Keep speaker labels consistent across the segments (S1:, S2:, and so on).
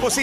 S1: Você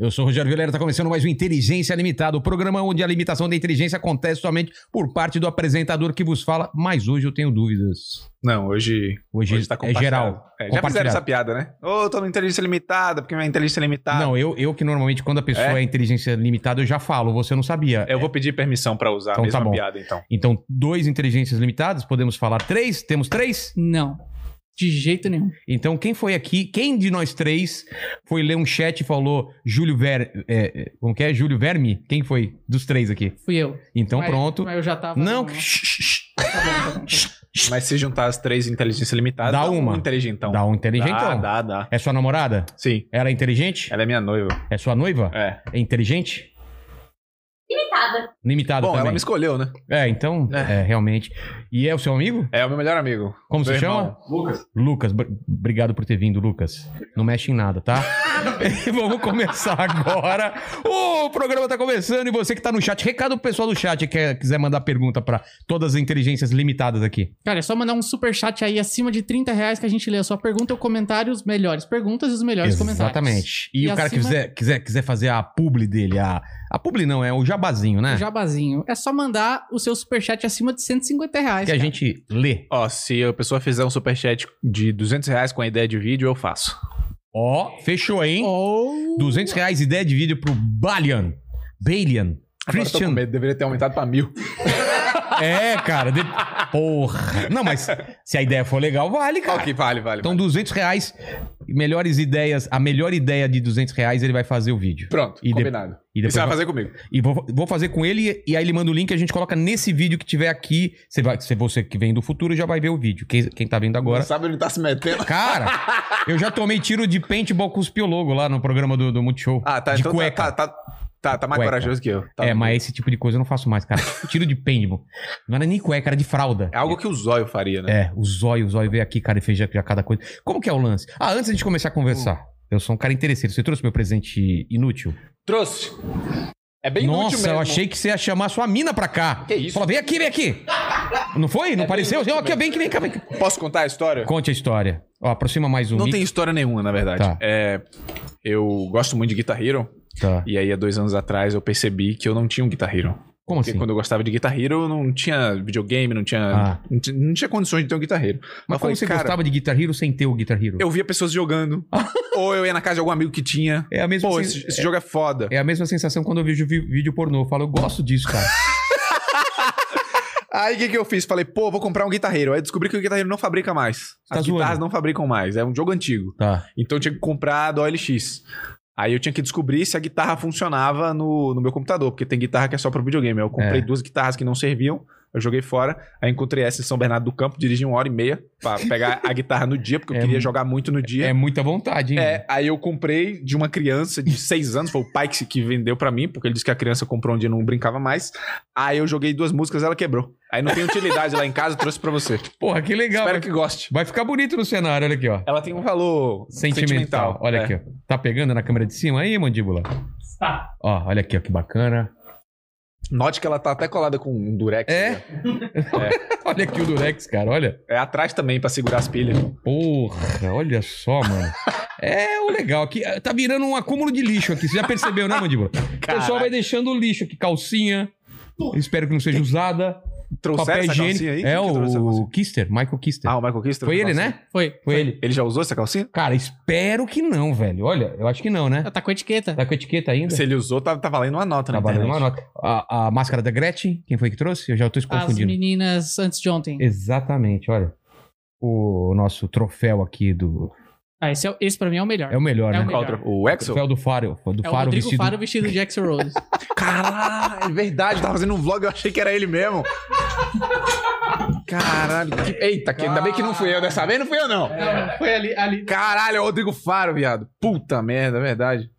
S2: Eu sou o Rogério Vilela, tá começando mais um Inteligência Limitada, o programa onde a limitação da inteligência acontece somente por parte do apresentador que vos fala, mas hoje eu tenho dúvidas.
S3: Não, hoje.
S2: Hoje,
S3: Hoje tá
S2: é
S3: compartilhado.
S2: geral.
S3: É, já
S2: compartilhado.
S3: fizeram essa piada, né? Ô, tô no inteligência limitada, porque minha inteligência é limitada.
S2: Não, eu, eu que normalmente quando a pessoa é?
S3: É?
S2: inteligência limitada eu já falo, você não sabia.
S3: Eu vou pedir permissão pra usar
S2: Então
S3: a
S2: tá
S3: mesma
S2: bom.
S3: piada, então.
S2: Então, dois inteligências limitadas, podemos falar três? Temos três?
S4: Não. De jeito nenhum.
S2: Então, quem foi aqui, quem de nós três foi ler um chat e falou Júlio Ver... é, é, como que é? Júlio Verme? Quem foi dos três aqui?
S4: Fui eu.
S2: Então,
S4: Mas-
S2: pronto.
S4: Mas eu já tava.
S2: Não,
S4: no-
S2: que-
S4: Tá bom, tá bom.
S3: Mas se juntar as três inteligências limitadas,
S2: Dá uma.
S3: um inteligentão.
S2: dá um inteligentão.
S3: Dá, dá, dá.
S2: É sua namorada?
S3: Sim.
S2: Ela é inteligente?
S3: Ela é minha noiva.
S2: É sua noiva?
S3: É.
S2: É inteligente?
S5: Limitada.
S2: Limitada
S3: Bom,
S2: Ah, também.
S3: ela me escolheu, né?
S2: É, então, é.
S3: É.
S2: realmente. E é o seu amigo?
S3: É o meu melhor amigo.
S2: Como
S3: Meu
S2: se chama?
S3: irmão.
S2: Lucas, br- obrigado por ter vindo, Lucas. Não mexe em nada, tá? Vamos começar agora. O programa tá começando e você que tá no chat, recado pro pessoal do chat que quer- quiser mandar pergunta pra todas as inteligências limitadas aqui.
S4: Cara, é só mandar um superchat aí acima de 30 reais que a gente lê a sua pergunta ou comentário, os melhores perguntas e os melhores comentários.
S2: Exatamente. E,
S4: E
S2: o cara que
S4: acima-
S2: quiser, quiser, quiser fazer a publi dele, a, a publi não, é o jabazinho, né?
S4: O Jabazinho. É só mandar o seu superchat acima de 150 reais.
S2: Que a
S4: cara.
S2: gente lê.
S3: Ó, se a pessoa fizer um superchat de 200 reais com a ideia de vídeo, eu faço.
S2: Ó, fechou aí, hein?
S4: Ou.
S2: 200 reais ideia de vídeo pro Balian. Balian.
S3: Agora eu tô
S2: Christian
S3: com medo, deveria ter aumentado pra mil.
S2: É, cara. de- Porra. Não, mas se a ideia for legal, vale, cara.
S3: ok, vale, vale.
S2: Então,
S3: vale.
S2: 200 reais, melhores ideias, a melhor ideia de 200 reais, ele vai fazer o vídeo.
S3: Pronto,
S2: E de-
S3: combinado.
S2: E
S3: E
S2: depois
S3: você vai
S2: vai-
S3: fazer comigo.
S2: e vou, vou fazer com ele, e aí ele manda o link e a gente coloca nesse vídeo que tiver aqui. Você, vai, se você que vem do futuro já vai ver o vídeo. Quem, quem tá vendo agora.
S3: Não sabe onde tá se metendo?
S2: Cara, eu já tomei tiro de paintball com os piologos lá no programa do, do Multishow.
S3: Ah, tá.
S2: De
S3: então tá-
S2: cueca.
S3: Tá, tá, tá, tá mais
S2: Cueca.
S3: corajoso que eu. Tá
S2: é,
S3: bom.
S2: mas esse tipo de coisa eu não faço mais, cara. Tiro de paintball. Não era nem cueca, era de fralda.
S3: É algo que o zóio faria, né?
S2: É, o zóio, o zóio veio aqui, cara, e fez já, já cada coisa. Como que é o lance? Ah, antes da gente começar a conversar, eu sou um cara interesseiro. Você trouxe meu presente inútil?
S3: Trouxe. É bem
S2: Nossa,
S3: útil mesmo.
S2: eu achei que você ia chamar sua mina pra cá.
S3: Que isso?
S2: Falou, vem aqui, vem aqui. Não foi? Não
S3: É
S2: pareceu?
S3: bem
S2: Ó,
S3: inútil
S2: aqui, vem aqui, vem cá, vem cá.
S3: Posso contar a história?
S2: Conte a história. Ó, aproxima mais um.
S3: Não
S2: mic.
S3: tem história nenhuma, na verdade.
S2: Tá.
S3: É, eu gosto muito de Guitar Hero.
S2: Tá.
S3: E aí, há dois anos atrás, eu percebi que eu não tinha um Guitar Hero.
S2: Como
S3: Porque
S2: assim?
S3: quando eu gostava de Guitar Hero, eu não tinha videogame, não tinha,
S2: Ah.
S3: não tinha. não tinha condições de ter um Guitar Hero.
S2: Mas
S3: eu falei,
S2: como você
S3: cara,
S2: gostava de Guitar Hero sem ter o Guitar Hero?
S3: Eu via pessoas jogando. ou eu ia na casa de algum amigo que tinha.
S2: É a mesma
S3: Pô,
S2: sen-
S3: esse, esse jogo é foda.
S2: É a mesma sensação quando eu vejo vi- vídeo pornô. Eu falo, eu gosto disso, cara.
S3: Aí o que, que eu fiz? Falei, pô, vou comprar um Guitar Hero. Aí eu descobri que o Guitar Hero não fabrica mais.
S2: Tá
S3: As
S2: zoando.
S3: guitarras não fabricam mais. É um jogo antigo.
S2: tá.
S3: Então eu tinha que comprar do OLX. Aí eu tinha que descobrir se a guitarra funcionava no, no meu computador, porque tem guitarra que é só pro videogame. Eu comprei
S2: É.
S3: duas guitarras que não serviam, eu joguei fora, aí encontrei essa em São Bernardo do Campo, dirigi uma hora e meia pra pegar a guitarra no dia, porque eu
S2: É
S3: queria
S2: mu-
S3: jogar muito no dia.
S2: É muita vontade, hein?
S3: É, aí eu comprei de uma criança de seis anos, foi o pai que, se- que vendeu pra mim, porque ele disse que a criança comprou um dia e não brincava mais. Aí eu joguei duas músicas, ela quebrou. Aí não tem utilidade lá em casa, eu trouxe pra você.
S2: Porra, que legal.
S3: Espero
S2: Vai,
S3: que goste.
S2: vai ficar bonito no cenário, olha aqui, ó.
S3: Ela tem um valor
S2: Sentimental.
S3: sentimental.
S2: Olha
S3: É.
S2: aqui, ó. Tá pegando na câmera de cima aí, mandíbula?
S4: Tá.
S2: Ó, olha aqui, ó, que bacana.
S3: Note que ela tá até colada com um durex.
S2: É?
S3: né?
S2: olha aqui o Durex, cara, olha.
S3: É atrás também pra segurar as pilhas.
S2: Porra, olha só, mano. É o legal aqui. eh, Tá virando um acúmulo de lixo aqui. Você já percebeu, né, mandíbula? O pessoal vai deixando lixo aqui, calcinha. Espero que não seja usada.
S3: Trouxeram
S2: papel
S3: essa
S2: higiênico.
S3: calcinha aí?
S2: é
S3: Quem que trouxe essa
S2: o
S3: calcinha?
S2: Kister, Michael Kister.
S3: Ah, o Michael Kiss
S2: Foi
S3: trouxe essa
S2: ele,
S3: calcinha.
S2: né?
S4: Foi.
S2: Foi ele.
S3: Ele já usou essa calcinha?
S2: Cara, espero que não, velho. Olha, eu acho que não, né?
S4: Já Tá com a etiqueta.
S2: Tá com etiqueta ainda?
S3: Se ele usou, tá, tá valendo uma nota, né?
S2: Tá valendo uma nota. A, a máscara da Gretchen, quem foi que trouxe? Eu já tô se
S4: As
S2: confundindo.
S4: meninas antes de ontem.
S2: Exatamente, olha. O nosso troféu aqui do.
S4: Ah, esse, é, esse pra mim é o melhor.
S2: É o melhor,
S4: É
S2: né?
S4: o melhor.
S3: O
S2: O
S3: Exo?
S2: troféu do Faro. Do
S4: É o
S2: Faro
S4: Rodrigo
S2: vestido.
S4: Faro vestido de Axel Rose.
S3: Caralho, é verdade. Eu tava fazendo um vlog, eu achei que era ele mesmo. Caralho. que- Eita, que... ainda bem que não fui eu. Dessa vez não fui eu, não.
S4: Foi ali, ali.
S3: Caralho, é o Rodrigo Faro, viado. Puta merda, é verdade.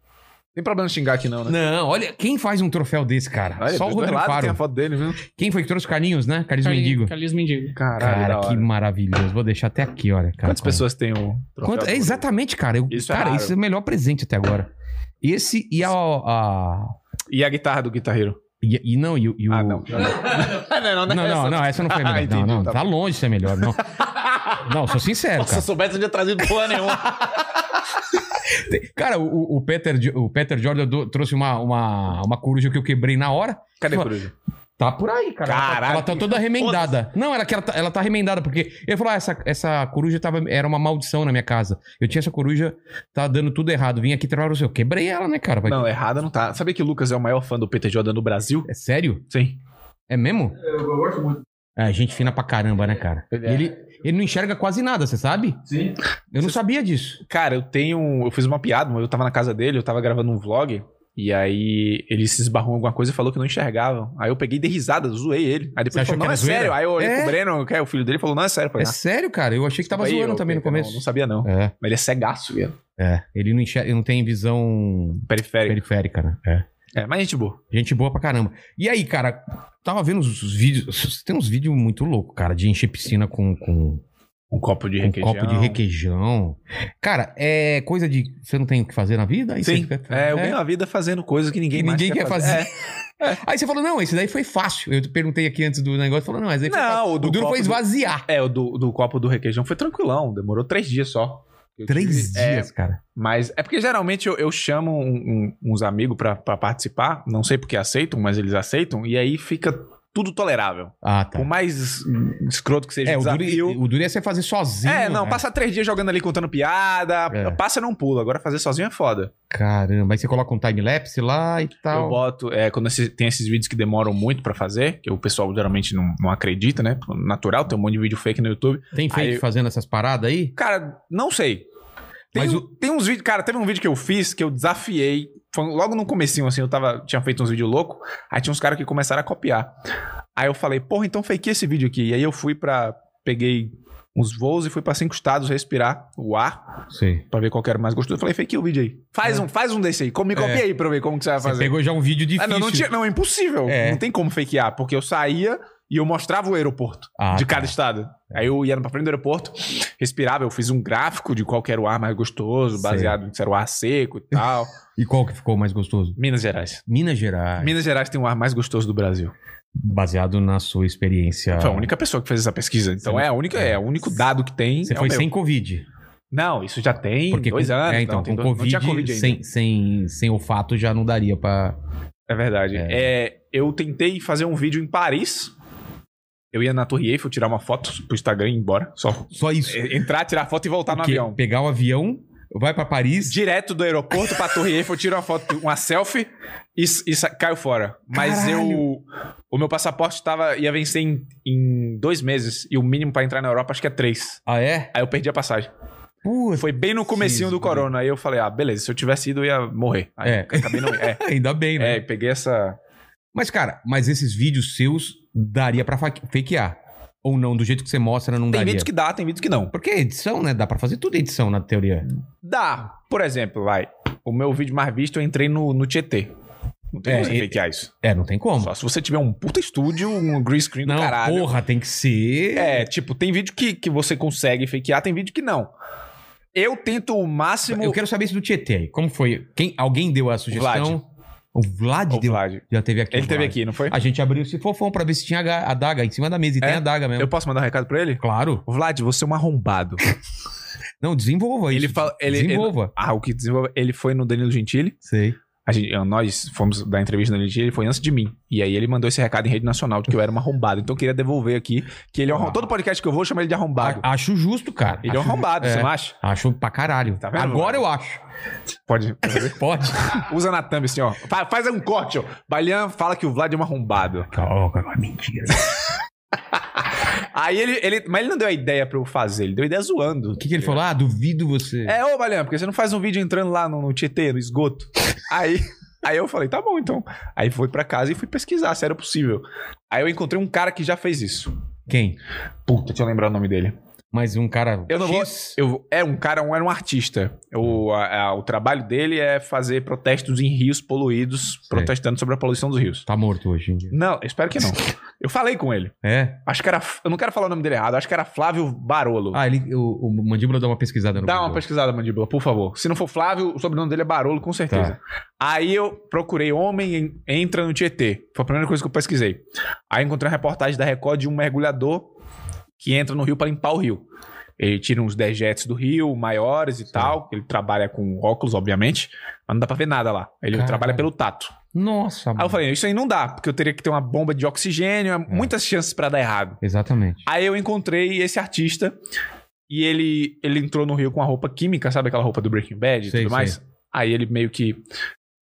S3: Tem problema xingar aqui, não, né?
S2: Não, olha, quem faz um troféu desse, cara?
S3: Olha,
S2: Só o
S3: dos dois
S2: Rodrigo
S3: lados tem a
S2: Faro.
S3: foto dele, viu?
S2: Quem foi que trouxe o Carlinhos, né? Carlinhos
S4: Carlinhos-
S2: Mendigo.
S4: Carlinhos Mendigo.
S3: Caralho,
S2: Cara,
S3: da hora.
S2: que maravilhoso. Vou deixar até aqui, olha. Cara,
S3: Quantas pessoas tem o troféu?
S2: Quanto- é, exatamente, cara. Eu-
S3: Isso é
S2: cara,
S3: raro.
S2: esse é o melhor presente até agora. Esse e a. a-
S3: E a guitarra do guitarreiro?
S2: e, e não, e, o- e o.
S3: Ah, não. não,
S2: Não, não, não, essa não foi a melhor.
S3: Ah, entendi,
S2: não, não,
S3: tá
S2: tá longe de ser a melhor, não. Não, sou sincero,
S6: Nossa, se eu soubesse, eu não tinha trazido porra nenhuma.
S2: cara. Cara, o, o Peter, Jo- o Peter Jordan do- trouxe uma, uma, uma coruja que eu quebrei na hora.
S3: Cadê a coruja?
S2: Tá por aí, cara. Ela tá-
S3: Caraca.
S2: Ela tá toda remendada. Não, ela, que ela, tá, ela tá remendada, porque... Eu falo, ah, essa, essa coruja tava, era uma maldição na minha casa. Eu tinha essa coruja, tá dando tudo errado. Vim aqui trabalhar o seu. Quebrei ela, né, cara? Vai-
S3: Não, errada não tá. Sabia que o Lucas é o maior fã do Peter Jordan no Brasil?
S2: É sério?
S3: Sim.
S2: É mesmo? Eu, gosto muito. É, gente fina pra caramba, né, cara? E Ele, ele não enxerga quase nada, você sabe?
S6: Sim.
S2: Eu não sabia disso.
S3: Cara, eu tenho. um, Eu fiz uma piada, mas eu tava na casa dele, eu tava gravando um vlog. E aí ele se esbarrou em alguma coisa e falou que não enxergava. Aí eu peguei de risada, zoei ele. Aí depois
S2: Você
S3: ele
S2: achou
S3: falou,
S2: que
S3: não,
S2: era
S3: é
S2: zoeira?
S3: sério. Aí eu olhei
S2: É?
S3: pro Breno, que é o filho dele, e falou, não, é sério. Eu
S2: É
S3: Falei, "Ah,
S2: sério, cara? Eu achei que tava
S3: desculpa aí,
S2: zoando
S3: ô,
S2: também no
S3: Peter, não-
S2: começo.
S3: Não, sabia, não.
S2: É.
S3: Mas ele é cegaço, viu?
S2: É, ele não enxerga, ele não tem visão
S3: Periférico.
S2: periférica, né? É.
S3: É, mas gente boa.
S2: Gente boa pra caramba. E aí, cara, tava vendo os os vídeos. Tem uns vídeos muito loucos, cara, de encher piscina com, com,
S3: Um copo de
S2: com
S3: requeijão.
S2: copo de requeijão. Cara, é coisa de. Você não tem o que fazer na vida? Aí você
S3: Sim.
S2: fica-
S3: É, eu ganho a vida fazendo coisa que ninguém
S2: Que
S3: mais
S2: ninguém quer fazer.
S3: É.
S2: Aí você falou, não, esse daí foi fácil. Eu te perguntei aqui antes do negócio, falou, não, mas aí foi fácil.
S3: É. Não,
S2: O duro foi
S3: copo do-
S2: esvaziar.
S3: É, o do, do copo do requeijão foi tranquilão, demorou três dias só. Eu
S2: Três
S3: tive- é,
S2: dias, cara.
S3: mas é porque geralmente eu, eu chamo um- um- uns amigos pra, pra participar, não sei porque aceitam, mas eles aceitam, e aí fica tudo tolerável.
S2: Ah, tá.
S3: Por mais hum, escroto que seja
S2: É,
S3: o
S2: o duro,
S3: desafio.
S2: o duro ia ser fazer sozinho.
S3: É, não,
S2: né?
S3: passar três dias jogando ali contando piada,
S2: É.
S3: passa não pula, agora fazer sozinho é foda.
S2: Caramba, aí você coloca um time-lapse lá e
S3: Eu
S2: tal.
S3: boto, é, quando esse- tem esses vídeos que demoram muito pra fazer, que o pessoal geralmente não, não acredita, né? Natural, tem um monte de vídeo fake no YouTube.
S2: Tem fake
S3: Aí-
S2: fazendo essas paradas aí?
S3: Cara, não sei. Tem,
S2: Mas
S3: um- tem uns vídeos, cara, teve um vídeo que eu fiz que eu desafiei. Foi logo no comecinho, assim, eu tava, tinha feito uns vídeos loucos, aí tinha uns caras que começaram a copiar. Aí eu falei, porra, então fake esse vídeo aqui. E aí eu fui pra. Peguei uns voos e fui pra cinco estados respirar o ar
S2: Sei.
S3: pra ver qual que era mais gostoso. Eu falei, fake o vídeo aí. Faz um, faz um desse aí. Como, me copia
S2: É.
S3: aí pra eu ver como que você vai
S2: Você
S3: fazer.
S2: pegou já um vídeo
S3: Ah,
S2: difícil.
S3: não, não tinha, não, é impossível.
S2: É.
S3: Não tem como fakear, porque eu saía e eu mostrava o aeroporto
S2: Ah,
S3: de
S2: tá.
S3: cada estado. Aí eu ia pra frente do aeroporto, respirava, eu fiz um gráfico de qual que era o ar mais gostoso,
S2: Sei.
S3: baseado em se era o ar seco e tal.
S2: E qual que ficou mais gostoso?
S3: Minas Gerais.
S2: Minas Gerais.
S3: Minas Gerais tem o ar mais gostoso do Brasil.
S2: Baseado na sua experiência.
S3: Foi a única pessoa que fez essa pesquisa. Então
S2: Ah. Você-
S3: é a única, é o único dado que tem.
S2: Você
S3: é o
S2: foi
S3: meu.
S2: sem Covid.
S3: Não, isso já tem dois
S2: com-
S3: anos.
S2: É, então,
S3: não, tem
S2: com
S3: dois- não
S2: Covid,
S3: tinha Covid ainda.
S2: Sem, sem, sem olfato já não daria pra.
S3: É verdade.
S2: É.
S3: É, eu tentei fazer um vídeo em Paris. Eu ia na Torre Eiffel tirar uma foto pro Instagram e ir embora. Só
S2: Só isso.
S3: É, entrar, tirar foto e voltar no
S2: Porque
S3: avião.
S2: Pegar o avião, vai pra Paris.
S3: Direto do aeroporto pra Torre Eiffel, eu tiro uma foto, uma selfie e, e sa- caio fora. Mas eu. O meu passaporte tava, ia vencer em, em dois meses. E o mínimo pra entrar na Europa acho que é três.
S2: Ah, é?
S3: Aí eu perdi a passagem.
S2: Putz.
S3: Foi bem no comecinho do
S2: Jesus,
S3: corona. Aí eu falei, ah, beleza, se eu tivesse ido, eu ia morrer. Aí
S2: É.
S3: acabei não. É,
S2: Ainda bem, né?
S3: é, peguei essa.
S2: Mas, cara, mas esses vídeos seus daria pra fa- fakear. Ou não, do jeito que você mostra, não
S3: Tem
S2: daria.
S3: vídeos que dá, tem vídeos que não.
S2: Porque é edição, né? Dá pra fazer tudo edição, na teoria.
S3: Dá. Por exemplo, vai. O meu vídeo mais visto, eu entrei no, no Tietê. Não tem
S2: É,
S3: como você
S2: e-
S3: fakear isso.
S2: É, não tem como.
S3: Só se você tiver um puta estúdio, um green screen do
S2: Não,
S3: caralho.
S2: porra, tem que ser.
S3: É, tipo, tem vídeo que, que você consegue fakear, tem vídeo que não. Eu tento o máximo.
S2: Eu quero saber isso do Tietê aí. Como foi? Quem, alguém deu a sugestão? O Vlad
S3: Ô,
S2: deu.
S3: Vlad,
S2: Já teve aqui.
S3: Ele
S2: o
S3: teve
S2: Vlad.
S3: aqui, não foi?
S2: A gente abriu esse fofão pra ver se tinha a a daga em cima da mesa. E
S3: É?
S2: tem a daga mesmo.
S3: Eu posso mandar um recado pra ele?
S2: Claro.
S3: Vlad, você é um arrombado.
S2: Não, desenvolva
S3: Ele
S2: isso.
S3: fala- ele-
S2: desenvolva.
S3: ah, o que desenvolveu. Ele foi no Danilo Gentili.
S2: Sei.
S3: A gente- nós fomos dar entrevista no Danilo Gentili, ele foi antes de mim. E aí ele mandou esse recado em rede nacional de que eu era um arrombado. Então eu queria devolver aqui que ele é um arrombado. Todo podcast que eu vou chama ele de arrombado.
S2: A- acho justo, cara.
S3: ele é um
S2: acho,
S3: arrombado,
S2: é.
S3: você não acha?
S2: acho pra caralho.
S3: Tá vendo,
S2: Agora
S3: Vlad?
S2: eu acho.
S3: Pode.
S2: Pode.
S3: Usa na thumb assim, ó. Fa- Faz um corte, ó. Balian fala que o Vlad é um arrombado.
S2: Calma, mentira.
S3: Aí ele, ele. Mas ele não deu a ideia pra eu fazer, ele deu a ideia zoando.
S2: O que, que ele falou? Ah, duvido você.
S3: É, ô Balian, porque você não faz um vídeo entrando lá no, no Tietê, no esgoto. Aí, aí eu falei, tá bom então. Aí fui pra casa e fui pesquisar se era possível. Aí eu encontrei um cara que já fez isso.
S2: Quem?
S3: Puta, deixa eu lembrar o nome dele.
S2: Mas um cara.
S3: Eu não vou- Eu, é um cara, um, era um artista. O, a- a- o trabalho dele é fazer protestos em rios poluídos, protestando sobre a poluição dos rios.
S2: Tá morto hoje em dia.
S3: Não, eu espero que não. Eu falei com ele.
S2: É?
S3: Acho que era. Eu não quero falar o nome dele errado, acho que era Flávio Barolo.
S2: Ah, ele, o, o Mandíbula dá uma pesquisada no
S3: Dá uma
S2: Google.
S3: pesquisada, Mandíbula, por favor. Se não for Flávio, o sobrenome dele é Barolo, com certeza. Aí eu procurei Homem en- Entra no Tietê. Foi a primeira coisa que eu pesquisei. Aí encontrei uma reportagem da Record de um mergulhador que entra no rio para limpar o rio. Ele tira uns dejetos do rio, maiores e tal. Ele trabalha com óculos, obviamente. Mas não dá pra ver nada lá. Ele
S2: Caralho.
S3: trabalha pelo tato.
S2: Nossa,
S3: Aí eu
S2: mano.
S3: falei, isso aí não dá, porque eu teria que ter uma bomba de oxigênio. é Muitas chances pra dar errado.
S2: Exatamente.
S3: Aí eu encontrei esse artista e ele, ele entrou no Rio com a roupa química, sabe aquela roupa do Breaking Bad e
S2: Sei,
S3: tudo
S2: sei.
S3: mais? Aí ele meio que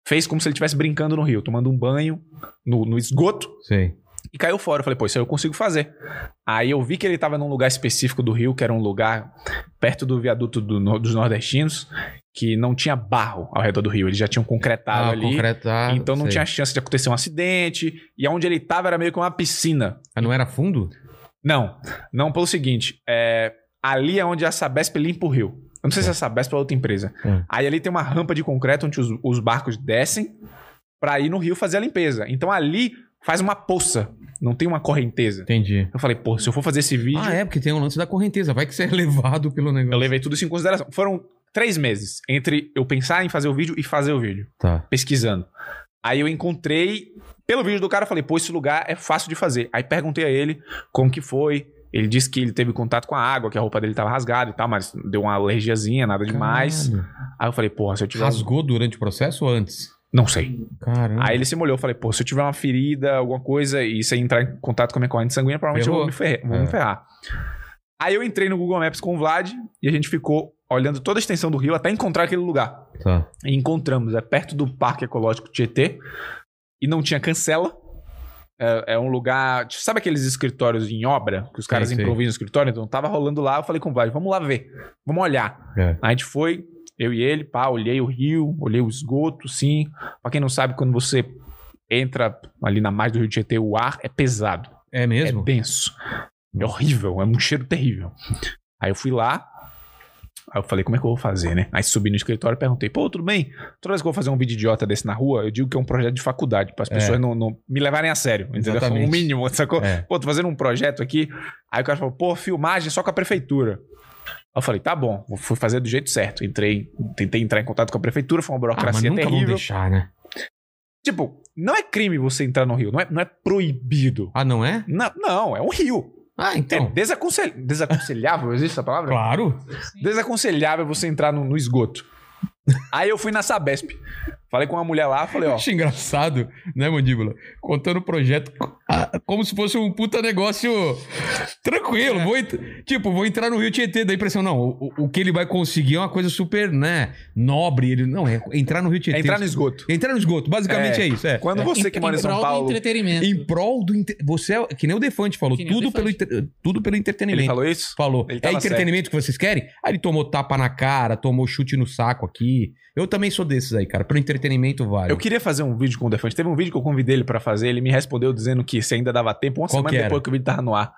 S3: fez como se ele estivesse brincando no Rio, tomando um banho no, no esgoto
S2: Sei.
S3: e caiu fora. Eu falei, pô, isso aí eu consigo fazer. Aí eu vi que ele tava num lugar específico do Rio, que era um lugar perto do viaduto do no- dos nordestinos, que não tinha barro ao redor do Rio, eles já tinham
S2: Ah,
S3: concretado ali.
S2: concretar.
S3: Então não
S2: tá, sei.
S3: tinha chance de acontecer um acidente. E onde ele tava era meio que uma piscina.
S2: Ah, não era fundo?
S3: Não, não pelo seguinte, é, ali é onde a Sabesp limpa o rio. Eu não sei se é a Sabesp ou outra empresa.
S2: Hum.
S3: Aí ali tem uma rampa de concreto onde os, os barcos descem pra ir no rio fazer a limpeza. Então ali faz uma poça, não tem uma correnteza.
S2: Entendi.
S3: Eu falei, pô, se eu for fazer esse vídeo,
S2: Ah, é, porque tem um lance da correnteza. Vai que você é levado pelo negócio.
S3: eu levei tudo isso em consideração. Foram três meses entre eu pensar em fazer o vídeo e fazer o vídeo,
S2: Tá.
S3: pesquisando. Aí eu encontrei, pelo vídeo do cara, eu falei, pô, esse lugar é fácil de fazer. Aí perguntei a ele, como que foi. Ele disse que ele teve contato com a água, que a roupa dele tava rasgada e tal, mas deu uma alergiazinha, nada demais.
S2: Caralho.
S3: Aí eu falei, porra, se eu tiver. um
S2: Rasgou Uhum. durante o processo ou antes?
S3: Não sei.
S2: Caramba.
S3: Aí ele se molhou, eu falei, pô, se eu tiver uma ferida, alguma coisa, e se eu entrar em contato com a minha corrente sanguínea, provavelmente eu vou me, ferrer, vou me
S2: É.
S3: ferrar. Aí eu entrei no Google Maps com o Vlad e a gente ficou olhando toda a extensão do rio até encontrar aquele lugar.
S2: Tá.
S3: E encontramos, é perto do Parque Ecológico Tietê, e não tinha cancela. É, é um lugar. tipo, Sabe aqueles escritórios em obra? Que os caras
S2: Sei, sei.
S3: improvisam o escritório? Então tava rolando lá, eu falei com o Vlad, vamos lá ver, vamos olhar.
S2: É.
S3: Aí a gente foi, eu e ele, pá, olhei o rio, olhei o esgoto, sim. Pra quem não sabe, quando você entra ali na margem do Rio Tietê, o ar é pesado.
S2: É mesmo?
S3: É denso. É horrível, é um cheiro terrível. Aí eu fui lá. Aí eu falei, como é que eu vou fazer, né? Aí subi no escritório e perguntei, pô, tudo bem? Toda vez que eu vou fazer um vídeo idiota desse na rua, eu digo que é um projeto de faculdade, para as
S2: É.
S3: pessoas não, não me levarem a sério, entendeu?
S2: Exatamente.
S3: O mínimo, sacou?
S2: É.
S3: Pô, tô fazendo um projeto aqui. Aí o cara falou, pô, filmagem só com a prefeitura. Aí eu falei, tá bom, vou- fui fazer do jeito certo. Entrei, tentei entrar em contato com a prefeitura, foi uma
S2: Ah, mas
S3: burocracia
S2: nunca vão
S3: terrível.
S2: deixar, né?
S3: Tipo, não é crime você entrar no rio, não é, não é proibido.
S2: Ah, não é?
S3: Não, não, é um rio.
S2: Ah,
S3: É
S2: então.
S3: desaconsel- desaconselhável, existe essa palavra?
S2: Claro.
S3: Desaconselhável você entrar no, no esgoto. Aí eu fui na Sabesp. Falei com uma mulher lá, falei, ó.
S2: Acho engraçado, né, Mandíbula? Contando o projeto co- ah, como se fosse um puta negócio tranquilo.
S3: É.
S2: Vou ent- Tipo, vou entrar no Rio Tietê, dá a impressão, não, o, o que ele vai conseguir é uma coisa super, né, nobre. Ele, não, é entrar no Rio Tietê.
S3: É entrar no esgoto.
S2: Entrar no esgoto, basicamente é,
S3: É.
S2: isso. É.
S3: Quando você que mora em São
S4: prol do
S3: Paulo.
S4: entretenimento.
S2: Em prol do. inte- Você é. Que nem o Defante falou,
S4: Que nem o
S2: tudo, pelo,
S4: Defante.
S2: entre- tudo pelo entretenimento.
S3: Ele falou isso?
S2: Falou.
S3: Ele
S2: é
S3: tava
S2: entretenimento que vocês querem? Aí ele tomou tapa na cara, tomou chute no saco aqui. Eu também sou desses aí, cara. Pro entretenimento vale.
S3: Eu queria fazer um vídeo com o Defante. Teve um vídeo que eu convidei ele pra fazer, ele me respondeu dizendo que se ainda dava tempo, uma
S2: Qual que
S3: semana
S2: era?
S3: depois que o vídeo tava no ar.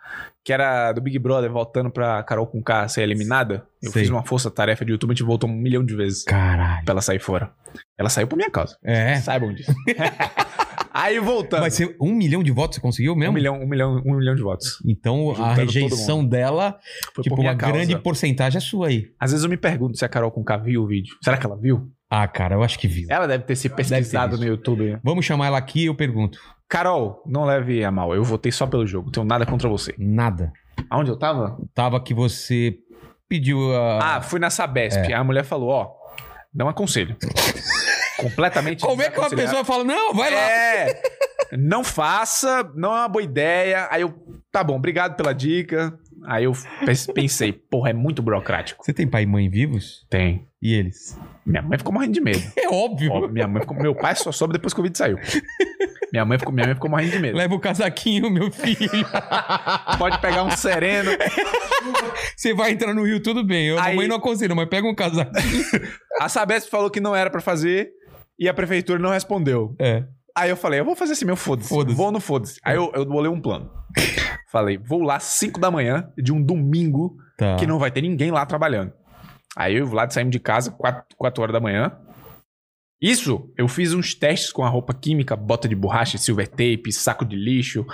S3: Que era do Big Brother voltando pra Carol com K ser eliminada. Eu
S2: Sei.
S3: fiz uma força-tarefa de YouTube, a gente voltou um milhão de vezes
S2: Caralho.
S3: pra ela sair fora. Ela saiu por minha causa.
S2: É.
S3: Saibam disso. Aí voltando.
S2: Vai ser um milhão de votos, você conseguiu
S3: Um
S2: mesmo?
S3: milhão, um milhão, um milhão de votos.
S2: Então a
S3: Juntando todo
S2: rejeição dela,
S3: Foi
S2: tipo,
S3: por minha
S2: uma
S3: causa.
S2: grande porcentagem é sua aí.
S3: Às vezes eu me pergunto se a Carol Conká viu o vídeo. Será que ela viu?
S2: Ah, cara, eu acho que vi.
S3: Ela deve ter se pesquisado no YouTube.
S2: Vamos chamar ela aqui e eu pergunto.
S3: Carol, não leve a mal. Eu votei só pelo jogo. Tenho nada contra você.
S2: Nada.
S3: Aonde eu tava?
S2: Tava que você pediu a.
S3: Ah, fui na Sabesp. Aí A mulher falou, ó, não aconselho. Completamente
S2: Como é que uma
S3: desaconselhável.
S2: pessoa fala, não, vai lá.
S3: É, não faça, não é uma boa ideia. Aí eu, tá bom, obrigado pela dica. Aí eu pes- pensei, porra, é muito burocrático.
S2: Você tem pai e mãe vivos?
S3: Tem.
S2: E eles?
S3: Minha mãe ficou morrendo de medo.
S2: É óbvio.
S3: Ó, minha mãe ficou- meu pai só soube depois que o vídeo saiu. Minha mãe ficou, minha mãe ficou morrendo de medo.
S2: Leva o casaquinho, meu filho.
S3: Pode pegar um sereno.
S2: Você vai entrar no Rio, tudo bem. Eu,
S3: Aí-
S2: Mamãe não aconselho, mas pega um casaquinho.
S3: A Sabesp falou que não era pra fazer e a prefeitura não respondeu.
S2: É.
S3: Aí eu falei, eu vou fazer assim, meu foda-se.
S2: Foda-se.
S3: Vou no foda-se. Aí eu, eu bolei um plano. Falei, vou lá 5 da manhã de um domingo
S2: Tá.
S3: que não vai ter ninguém lá trabalhando. Aí eu e o Vlad saímos de casa 4, horas da manhã. Isso, eu fiz uns testes com a roupa química, bota de borracha, silver tape, saco de lixo.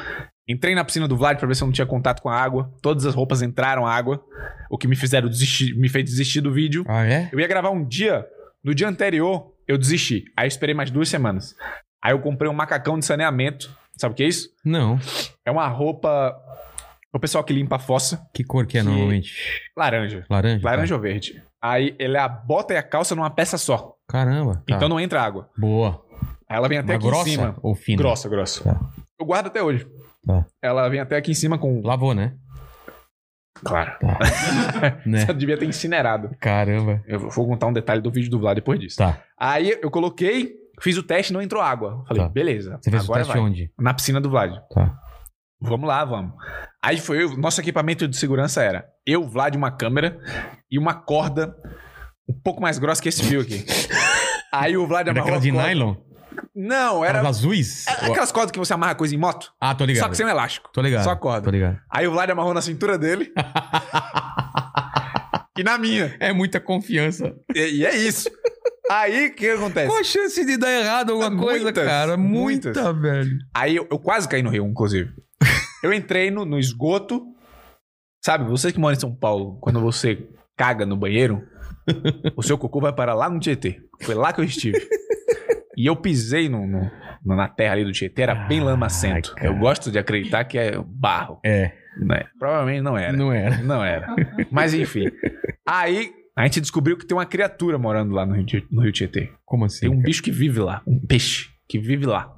S3: Entrei na piscina do Vlad pra ver se eu não tinha contato com a água. Todas as roupas entraram água, o que me fizeram desistir, me fez desistir do vídeo.
S2: Ah, é?
S3: Eu ia gravar um dia, no dia anterior, eu desisti. Aí eu esperei mais duas semanas. Aí eu comprei um macacão de saneamento. Sabe o que é isso?
S2: Não.
S3: É uma roupa. O pessoal que limpa a fossa.
S2: Que cor que é
S3: Que-
S2: normalmente?
S3: Laranja.
S2: Laranja? tá.
S3: Laranja ou verde. Aí ele é a bota e a calça numa peça só.
S2: Caramba. tá.
S3: Então não entra água.
S2: Boa.
S3: Aí ela vem até
S2: Mas
S3: aqui
S2: grossa
S3: em cima.
S2: ou fina?
S3: Grossa, grossa.
S2: Tá.
S3: Eu guardo até hoje.
S2: Tá.
S3: Ela vem até aqui em cima com.
S2: Lavou, né?
S3: Claro.
S2: né?
S3: Você devia ter incinerado.
S2: Caramba.
S3: Eu vou contar um detalhe do vídeo do Vlad depois disso.
S2: Tá.
S3: Aí eu coloquei, fiz o teste, não entrou água. Falei,
S2: Tá.
S3: beleza.
S2: Você fez
S3: agora
S2: o teste
S3: vai.
S2: onde?
S3: Na piscina do Vlad.
S2: Tá.
S3: Vamos lá, vamos. Aí foi eu, nosso equipamento de segurança era eu, Vlad, uma câmera e uma corda um pouco mais grossa que esse fio aqui. Aí o Vlad
S2: Era
S3: amarrou.
S2: é aquela
S3: a
S2: de
S3: corda.
S2: nylon?
S3: Não,
S2: Era...
S3: era.
S2: azuis?
S3: é Aquelas cordas que você amarra coisa em moto,
S2: Ah, tô ligado.
S3: só que sem um elástico.
S2: Tô ligado.
S3: Só
S2: Tô
S3: corda.
S2: ligado.
S3: Aí o Vlad amarrou na cintura dele. e na minha.
S2: É muita confiança.
S3: E, e é isso. Aí o que acontece?
S2: Qual a chance de dar errado alguma coisa,
S3: É Muitas,
S2: cara? Muita,
S3: muitas.
S2: velho.
S3: Aí eu, eu quase caí no rio, inclusive. eu entrei no, no esgoto. Sabe, você que mora em São Paulo, quando você caga no banheiro, o seu cocô vai parar lá no Tietê. Foi lá que eu estive. E eu pisei no, no- no- na terra ali do Tietê, era bem lamacento.
S2: Ai, cara.
S3: Eu gosto de acreditar que é barro,
S2: É,
S3: né? Provavelmente não era.
S2: não era.
S3: Não era. Mas enfim. Aí a gente descobriu que tem uma criatura morando lá no Rio, Tie- no Rio Tietê.
S2: Como assim?
S3: Tem um
S2: cara?
S3: bicho que vive lá, um peixe que vive lá.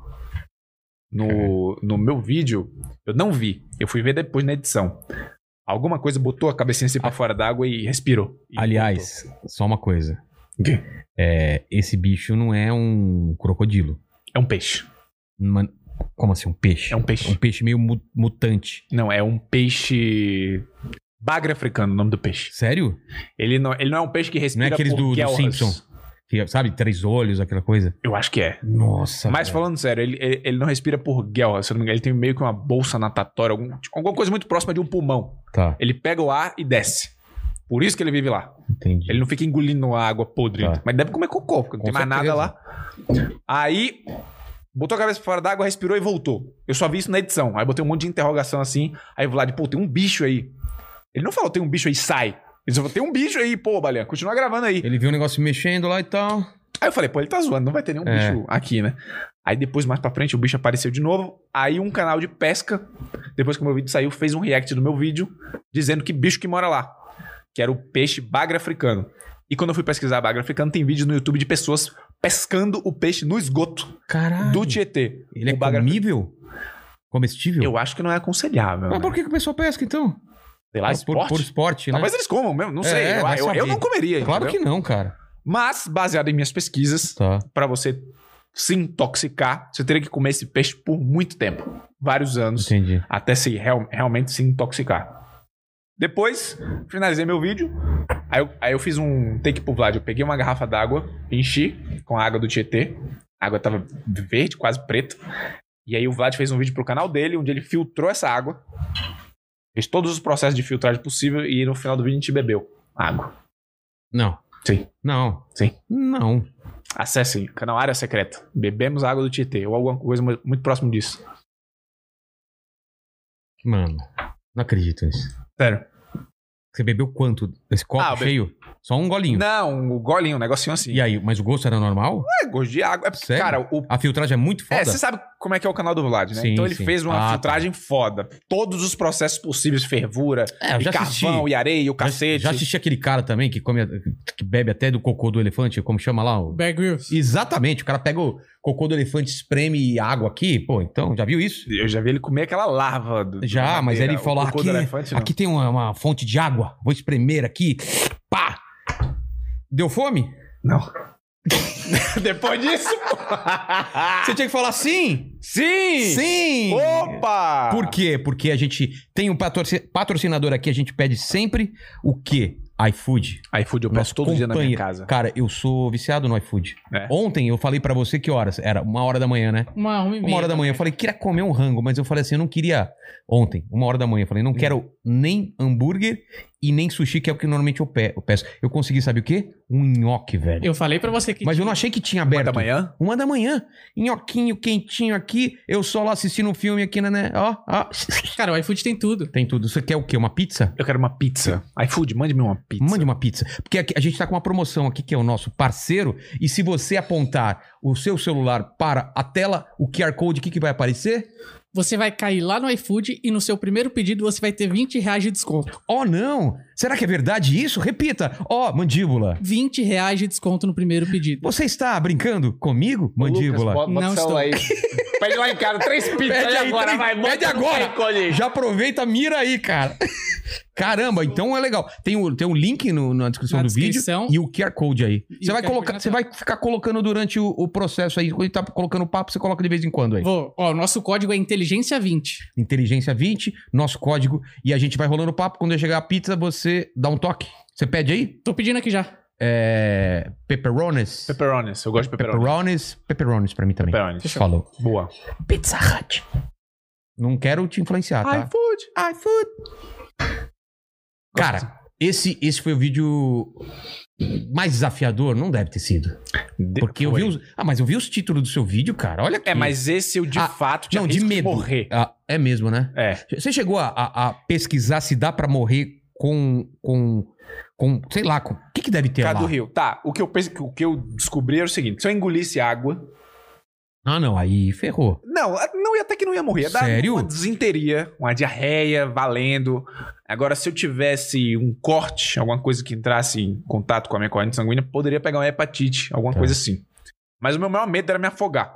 S3: No, no meu vídeo, eu não vi. Eu fui ver depois na edição. Alguma coisa botou a cabecinha assim pra fora d'água e respirou. E
S2: Ah. Aliás, só uma coisa.
S3: O quê?
S2: É, esse bicho não é um crocodilo.
S3: botou. é um peixe.
S2: Uma- Como assim? Um peixe?
S3: É um peixe.
S2: Um peixe meio mu- mutante.
S3: Não, é um peixe. Bagre africano, o nome do peixe.
S2: Sério?
S3: Ele não, ele não é um peixe que respira.
S2: Não é aqueles
S3: por
S2: do- do
S3: guelras.
S2: Simpson? Que, sabe, três olhos, aquela coisa.
S3: Eu acho que é.
S2: Nossa.
S3: Mas
S2: velho.
S3: falando sério, ele, ele, ele não respira por guelra, se eu não me engano. Ele tem meio que uma bolsa natatória, algum- tipo, alguma coisa muito próxima de um pulmão.
S2: Tá,
S3: Ele pega o ar e desce. Por isso que ele vive lá.
S2: entendi.
S3: Ele não fica engolindo a água podre.
S2: Tá.
S3: Mas deve comer cocô, porque não
S2: Com
S3: tem mais
S2: certeza.
S3: nada lá. Aí, botou a cabeça fora d'água, respirou e voltou. Eu só vi isso na edição. Aí botei um monte de interrogação assim. Aí o Vlad, pô, tem um bicho aí. Ele não falou, tem um bicho aí, sai. Ele só falou, tem um bicho aí, pô, Baleia, continua gravando aí.
S2: Ele viu o negócio mexendo lá e tal.
S3: Aí eu falei, pô, ele tá zoando, não vai ter nenhum
S2: É.
S3: bicho aqui, né? Aí depois, mais pra frente, o bicho apareceu de novo. Aí um canal de pesca, depois que o meu vídeo saiu, fez um react do meu vídeo, dizendo que bicho que mora lá. Que era o peixe bagre africano. E quando eu fui pesquisar bagre africano, tem vídeos no YouTube de pessoas pescando o peixe no esgoto
S2: Caralho.
S3: do Tietê.
S2: Ele é
S3: o bagre
S2: comível? Comestível?
S3: Eu acho que não é aconselhável.
S2: Mas
S3: né?
S2: por que, que o pessoal pesca, então?
S3: Sei lá,
S2: Ah, por,
S3: esporte.
S2: por esporte, né?
S3: Talvez eles comam mesmo, não
S2: É,
S3: sei. Eu-
S2: vai
S3: eu, eu
S2: saber.
S3: não comeria.
S2: Claro
S3: entendeu?
S2: que não, cara.
S3: Mas, baseado em minhas pesquisas,
S2: Tá.
S3: Pra você se intoxicar, você teria que comer esse peixe por muito tempo vários anos
S2: Entendi.
S3: até se real- realmente se intoxicar. Depois, finalizei meu vídeo. Aí eu, aí eu fiz um take pro Vlad. Eu peguei uma garrafa d'água, enchi com a água do Tietê. A água tava verde, quase preta. E aí o Vlad fez um vídeo pro canal dele, onde ele filtrou essa água. Fez todos os processos de filtragem possível e no final do vídeo a gente bebeu água.
S2: Não.
S3: Sim.
S2: Não.
S3: Sim.
S2: Não.
S3: Acessem, canal Área Secreta. Bebemos água do Tietê, ou alguma coisa mu- muito próximo disso.
S2: Mano, não acredito nisso.
S3: Sério.
S2: Você bebeu quanto? Esse copo
S3: Ah, eu bebi-
S2: cheio? Só um golinho.
S3: Não, o golinho, um negocinho assim.
S2: E aí, mas o gosto era normal?
S3: É, gosto de água. É porque,
S2: Sério?
S3: cara, o.
S2: A filtragem é muito foda.
S3: É, você sabe como é que é o canal do Vlad, né?
S2: Sim,
S3: então ele
S2: sim.
S3: fez uma
S2: Ah, tá.
S3: filtragem foda. Todos os processos possíveis, fervura,
S2: É, eu
S3: e
S2: já
S3: carvão,
S2: assisti.
S3: e areia, e
S2: Já-
S3: o cacete.
S2: Já assisti aquele cara também que come, que bebe até do cocô do elefante, como chama lá? O...
S7: Bear Grylls.
S2: Exatamente, o cara pega o cocô do elefante, espreme água aqui, pô, então, já viu isso?
S3: Eu já vi ele comer aquela larva. Do,
S2: Já,
S3: da
S2: mas aí ele
S3: madeira. é, O
S2: falou,
S3: cocô
S2: aqui,
S3: do elefante, não.
S2: aqui tem uma, uma fonte de água, vou espremer aqui, pá! Deu fome?
S3: Não. Depois disso.
S2: Você tinha que falar sim!
S3: Sim!
S2: Sim!
S3: Opa!
S2: Por quê? Porque a gente tem um patrocin- patrocinador aqui, a gente pede sempre o quê? iFood.
S3: iFood eu peço todo dia na minha
S2: companheiro.
S3: casa.
S2: Cara, eu sou viciado no iFood.
S3: É.
S2: Ontem eu falei pra você que horas? Era uma hora da manhã, né?
S4: Uma, uma e meia.
S2: Uma hora da manhã. Eu falei, queria comer um rango, mas eu falei assim, eu não queria. Ontem, uma hora da manhã, eu falei,
S3: Hum.
S2: não quero nem hambúrguer e nem sushi, que é o que normalmente eu pe- eu peço. Eu consegui, sabe o quê? Um nhoque, velho.
S4: Eu falei pra você que.
S2: Mas eu não achei que tinha
S3: Uma
S2: aberto.
S3: da manhã?
S2: Uma da manhã. Nhoquinho quentinho aqui, eu só lá assistindo um filme aqui, né, né? Ó, ó.
S4: Cara, o iFood tem tudo.
S2: Tem tudo. Você quer o quê? Uma pizza?
S3: Eu quero uma
S2: É.
S3: pizza. iFood, mande-me uma pizza.
S2: Mande uma pizza. Porque aqui- a gente tá com uma promoção aqui que é o nosso parceiro. E se você apontar o seu celular para a tela, o QR Code, o que, que vai aparecer?
S4: Você vai cair lá no iFood e no seu primeiro pedido você vai ter 20 reais de desconto.
S2: Oh, não! Será que é verdade isso? Repita! Ó, mandíbula!
S4: 20 reais de desconto no primeiro pedido.
S2: Você está brincando comigo, mandíbula?
S8: Lucas, bota, bota
S4: Não
S8: o celular aí. Pede lá em casa, três pizzas
S2: Pede
S8: aí
S2: aí,
S8: agora,
S2: três-
S8: vai. bota
S3: um
S2: pede
S8: no
S2: agora.
S8: barricone aí.
S2: Já aproveita, mira aí, cara. Caramba, então é legal. Tem o, tem um link no- na descrição
S4: Na
S2: do
S4: descrição.
S2: vídeo e o QR Code aí.
S4: E
S2: Você
S4: o
S2: vai
S4: QR Code
S2: colocar,
S4: na
S2: você vai ficar colocando durante o, o processo aí, quando tá colocando o papo, você coloca de vez em quando aí.
S4: Vou, ó, o nosso código é inteligência 20.
S2: Inteligência 20, nosso código e a gente vai rolando o papo, quando chegar a pizza, você dá um toque. Você pede aí?
S4: Tô pedindo aqui já.
S2: É, pepperones.
S3: Pepperonis. Eu gosto de pepperoni.
S2: Pepperones, pepperones pra mim também.
S3: Pepperonis.
S2: Falou.
S3: Boa.
S2: Pizza Hut. Não quero te influenciar, tá?
S3: iFood.
S2: iFood. Cara, esse, esse foi o vídeo mais desafiador? Não deve ter sido.
S3: De-
S2: Porque eu
S3: Foi.
S2: vi os. Ah, mas eu vi os títulos do seu vídeo, cara. Olha aqui.
S3: É, mas esse eu de
S2: Ah,
S3: fato tinha
S2: Não, de
S3: risco
S2: medo.
S3: morrer.
S2: Ah, é mesmo, né?
S3: É.
S2: Você chegou a, a- a pesquisar se dá pra morrer com. com. com. sei lá, com. O que, que deve ter
S3: Cá
S2: lá?
S3: do Rio. Tá, o que, eu pense, o que eu descobri era o seguinte: se eu engolisse água.
S2: Ah, não, aí ferrou.
S3: Não, não ia até que não ia morrer. Ia dar
S2: Sério?
S3: uma desinteria, uma diarreia valendo. Agora, se eu tivesse um corte, alguma coisa que entrasse em contato com a minha corrente sanguínea, poderia pegar uma hepatite, alguma
S2: Tá.
S3: coisa assim. Mas o meu maior medo era me afogar.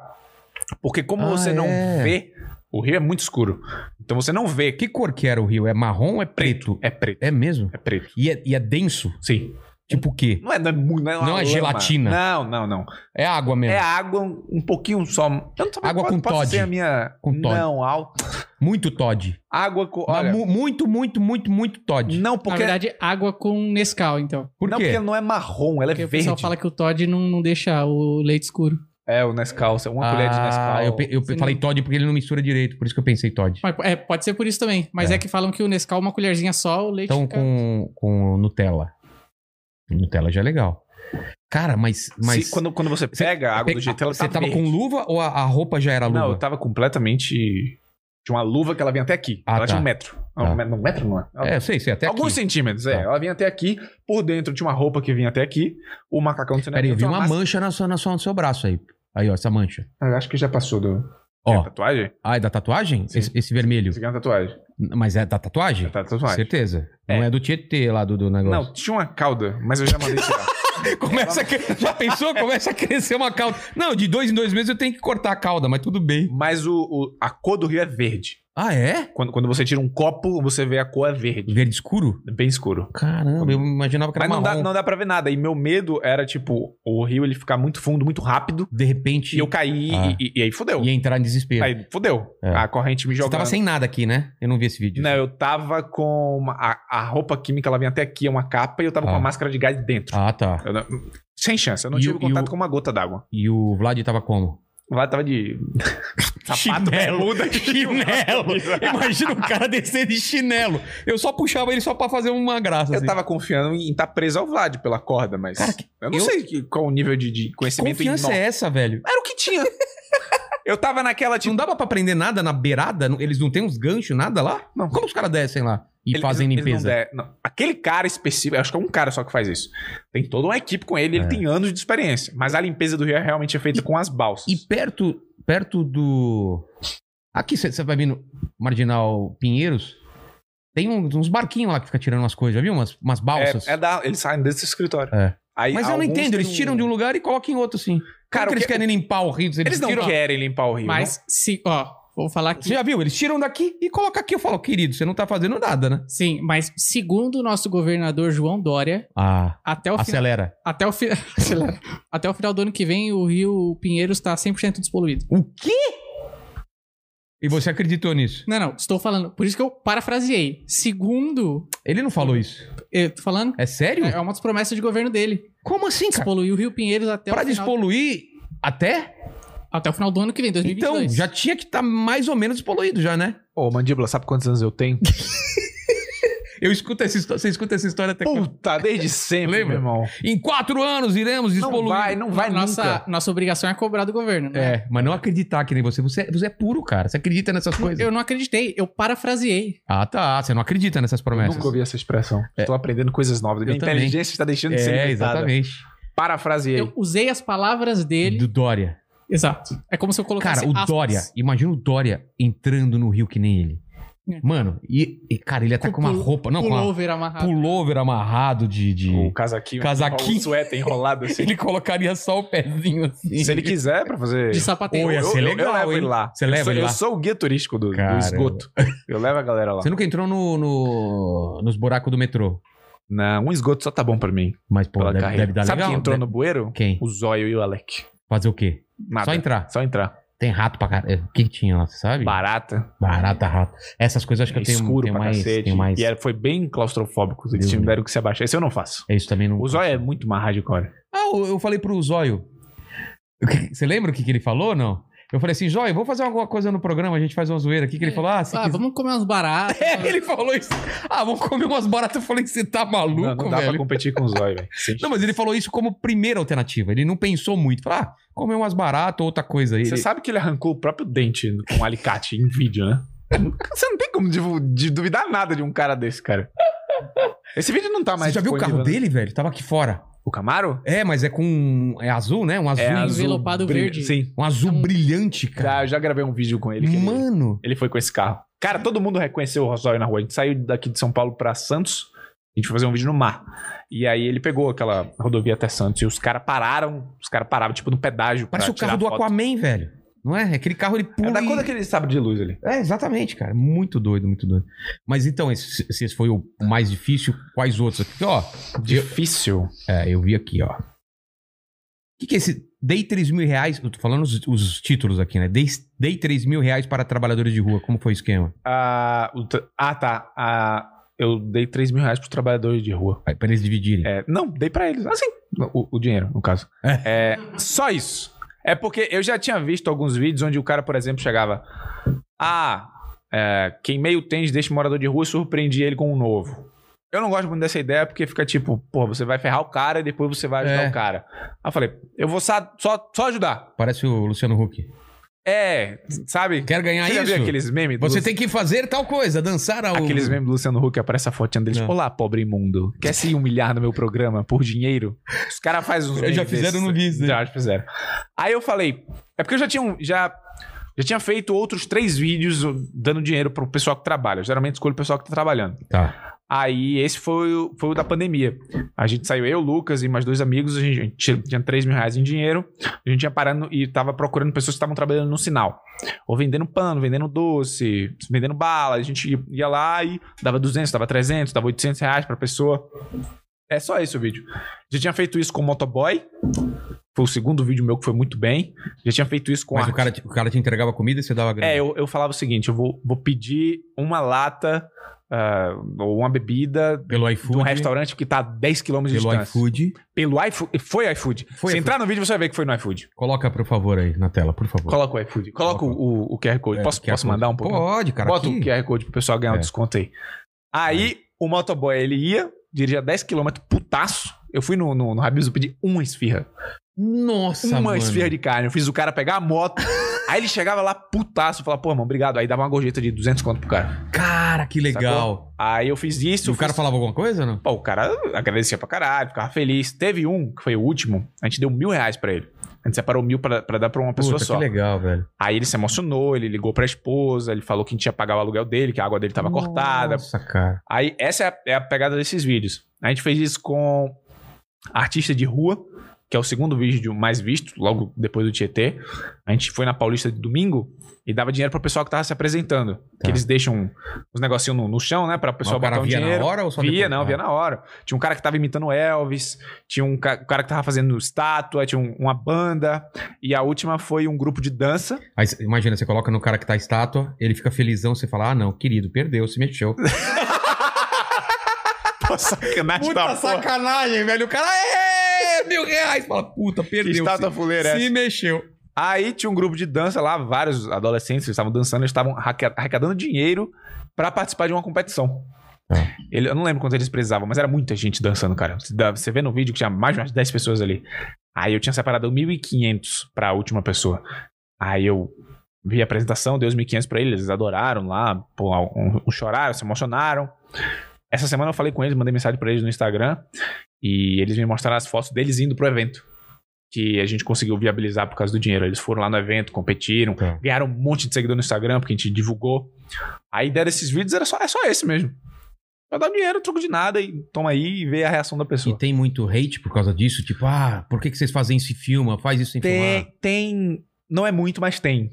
S3: Porque como
S2: Ah,
S3: você não
S2: é.
S3: vê, o rio é muito escuro. Então você não vê.
S2: Que cor que era o rio? É marrom ou é preto?
S3: É preto.
S2: É mesmo?
S3: É preto.
S2: E é, e é denso?
S3: Sim.
S2: Tipo o quê?
S3: Não é, não é, mu- não é, uma
S2: Não é
S3: lama.
S2: gelatina.
S3: Não, não, não.
S2: É água mesmo.
S3: É água, um um pouquinho só. Eu não sabia
S2: Água
S3: qual-
S2: com
S3: pode
S2: Todd.
S3: ser a minha.
S2: Com Todd.
S3: Não, al-
S2: Muito Todd.
S3: água com.
S2: Mas
S3: Olha,
S2: mu- muito, muito, muito, muito Todd.
S3: não,
S4: Na
S3: porque.
S4: verdade, água com Nescau, então.
S2: Por
S3: não,
S2: quê?
S3: porque não é marrom, ela é
S4: Porque o
S3: verde.
S4: pessoal fala que o Todd não, não deixa o leite escuro.
S3: É, o Nescau, é uma
S2: ah,
S3: colher de Nescau.
S2: Eu, pe- eu pe-
S4: Você
S2: falei
S4: não-
S2: Todd porque ele não mistura direito, por isso que eu pensei Todd.
S4: Mas, é, pode ser por isso também. Mas é, que falam que o Nescau, uma colherzinha só, o leite
S2: Então
S4: fica-
S2: com, com Nutella. Nutella já é legal. Cara, mas.
S3: Se-
S2: mas
S3: quando, quando você pega a água do jeito, ela
S2: Você
S3: tá
S2: tava
S3: verde.
S2: com luva ou a, a roupa já era luva?
S3: Não, eu tava completamente. Tinha uma luva que ela vinha até aqui.
S2: Ah,
S3: ela
S2: tá.
S3: tinha um metro. Não,
S2: Tá.
S3: um metro- não, um metro não é. Ela-
S2: É, eu sei, sei, até
S3: Alguns
S2: aqui.
S3: centímetros, é.
S2: Tá.
S3: Ela vinha até aqui. Por dentro tinha uma roupa que vinha até aqui. O macacão do cinema.
S2: Peraí, eu vi
S3: tinha
S2: uma
S3: massa-
S2: mancha na sua, na sua, no seu braço aí. Aí, ó, essa mancha.
S3: Ah, Acho que já passou do. É a
S2: Ó,
S3: tatuagem?
S2: ah, é da tatuagem?
S3: Sim.
S2: Esse, esse vermelho.
S3: Isso aqui é uma tatuagem.
S2: Mas é da tatuagem?
S3: É da tatuagem.
S2: Certeza.
S3: É.
S2: Não é do Tietê lá do, do negócio.
S3: Não, tinha uma cauda, mas eu já mandei tirar.
S2: Começa a
S3: é
S2: cre- Já pensou? Começa a crescer uma cauda. Não, de dois em dois meses eu tenho que cortar a cauda, mas tudo bem.
S3: mas o, o- a cor do rio é verde.
S2: Ah, é?
S3: Quando, quando você tira um copo, você vê a cor é verde.
S2: Verde escuro?
S3: É Bem escuro.
S2: Caramba, eu imaginava que era
S3: Mas não dá,
S2: marrom.
S3: não dá pra ver nada. E meu medo era, tipo, o rio ele ficar muito fundo, muito rápido.
S2: De repente
S3: E eu caí
S2: Ah.
S3: e, e- e aí fudeu.
S2: ia entrar em desespero.
S3: Aí fudeu.
S2: É.
S3: A corrente me
S2: Você
S3: jogando.
S2: tava sem nada aqui, né? Eu não vi esse vídeo.
S3: Não, eu tava com uma- a, a roupa química, ela vinha até aqui, é uma capa, e eu tava com
S2: Ah.
S3: uma máscara de gás dentro.
S2: Ah, tá.
S3: Eu não- sem chance, eu não
S2: E
S3: tive
S2: o- e
S3: contato
S2: o-
S3: com uma gota d'água.
S2: E o Vlad tava como?
S3: Lá tava de sapato, né?
S2: Chinelo.
S3: bermuda,
S2: Chinelo! Imagina o cara descer de chinelo. Eu só puxava ele só pra fazer uma graça.
S3: Eu
S2: assim.
S3: tava confiando em estar preso ao Vlad pela corda, mas.
S2: Cara, que-
S3: eu não
S2: eu-
S3: sei que- qual o nível de, de
S2: Que
S3: conhecimento
S2: confiança é
S3: nó.
S2: essa, velho?
S3: Era o que tinha. eu tava naquela tipo.
S2: Não dava pra aprender nada na beirada? Não- Eles não têm uns ganchos, nada lá?
S3: Não.
S2: Como os caras descem lá e
S3: Ele-
S2: fazem
S3: ele- ele
S2: limpeza?
S3: não der- não. Aquele cara específico, acho que é um cara só que faz isso. Tem toda uma equipe com ele,
S2: É.
S3: ele tem anos de experiência. Mas a limpeza do rio é realmente é feita com as balsas.
S2: E perto, perto do. Aqui você vai vir no Marginal Pinheiros. Tem um- uns barquinhos lá que fica tirando umas coisas, já viu? Umas, umas balsas.
S3: É, é da, eles saem desse escritório.
S2: É.
S3: Aí
S2: Mas eu não
S3: alguns
S2: entendo,
S3: têm
S2: eles tiram de um lugar e colocam em outro, assim.
S3: Cara,
S2: Cara,
S3: o
S2: eles
S3: que-
S2: querem limpar o rio. Eles,
S3: Eles não
S2: tiram...
S3: querem limpar o rio.
S4: Mas se, ó, vou falar aqui.
S2: Você já viu? Eles tiram daqui e colocam aqui. Eu falo, querido, você não tá fazendo nada, né?
S4: Sim, mas segundo o nosso governador João Dória,
S2: Ah,
S4: até o, fina-
S2: acelera.
S4: até o, fi- Acelera. até o final do ano que vem, o Rio Pinheiros está 100% despoluído.
S2: O quê? E você acreditou nisso?
S4: Não, não, estou falando. Por isso que eu parafraseei. Segundo,
S2: Ele não falou isso.
S4: eu tô falando,
S2: É sério?
S4: é uma das promessas de governo dele.
S2: Como assim, cara?
S4: Despoluir o Rio Pinheiros até
S2: Pra
S4: o um final,
S2: despoluir até?
S4: até o final do ano que vem, 2022.
S2: Então, já tinha que estar mais ou menos despoluído já, né?
S3: Ô, Mandíbula, sabe quantos anos eu tenho?
S2: Eu escuto essa história, você escuta essa história até quando?
S3: Puta, desde sempre,
S2: Lembra?
S3: meu irmão.
S2: Em quatro anos iremos despoluir.
S3: Não vai, não vai
S4: nossa,
S3: nunca.
S4: nossa obrigação é cobrar do governo, né?
S2: É, mas não acreditar que nem você. Você, é- você é puro, cara. Você acredita nessas coisas.
S4: Eu não acreditei, eu parafraseei.
S2: Ah, tá. Você não acredita nessas promessas.
S3: Nunca ouvi essa expressão.
S2: É.
S3: Estou aprendendo coisas novas. Minha
S2: Eu também.
S3: inteligência está deixando de ser
S2: É,
S3: limitada.
S2: exatamente.
S3: Parafraseei.
S4: Eu usei as palavras dele.
S2: Do Dória.
S4: Exato. É como se eu colocasse
S2: Uhum. Cara, o
S4: aspas.
S2: Dória. Imagina o Dória entrando no rio que nem ele.
S4: É.
S2: Mano, e, e, cara, ele tá
S4: Com
S2: com uma
S4: pulo-
S2: roupa. Não, com
S4: pullover
S2: uma
S4: amarrado.
S2: pullover amarrado de. de-
S3: O casaquinho.
S2: Casaquinho.
S3: O suéter enrolado assim.
S2: Ele colocaria só o pezinho assim.
S3: Se ele quiser, é pra fazer...
S4: De sapateiro.
S2: Oi, ia
S3: Eu-
S2: ser
S3: eu-
S2: legal,
S3: Eu, levo
S2: hein?
S3: ele lá.
S2: Você
S3: Eu
S2: leva
S3: sou-
S2: ele lá?
S3: Eu sou o guia turístico do, do
S2: Caramba.
S3: esgoto. Eu levo a galera lá.
S2: Você nunca entrou no, no- nos buracos do metrô.
S3: Não, um esgoto só tá bom pra mim.
S2: Mas, pô,
S3: pela
S2: deve,
S3: carreira.
S2: deve dar
S3: Sabe
S2: legal.
S3: quem entrou
S2: Deve-
S3: no bueiro?
S2: Quem?
S3: O Zóio e o Alec.
S2: Fazer o quê?
S3: Nada.
S2: Só entrar.
S3: Só entrar.
S2: Tem rato pra caralho. O que, que tinha lá, você sabe?
S3: Barata.
S2: Barata, rato. Essas coisas acho que eu tenho,
S3: É escuro
S2: tenho
S3: pra
S2: mais.
S3: cacete.
S2: Tenho mais...
S3: E era- foi bem claustrofóbico. Eles
S2: Deus
S3: tiveram
S2: me
S3: que se abaixar. Esse eu não faço.
S2: Isso também não.
S3: O Zóio é muito mais radical.
S2: Ah, eu eu falei pro Zóio. O que- Você lembra o que, que ele falou, não? Eu falei assim, Zóio, vou fazer alguma coisa no programa, a gente faz uma zoeira aqui. Que ele falou, ah, você
S4: Ah, vamos comer umas baratas.
S2: Ele falou isso. Ah, vamos comer umas baratas. Eu falei, você tá maluco,
S3: Não, não dá
S2: velho?
S3: pra competir com o Zóio, velho. Sem
S2: Não, mas ele falou isso como primeira alternativa. Ele não pensou muito. Falou, ah, comer umas baratas ou outra coisa. aí.
S3: Você
S2: Ele...
S3: sabe que ele arrancou o próprio dente com um alicate em vídeo, né? Você não tem como divu- de duvidar nada de um cara desse, cara. Esse vídeo não tá mais.
S2: Você já viu o carro
S3: disponível, né?
S2: dele, velho? Tava aqui fora.
S3: O Camaro?
S2: É, mas é com. É azul, né? Um azul.
S4: envelopado
S3: brilha-
S4: verde.
S3: Sim.
S2: Um azul brilhante,
S3: Já,
S2: cara.
S3: eu já gravei um vídeo com ele. que ele-
S2: Mano.
S3: Ele foi com esse carro. Cara, todo mundo reconheceu o Rosário na rua. A gente saiu daqui de São Paulo pra Santos. A gente foi fazer um vídeo no mar. E aí ele pegou aquela rodovia até Santos e os caras pararam. Os caras paravam, tipo, no pedágio.
S2: Parece
S3: pra
S2: o carro
S3: tirar
S2: do
S3: foto.
S2: Aquaman, velho. Não é? Aquele carro ele pula.
S3: É da
S2: e-
S3: cor daquele sabre de luz ali.
S2: É, exatamente, cara. Muito doido, muito doido. Mas então, esse, se esse foi o mais difícil, quais outros? Aqui, ó. Eu,
S3: Difícil.
S2: é, eu vi aqui, ó. O que, que é esse? Dei 3 mil reais. Eu tô falando os, os títulos aqui, né? Dei, dei 3 mil reais para trabalhadores de rua. Como foi o esquema?
S3: Ah, o tra- ah, tá. Ah, eu dei 3 mil reais pros trabalhadores de rua.
S2: Aí, Pra eles dividirem.
S3: É, não, dei pra eles. Assim, o, o dinheiro, no caso. É, só isso. É porque eu já tinha visto alguns vídeos onde o cara, por exemplo, chegava. Ah, é, queimei o tênis deste morador de rua e surpreendi ele com um novo. Eu não gosto muito dessa ideia porque fica tipo, pô, você vai ferrar o cara e depois você vai ajudar
S2: É.
S3: o cara. Aí eu falei, eu vou sa- só, só ajudar.
S2: Parece o Luciano Huck.
S3: É, sabe?
S2: Quer ganhar
S3: Você já
S2: isso?
S3: viu aqueles memes? do
S2: Você
S3: Lu-
S2: tem que fazer tal coisa, dançar ao.
S3: Aqueles memes do Luciano Huck aparece a fotinha deles.
S2: Não.
S3: Olá, pobre imundo. Quer se humilhar no meu programa por dinheiro? Os caras fazem uns
S2: Eu já
S3: memes
S2: fizeram
S3: desses.
S2: no né? Visa.
S3: Já fizeram. Aí eu falei. É porque eu já tinha, um- já, já tinha feito outros três vídeos uh, dando dinheiro pro pessoal que trabalha. Eu geralmente escolho o pessoal que tá trabalhando.
S2: Tá.
S3: Aí esse foi, o- foi o da pandemia. A gente saiu, eu, Lucas e mais dois amigos. A gente, a gente tinha- tinha 3 mil reais em dinheiro. A gente ia parando e tava procurando pessoas que estavam trabalhando no sinal. Ou vendendo pano, vendendo doce, vendendo bala. A gente ia- ia lá e dava 200, dava 300, dava 800 reais pra pessoa. É só esse o vídeo. Já tinha feito isso com o motoboy. Foi o segundo vídeo meu que foi muito bem. Já tinha feito isso com
S2: Mas o
S3: arte.
S2: cara, é te- o cara te entregava comida e você dava grana.
S3: É, eu, eu falava o seguinte: eu vou, vou pedir uma lata ah, ou uma bebida
S2: Pelo
S3: de
S2: iFood.
S3: um restaurante que tá a 10 km de
S2: Pelo
S3: distância.
S2: iFood.
S3: Pelo iFood. Foi iFood.
S2: Foi
S3: Se
S2: iFood.
S3: entrar no vídeo, você vai ver que foi no iFood.
S2: Coloca, por favor, aí na tela, por favor.
S3: Coloca o iFood. Coloca
S2: Coloca.
S3: o, o QR Code.
S2: É,
S3: posso
S2: QR
S3: posso
S2: Code.
S3: mandar um pouquinho?
S2: Pode, cara.
S3: Bota
S2: aqui.
S3: o QR Code pro pessoal ganhar um
S2: É.
S3: desconto aí. Aí, o motoboy, ele ia, dirigia 10km, putaço. Eu fui no, no, no Rabisco pedir uma esfirra.
S2: Nossa,
S3: uma
S2: mano.
S3: esfirra de carne. Eu fiz o cara pegar a moto. aí ele chegava lá, putaço. Eu falava, pô, irmão, obrigado. Aí dava uma gorjeta de 200 conto pro cara.
S2: Cara, que legal.
S3: Aí eu fiz
S2: E
S3: isso.
S2: o cara
S3: fiz-
S2: falava alguma coisa ou não?
S3: Pô, o cara agradecia pra caralho, ficava feliz. Teve um, que foi o último, a gente deu mil reais pra ele. A gente separou mil pra, pra dar pra uma pessoa
S2: Puta,
S3: só.
S2: que legal, velho.
S3: Aí ele se emocionou, ele ligou pra esposa, ele falou que a gente ia pagar o aluguel dele, que a água dele tava cortada.
S2: Nossa, cara.
S3: Aí essa é a, é a pegada desses vídeos. A gente fez isso com artista de rua. que é o segundo vídeo mais visto, logo depois do Tietê. A gente foi na Paulista de domingo e dava dinheiro pro pessoal que tava se apresentando. Que eles deixam os negocinhos no, no chão, né? Pra o
S2: Tá.
S3: pessoal
S2: o cara
S3: botar um
S2: via na
S3: dinheiro.
S2: hora ou só
S3: Via,
S2: depois?
S3: não,
S2: Ah.
S3: via na hora. Tinha um cara que tava imitando Elvis, tinha um ca- cara que tava fazendo estátua, tinha um- uma banda. E a última foi um grupo de dança.
S2: Aí, cê- imagina, você coloca no cara que tá a estátua, ele fica felizão, você fala, ah não, querido, perdeu, se mexeu.
S3: Pô, sacanagem da porra.
S2: sacanagem, velho. O cara é mil reais. Fala, puta,
S3: Que
S2: perdeu.
S3: estátua fuleira é essa?
S2: se mexeu.
S3: Aí tinha um grupo de dança lá, vários adolescentes eles estavam dançando, eles estavam arraca- arrecadando dinheiro pra participar de uma competição.
S2: Ah.
S3: Ele- eu não lembro quanto eles precisavam, mas era muita gente dançando, cara. Você dá- Você vê no vídeo que tinha mais de umas 10 pessoas ali. Aí eu tinha separado 1.500 pra última pessoa. Aí eu vi a apresentação, dei os 1.500 pra eles, eles adoraram lá, pô, um- um choraram, se emocionaram. Essa semana eu falei com eles, mandei mensagem pra eles no Instagram e eles me mostraram as fotos deles indo pro evento que a gente conseguiu viabilizar por causa do dinheiro. Eles foram lá no evento, competiram,
S2: Tá.
S3: ganharam um monte de seguidor no Instagram, porque a gente divulgou. A ideia desses vídeos era só, é só esse mesmo. Pra dar dinheiro, troco de nada, e toma aí e vê a reação da
S2: E
S3: pessoa.
S2: tem muito hate por causa disso? Tipo, ah, por que, que vocês fazem isso e filma? Faz isso sem filmar?
S3: Tem, tem. Não é muito, mas tem.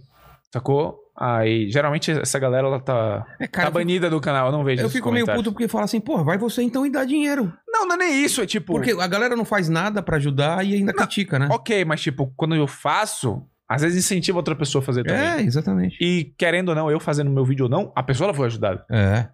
S3: Sacou? Aí, geralmente essa galera ela tá,
S2: É,
S3: tá banida do canal, eu não vejo
S2: eu
S3: esses
S2: fico meio
S3: comentários.
S2: puto porque fala assim, porra, vai você então e dá dinheiro.
S3: Não, não é nem isso, é tipo.
S2: Porque a galera não faz nada pra ajudar e ainda critica, né?
S3: Ok, mas tipo, quando eu faço, às vezes incentiva outra pessoa a fazer também.
S2: É, exatamente.
S3: E querendo ou não, eu fazendo meu vídeo ou não, a pessoa ela foi ajudada.
S2: É.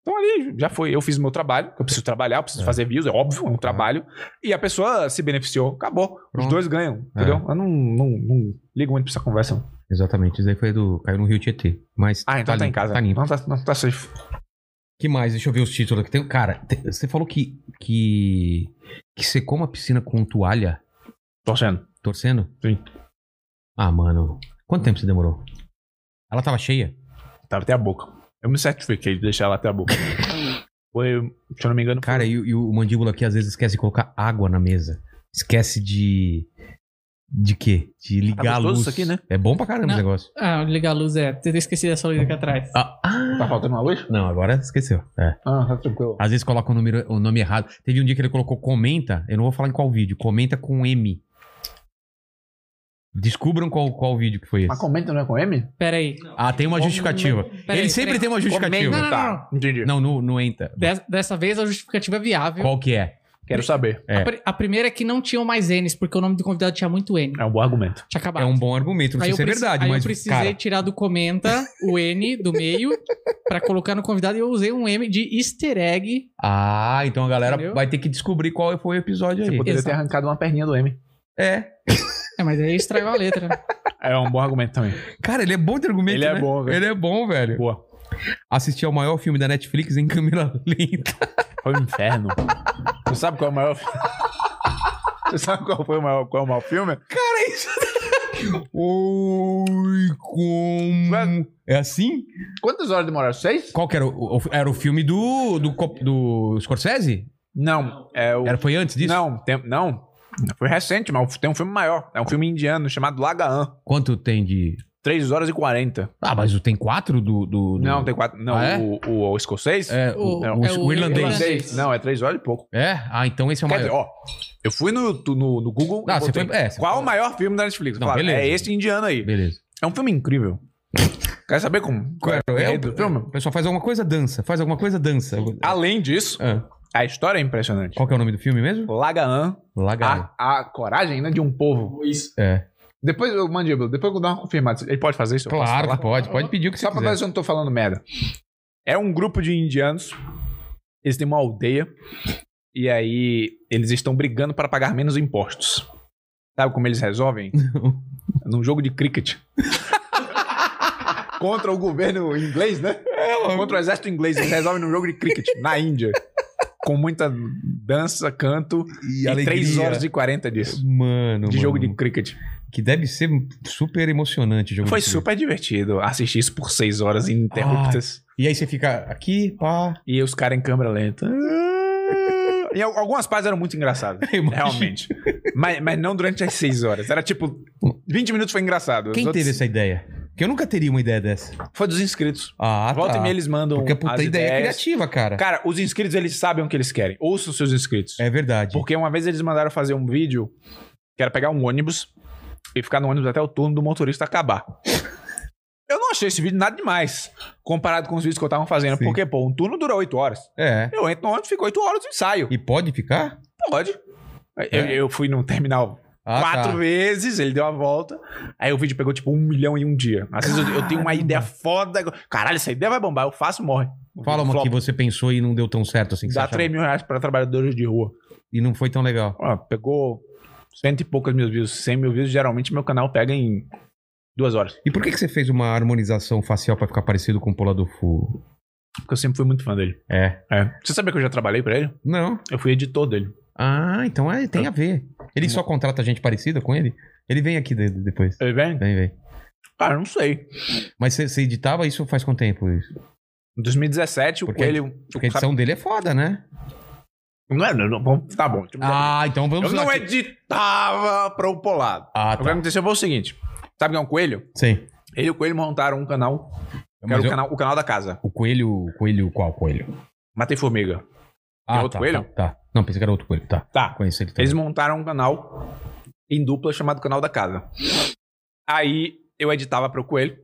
S3: Então ali já foi, eu fiz o meu trabalho, eu preciso trabalhar, eu preciso
S2: É.
S3: fazer views, é óbvio, é um
S2: Claro.
S3: trabalho. E a pessoa se beneficiou, acabou. Os
S2: Pronto.
S3: dois ganham, entendeu? Eu não, não, não ligo muito pra essa conversa. não.
S2: Exatamente, isso aí foi do. Caiu no Rio Tietê. Mas
S3: Ah, então tá,
S2: limpo,
S3: em casa.
S2: Tá limpo.
S3: não, tá, não tá safe.
S2: que mais? Deixa eu ver os títulos aqui. Tem, cara, te- você falou que, que. que secou uma piscina com toalha
S3: Tô sendo.
S2: torcendo?
S3: Sim.
S2: Ah, mano. Quanto tempo você demorou? Ela tava cheia?
S3: Tava Tá até a boca. Eu me certifiquei de deixar ela até a boca. foi, se eu não me engano,
S2: Cara, e, e o mandíbula aqui às vezes esquece de colocar água na mesa. Esquece de. De quê? De ligar
S3: gostoso
S2: a luz.
S3: isso aqui, né?
S2: É bom pra caramba
S4: Não.
S2: o negócio.
S4: Ah, ligar a luz é. Ter esquecido essa luz aqui atrás.
S2: Ah, ah.
S3: tá faltando uma luz?
S2: Não, agora esqueceu. É.
S3: Ah, tá tranquilo.
S2: Às vezes coloca o, número- o nome errado. Teve um dia que ele colocou comenta, eu não vou falar em qual vídeo, comenta com M. Descubram qual, qual vídeo que foi esse.
S9: Mas comenta, não é com M?
S4: Pera aí.
S2: Ah, tem uma justificativa.
S4: Peraí,
S2: ele sempre
S4: peraí.
S2: tem uma
S3: Comenta.
S2: justificativa.
S4: Não, não,
S3: Tá, Entendi.
S2: Não, não, não entra.
S4: Des- dessa vez a justificativa é viável.
S2: Qual que é?
S3: Quero saber.
S2: É.
S4: A, pri- a primeira é que não tinham mais N's, porque o nome do convidado tinha muito N.
S3: É um bom argumento.
S4: Tinha acabado.
S2: É um bom argumento, não sei
S4: eu
S2: se é
S4: preci-
S2: verdade,
S4: aí
S2: mas
S4: eu precisei
S2: cara,
S4: tirar do comenta o N do meio pra colocar no convidado e eu usei um M de easter egg.
S2: ah, então a galera
S4: Entendeu?
S2: vai ter que descobrir qual foi o episódio
S3: Você
S2: aí.
S3: poderia
S4: Exato.
S3: ter arrancado uma perninha do M.
S2: É.
S4: É, mas aí estragou a letra.
S3: É um bom argumento também.
S2: Cara, ele é bom de argumento,
S3: Ele é
S2: né?
S3: bom, velho.
S2: Ele é bom, velho.
S3: Boa.
S2: Assistir ao maior filme da Netflix em câmera lenta.
S3: Foi um inferno. Você sabe qual é o maior filme? Você sabe qual foi o maior, qual é o maior filme?
S2: Oi, como... É assim?
S9: Quantas horas demoraram? Seis?
S2: Qual que era o, o- era o filme do, do, co- do Scorsese?
S3: Não, é o.
S2: Era, foi antes disso?
S3: Não, tem- não. Foi recente, mas tem um filme maior. É um filme indiano chamado Lagaan.
S2: Quanto tem de...
S3: 3 horas e 40.
S2: Ah, mas o tem quatro do... do, do-
S3: Não, tem quatro. Não,
S2: Ah, é?
S3: o, o, o escocês?
S2: É, o,
S4: O-
S2: o-
S4: é
S2: o
S4: o
S2: irlandês.
S4: irlandês.
S3: Não, é 3 horas e pouco.
S2: É? Ah, então esse é o
S3: Quer dizer,
S2: maior.
S3: ó. Eu fui no, tu- no, no Google.
S2: Ah,
S3: e
S2: você
S3: botei,
S2: foi- é, você
S3: qual
S2: foi-
S3: o maior filme da Netflix?
S2: Não,
S3: Falaram,
S2: beleza.
S3: é esse indiano aí.
S2: Beleza.
S3: É um filme incrível. Quer saber como?
S2: Qual era o
S3: é
S2: enredo?
S3: do filme?
S2: O pessoal faz alguma coisa, dança. Faz alguma coisa, dança.
S3: Além disso,
S2: Ah,
S3: a história é impressionante.
S2: qual que é o nome do filme mesmo?
S3: Lagaan
S2: Lagarto.
S9: A, a coragem, né, de um povo.
S3: Ah.
S2: É.
S9: Depois, eu mandíbula, depois eu vou dar uma confirmada.
S3: Ele pode fazer isso? Então Eu posso
S2: Claro
S3: falar?
S2: que pode. Pode pedir o que
S9: Só
S2: você
S9: pra
S2: quiser.
S9: ver se eu não tô falando merda.
S3: É um grupo de indianos. Eles têm uma aldeia. E aí, eles estão brigando para pagar menos impostos. Sabe como eles resolvem? Num jogo de cricket.
S9: Contra o governo inglês, né?
S3: Contra o exército inglês, eles resolvem num jogo de cricket, na Índia. Com muita dança, canto. E,
S2: alegria.
S3: 3 horas e 40 disso.
S2: Mano,
S3: De jogo de
S2: mano.
S3: cricket.
S2: Que deve ser super emocionante o jogo
S3: Foi
S2: de-
S3: super divertido assistir isso por 6 horas ininterruptas.
S2: E aí você fica aqui, pá.
S3: E os caras em câmera lenta. E al- algumas partes eram muito engraçadas.
S2: Imagina.
S3: Realmente. mas, mas não durante as seis horas. Era tipo, 20 minutos foi engraçado. Os
S2: Quem
S3: outros-
S2: teve essa ideia? Que eu nunca teria uma ideia dessa.
S3: Foi dos inscritos.
S2: Ah,
S3: Volta
S2: tá.
S3: e meia eles mandam
S2: Porque, puta,
S3: as
S2: a ideia é
S3: ideias.
S2: criativa, cara.
S3: Cara, os inscritos, eles sabem o que eles querem. Ouça os seus inscritos.
S2: É verdade.
S3: Porque uma vez eles mandaram fazer um vídeo que era pegar um ônibus e ficar no ônibus até o turno do motorista acabar. Eu não achei esse vídeo nada demais comparado com os vídeos que eu tava fazendo.
S2: Sim.
S3: Porque, pô, um turno dura 8 horas.
S2: É.
S3: Eu entro no ônibus, fico 8 horas e saio.
S2: E pode ficar?
S3: Pode. Eu, eu fui num terminal
S2: É. Ah,
S3: quatro
S2: tá.
S3: vezes, ele deu a volta. Aí o vídeo pegou tipo um milhão em um dia. Às vezes eu, eu tenho uma ideia foda. Caralho, essa ideia vai bombar. Eu faço, morre. O
S2: Fala uma
S3: flop.
S2: que você pensou e não deu tão certo assim. que você
S3: Dá
S2: achava.
S3: 3 mil reais pra trabalhadores de rua.
S2: E não foi tão legal.
S3: Ó, pegou cento e poucas mil views. 100 mil views, geralmente meu canal pega em duas horas.
S2: E por que, que você fez uma harmonização facial pra ficar parecido com o Pola do Fu?
S3: Porque eu sempre fui muito fã dele.
S2: É.
S3: É. Você sabia que eu já trabalhei pra ele?
S2: Não.
S3: Eu fui editor dele.
S2: Ah, então é, tem a ver. Ele só contrata gente parecida com ele? Ele vem aqui de- depois.
S3: Ele vem?
S2: Vem, vem.
S3: Cara, não sei.
S2: Mas você você editava isso faz quanto tempo? Isso?
S3: Em 2017,
S2: Porque-
S3: o Coelho...
S2: Porque a edição dele é foda, né?
S3: Não, é- não, não, bom, tá bom.
S2: Ah, então vamos
S3: eu
S2: lá.
S3: não é- editava pra o Polado.
S2: Ah,
S3: O que
S2: tá.
S3: aconteceu foi o seguinte. Sabe quem é um coelho?
S2: Sim.
S3: Ele e o coelho montaram um canal, que
S2: Mas
S3: era o
S2: eu-
S3: canal, o canal da casa.
S2: O coelho, o coelho, qual coelho?
S3: Matei Formiga. outro
S2: tá,
S3: coelho?
S2: Tá, tá. Não, pensei que era outro coelho, tá.
S3: Tá.
S2: Conheço ele também.
S3: Eles montaram um canal em dupla chamado Canal da Casa. Aí eu editava pro Coelho,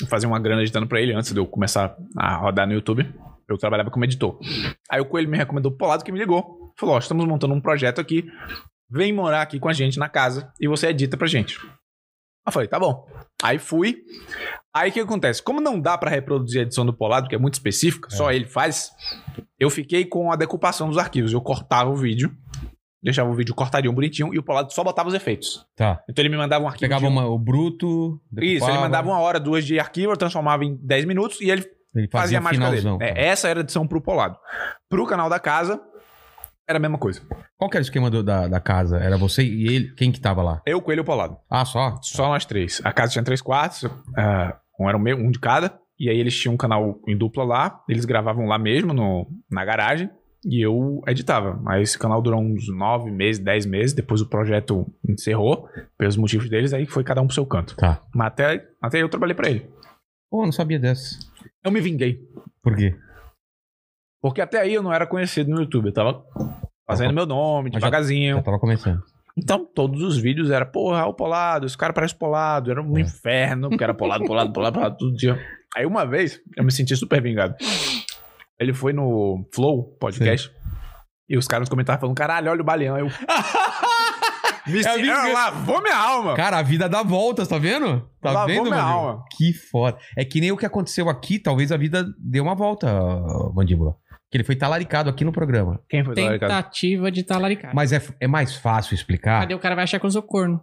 S3: eu fazia uma grana editando pra ele antes de eu começar a rodar no YouTube. Eu trabalhava como editor. Aí o Coelho me recomendou pro lado que me ligou. Falou: Ó, estamos montando um projeto aqui. Vem morar aqui com a gente na casa e você edita pra gente. Eu falei, tá bom. Aí fui. Aí o que acontece? Como não dá pra reproduzir a edição do Polado, que é muito específica, só ele faz, eu fiquei com a decupação dos arquivos. Eu cortava o vídeo, deixava o vídeo cortadinho, bonitinho, e o Polado só botava os efeitos.
S2: Tá.
S3: Então ele me mandava um arquivo.
S2: Pegava
S3: de-
S2: uma- o bruto.
S3: Isso, ele
S2: decupava,
S3: mandava um- uma hora, duas de arquivo, eu transformava em 10 minutos e ele
S2: Ele fazia,
S3: fazia, a mágica
S2: finalzão.
S3: dele. É,
S2: cara.
S3: essa era a edição pro Polado. Pro canal da casa, era a mesma coisa.
S2: Qual que era o esquema do- da, da casa? Era você e ele? Quem que tava lá?
S3: Eu, Coelho e o Polado.
S2: Ah, só?
S3: Só nós três. A casa tinha três quartos, ah, um era o meu, um de cada. E aí eles tinham um canal em dupla lá, eles gravavam lá mesmo, no, na garagem, e eu editava. Aí esse canal durou uns nove meses, dez meses, depois o projeto encerrou, pelos motivos deles, aí foi cada um pro seu canto.
S2: Tá.
S3: Mas até, até eu trabalhei pra ele.
S2: Pô, não sabia dessa.
S3: Eu me vinguei,
S2: Por quê?
S3: porque até aí eu não era conhecido no YouTube, eu tava fazendo meu nome,
S2: Mas já-
S3: devagarzinho.
S2: Já tava começando.
S3: Então, todos os vídeos era, porra, o polado, esse cara parece polado, era um
S2: É.
S3: inferno, porque era polado, polado, polado, polado, todo dia. Aí uma vez, eu me senti super vingado. Ele foi no Flow podcast e os caras nos comentários falando, caralho, olha o baleão. Eu. me
S2: a
S3: senti,
S2: vingança.
S3: eu lavou minha alma.
S2: Cara, a vida dá voltas, tá vendo? Tá
S3: Lavou
S2: vendo,
S3: minha
S2: Mandíbula?
S3: alma.
S2: Que foda. É que nem o que aconteceu aqui, talvez a vida deu uma volta, ó, Mandíbula. Que ele foi talaricado aqui no programa.
S3: Quem foi lá, cara?
S4: Tentativa de talaricar.
S2: Mas tá. é, é mais fácil explicar.
S4: Cadê o cara vai achar que eu sou corno?